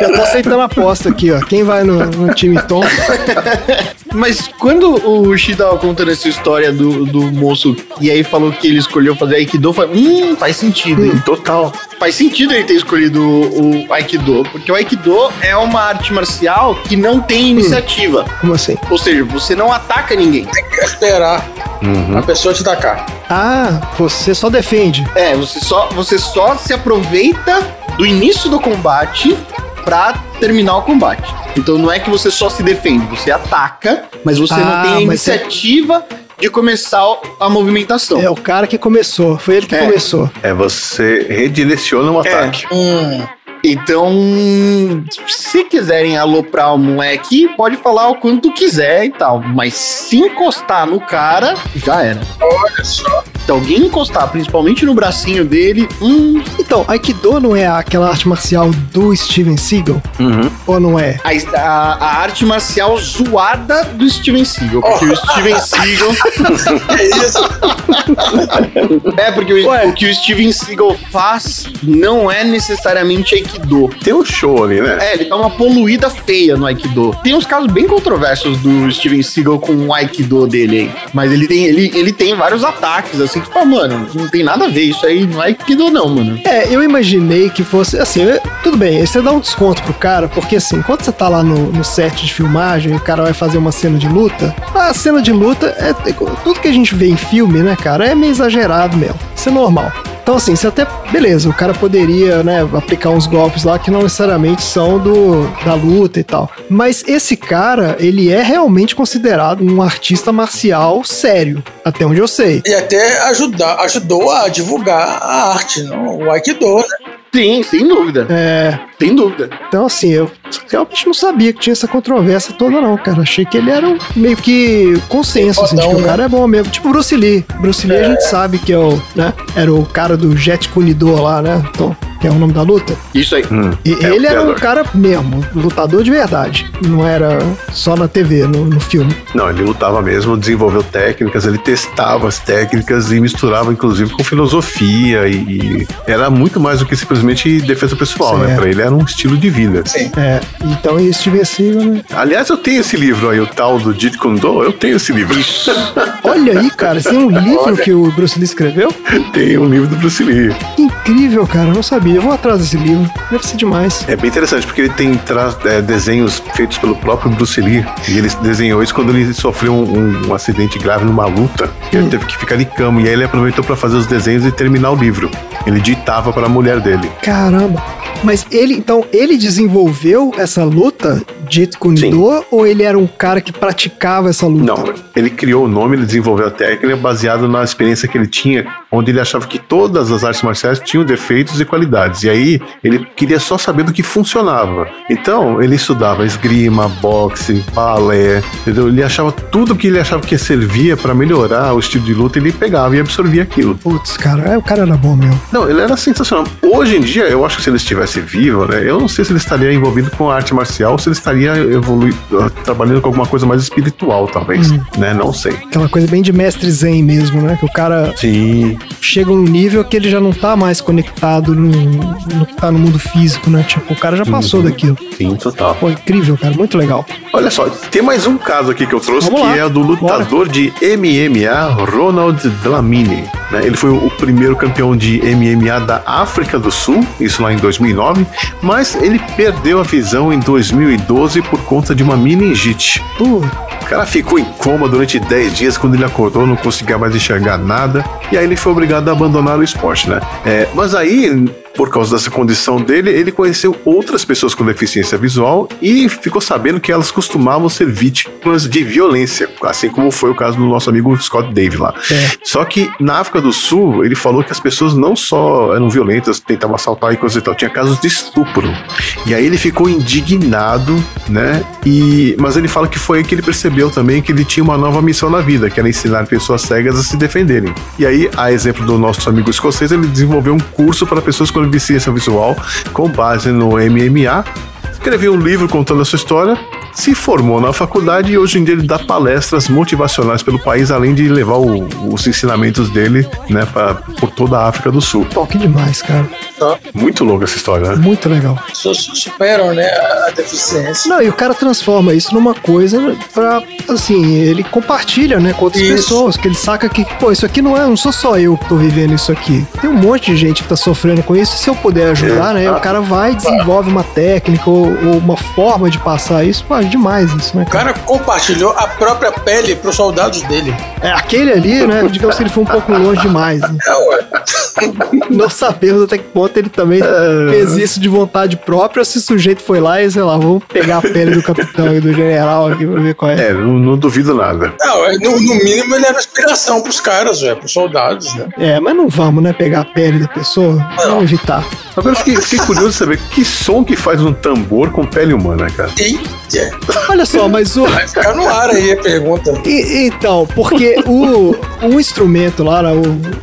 Speaker 2: Eu tô aceitando a aposta aqui, ó. Quem vai no, no time Tom?
Speaker 1: Mas quando o Shi tava contando essa história do, do moço e aí falou que ele escolheu fazer Aikido, eu falei, hum, faz sentido, hein?
Speaker 4: Total.
Speaker 1: Faz sentido ele ter escolhido o, o Aikido, porque o Aikido é uma arte marcial que não tem iniciativa.
Speaker 2: Como assim?
Speaker 1: Ou seja, você não ataca ninguém.
Speaker 3: Tem que esperar a pessoa te tacar.
Speaker 2: Ah, você só defende.
Speaker 1: É, você só, você só se aproveita do início do combate pra terminar o combate. Então não é que você só se defende, você ataca, mas você
Speaker 2: Ah,
Speaker 1: não tem a
Speaker 2: mas é-
Speaker 1: iniciativa de começar a movimentação.
Speaker 2: É o cara que começou, foi ele que
Speaker 1: É.
Speaker 2: começou.
Speaker 4: É, você redireciona um ataque.
Speaker 3: Hum.
Speaker 1: Então, se quiserem aloprar o moleque, pode falar o quanto quiser e tal. Mas se encostar no cara, já era.
Speaker 3: Olha só.
Speaker 1: Se alguém encostar, principalmente no bracinho dele, hum.
Speaker 2: Então, Aikido não é aquela arte marcial do Steven Seagal? Ou não é?
Speaker 1: A, a- a arte marcial zoada do Steven Seagal. Porque o Steven Seagal.
Speaker 3: É isso.
Speaker 1: É, porque o,
Speaker 2: Ué.
Speaker 1: o que o Steven Seagal faz não é necessariamente Aikido.
Speaker 4: Tem um show ali, né?
Speaker 1: É, ele tá uma poluída feia no Aikido. Tem uns casos bem controversos do Steven Seagal com o Aikido dele aí. Mas ele tem, ele, ele tem vários ataques, assim, tipo, ah, mano, não tem nada a ver. Isso aí não é Aikido, não, mano.
Speaker 2: É, eu imaginei que fosse. Assim, eu- tudo bem, aí você dá um desconto pro cara, porque assim, quando você tá lá no, no set de filmagem e o cara vai fazer uma cena de luta, a cena de luta é. é co- Tudo que a gente vê em filme, né, cara, é meio exagerado mesmo. Isso é normal. Então, assim, você até. Beleza, o cara poderia, né, aplicar uns golpes lá que não necessariamente são do da luta e tal. Mas esse cara, ele é realmente considerado um artista marcial sério, até onde eu sei.
Speaker 3: E até ajudar, ajudou a divulgar a arte, não? o Aikido, né?
Speaker 1: Sim, sem dúvida.
Speaker 2: É.
Speaker 1: Sem dúvida.
Speaker 2: Então, assim, eu realmente não sabia que tinha essa controvérsia toda, não, cara. Achei que ele era um, meio que consenso, assim, de que
Speaker 3: Fodão,
Speaker 2: o cara é bom mesmo. Tipo Bruce Lee. Bruce Lee a gente sabe que é o, né? Era o cara do Jet Kunido lá, né? Então, que é o nome da luta.
Speaker 1: Isso aí.
Speaker 2: E
Speaker 4: É,
Speaker 2: ele
Speaker 4: o
Speaker 2: era um
Speaker 4: lutador.
Speaker 2: cara mesmo, lutador de verdade. Não era só na TV, no, no filme.
Speaker 4: Não, ele lutava mesmo, desenvolveu técnicas, ele testava as técnicas e misturava, inclusive, com filosofia e, e era muito mais do que simplesmente defesa pessoal, né?
Speaker 2: Certo.
Speaker 4: Pra ele era um estilo de vida.
Speaker 3: Sim.
Speaker 2: É, então isso Steven Seagal, né?
Speaker 4: Aliás, eu tenho esse livro aí, o tal do Jeet Kune Do, eu tenho esse livro.
Speaker 2: Olha aí, cara, tem um livro que o Bruce Lee escreveu?
Speaker 4: Tem um livro do Bruce Lee.
Speaker 2: Que incrível, cara, eu não sabia. Eu vou atrás desse livro, deve ser demais.
Speaker 4: É bem interessante, porque ele tem tra- é, desenhos feitos pelo próprio Bruce Lee. E ele desenhou isso quando ele sofreu um, um- um acidente grave numa luta. E ele teve que ficar de cama. E aí ele aproveitou pra fazer os desenhos e terminar o livro. Ele ditava pra mulher dele.
Speaker 2: Caramba. Mas ele, então, ele desenvolveu essa luta Jeet Kune
Speaker 4: Sim.
Speaker 2: Do ou ele era um cara que praticava essa luta?
Speaker 4: Não, ele criou o nome, ele desenvolveu a técnica baseado na experiência que ele tinha, onde ele achava que todas as artes marciais tinham defeitos e qualidades. E aí ele queria só saber do que funcionava. Então ele estudava esgrima, boxe, balé, entendeu? Ele achava tudo que ele achava que servia pra melhorar o estilo de luta, ele pegava e absorvia aquilo.
Speaker 2: Putz, cara, é, o cara era bom mesmo.
Speaker 4: Não, ele era sensacional. Hoje em dia, eu acho que se ele estivesse vivo, né? Eu não sei se ele estaria envolvido com a arte marcial ou se ele estaria evolu- trabalhando com alguma coisa mais espiritual, talvez. Né? Não sei.
Speaker 2: Aquela coisa bem de mestre zen mesmo, né? Que o cara
Speaker 4: Sim.
Speaker 2: chega num nível que ele já não tá mais conectado no, no que tá no mundo físico, né? Tipo, o cara já passou
Speaker 4: Uhum.
Speaker 2: daquilo.
Speaker 4: Sim, total.
Speaker 2: Pô, incrível, cara, muito legal.
Speaker 4: Olha só, tem mais um caso aqui que eu trouxe,
Speaker 2: Vamos
Speaker 4: que
Speaker 2: lá.
Speaker 4: é do lutador de MMA, Ronald Dlamini. né? Ele foi o primeiro campeão de MMA da África do Sul, isso lá em 2009, mas ele perdeu a visão em 2012 por conta de uma meningite.
Speaker 2: Pô,
Speaker 4: O cara ficou em coma durante 10 dias. Quando ele acordou, não conseguia mais enxergar nada. E aí ele foi obrigado a abandonar o esporte, né? É, mas aí, por causa dessa condição dele, ele conheceu outras pessoas com deficiência visual e ficou sabendo que elas costumavam ser vítimas de violência, assim como foi o caso do nosso amigo Scott Dave lá. Só que na África do Sul, ele falou que as pessoas não só eram violentas, tentavam assaltar e coisa e tal, tinha casos de estupro. E aí ele ficou indignado, né? E mas ele fala que foi aí que ele percebeu também que ele tinha uma nova missão na vida, que era ensinar pessoas cegas a se defenderem. E aí, a exemplo do nosso amigo escocês, ele desenvolveu um curso para pessoas com deficiência visual com base no MMA. Escreveu um livro contando a sua história, se formou na faculdade e hoje em dia ele dá palestras motivacionais pelo país, além de levar o- os ensinamentos dele né, pra, por toda a África do Sul.
Speaker 2: pô, que demais, cara.
Speaker 4: Muito louca essa história, né?
Speaker 2: Muito legal.
Speaker 3: Su- su- Superam né, a deficiência.
Speaker 2: Não, e o cara transforma isso numa coisa pra, assim, ele compartilha, né, com outras
Speaker 3: Isso.
Speaker 2: pessoas, que ele saca que, pô, isso aqui não é, não sou só eu que tô vivendo isso aqui. Tem um monte de gente que tá sofrendo com isso, e se eu puder ajudar, né, o cara vai e desenvolve uma técnica ou, ou uma forma de passar isso, pô, é demais isso, né,
Speaker 3: O
Speaker 2: cara?
Speaker 3: cara compartilhou a própria pele para os soldados dele.
Speaker 2: É, aquele ali, né, digamos que ele foi um pouco longe demais, né?
Speaker 3: É, ué.
Speaker 2: Não sabemos até que ponto ele também fez isso de vontade própria, ou se o sujeito foi lá e, sei lá, vamos pegar a pele do capitão e do general aqui pra ver qual é.
Speaker 4: É, não, não duvido nada.
Speaker 3: Não, é, no, no mínimo ele era inspiração para os caras, para os soldados, né?
Speaker 2: É, mas não vamos, né? Pegar a pele da pessoa, vamos evitar.
Speaker 4: Agora eu fiquei, fiquei curioso de saber que som que faz um tambor com pele humana, cara.
Speaker 3: E é,
Speaker 2: Olha só, mas o.
Speaker 3: Vai ficar no ar aí a pergunta.
Speaker 2: E- então, porque o, o instrumento lá, né, o,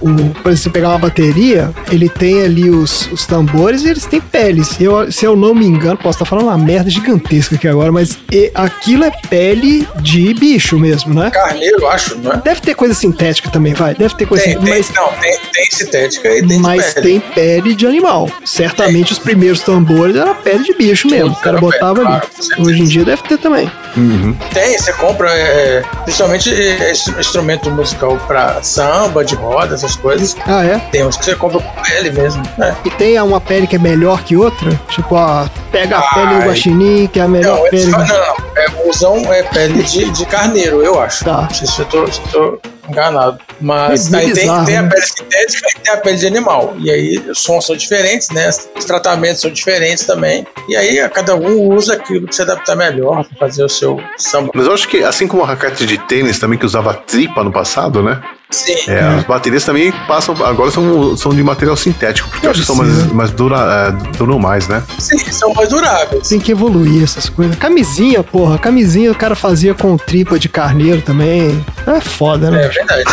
Speaker 2: o, por exemplo, você pegar uma bateria, ele tem ali os, os tambores e eles têm peles. Eu, se eu não me engano, posso estar falando uma merda gigantesca aqui agora, mas e- aquilo é pele de bicho mesmo, né?
Speaker 3: Carneiro, acho, não é?
Speaker 2: Deve ter coisa sintética também, vai. Deve ter coisa
Speaker 3: Tem,
Speaker 2: sintética.
Speaker 3: tem,
Speaker 2: Mas,
Speaker 3: não, tem, tem sintética e tem
Speaker 2: mas
Speaker 3: É pele.
Speaker 2: tem pele de animal. Certamente os primeiros tambores era pele de bicho mesmo. O cara
Speaker 3: era pele,
Speaker 2: botava ali.
Speaker 3: claro, com certeza.
Speaker 2: Hoje em dia deve ter também.
Speaker 4: Uhum.
Speaker 3: Tem, você compra é, principalmente é, instru- instrumento musical pra samba, de roda, essas coisas.
Speaker 2: Ah, é?
Speaker 3: Tem uns que você compra com pele mesmo, né?
Speaker 2: E tem uma pele que é melhor que outra? Tipo, ó, pega a pele do
Speaker 3: Ai.
Speaker 2: guaxinim, que é a melhor
Speaker 3: Não, eles
Speaker 2: pele.
Speaker 3: falam, não, não, é, usam é, pele de, de carneiro, eu acho.
Speaker 2: Tá.
Speaker 3: Não sei se eu tô, se eu tô enganado. Mas
Speaker 2: É
Speaker 3: aí tem,
Speaker 2: bizarro,
Speaker 3: tem a
Speaker 2: né?
Speaker 3: pele sintética e tem a pele de animal. E aí os sons são diferentes, né? Os tratamentos são diferentes também. E aí a cada um usa aquilo que se adaptar melhor pra fazer o seu samba.
Speaker 4: Mas eu acho que, assim como a raquete de tênis também, que usava tripa no passado, né?
Speaker 3: Sim.
Speaker 4: É, As baterias também passam, agora são, são de material sintético, porque eu acho que né? são mais, mais dura, é, duram mais, né?
Speaker 3: Sim, são mais duráveis.
Speaker 2: Tem que evoluir essas coisas. Camisinha, porra. Camisinha o cara fazia com tripa de carneiro também. É foda, né?
Speaker 3: É verdade.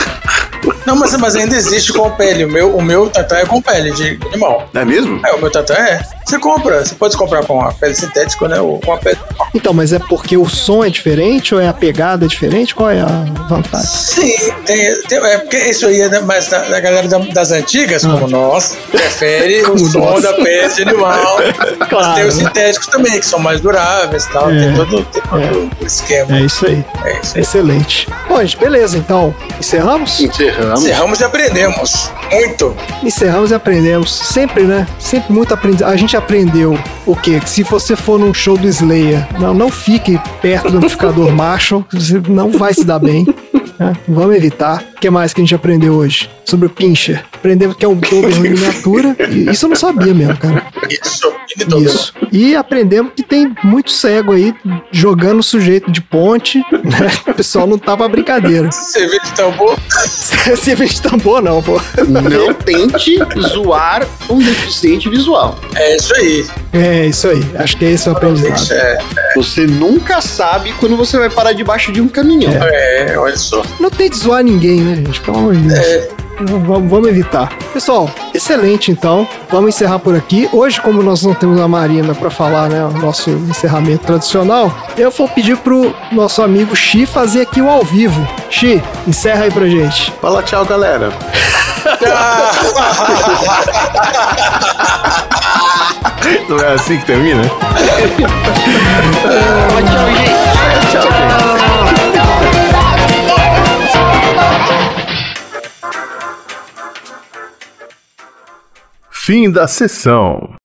Speaker 3: Não, mas, mas ainda existe com pele. O meu, o meu tatá é com pele de animal.
Speaker 4: Não é mesmo?
Speaker 3: É, o meu tatá é. Você compra, você pode comprar com a pele sintética, né? Ou com a pele.
Speaker 2: Então, mas é porque o som é diferente ou é a pegada é diferente? Qual é a vantagem?
Speaker 3: Sim, tem, tem- é porque isso aí é da- mais da, da galera da- das antigas, como nós, prefere o
Speaker 2: Como
Speaker 3: som
Speaker 2: nós.
Speaker 3: da pele de animal. Mas tem os
Speaker 2: né?
Speaker 3: sintéticos também, que são mais duráveis e tal.
Speaker 2: É.
Speaker 3: Tem todo, tem todo o esquema.
Speaker 2: É isso aí.
Speaker 3: É isso aí.
Speaker 2: Excelente. Bom, gente, beleza. Então, encerramos?
Speaker 1: Encerramos.
Speaker 3: Encerramos e aprendemos. Muito.
Speaker 2: Encerramos e aprendemos. Sempre, né? Sempre muito aprendizado. A gente aprendeu o quê? Que se você for num show do Slayer, não, não fique perto do amplificador Marshall, que você não vai se dar bem. né? Vamos evitar. O que mais que a gente aprendeu hoje? Sobre o pincher. Aprendemos que é um dobro em miniatura. E isso eu não sabia mesmo, cara.
Speaker 3: Isso. E todo
Speaker 2: Isso. E aprendemos que tem muito cego aí jogando o sujeito de ponte. Né? O pessoal não tá pra brincadeira.
Speaker 3: Você vê de tambor?
Speaker 2: Se de tambor, não, pô.
Speaker 1: Não tente zoar um deficiente visual.
Speaker 3: É isso aí.
Speaker 2: É isso aí. Acho que é esse o aprendizado.
Speaker 3: Isso é.
Speaker 1: Você nunca sabe quando você vai parar debaixo de um caminhão.
Speaker 3: É, olha só.
Speaker 2: Não tente zoar ninguém, né, gente? Pelo amor de Deus.
Speaker 3: É.
Speaker 2: V- Vamos, vamos evitar. Pessoal, excelente então. Vamos encerrar por aqui. Hoje, como nós não temos a Marina para falar, né, o nosso encerramento tradicional, eu vou pedir pro nosso amigo Xi fazer aqui o ao vivo. Xi, encerra aí pra gente.
Speaker 4: Fala tchau, galera. Não é assim que termina? tchau, gente. Fim da sessão.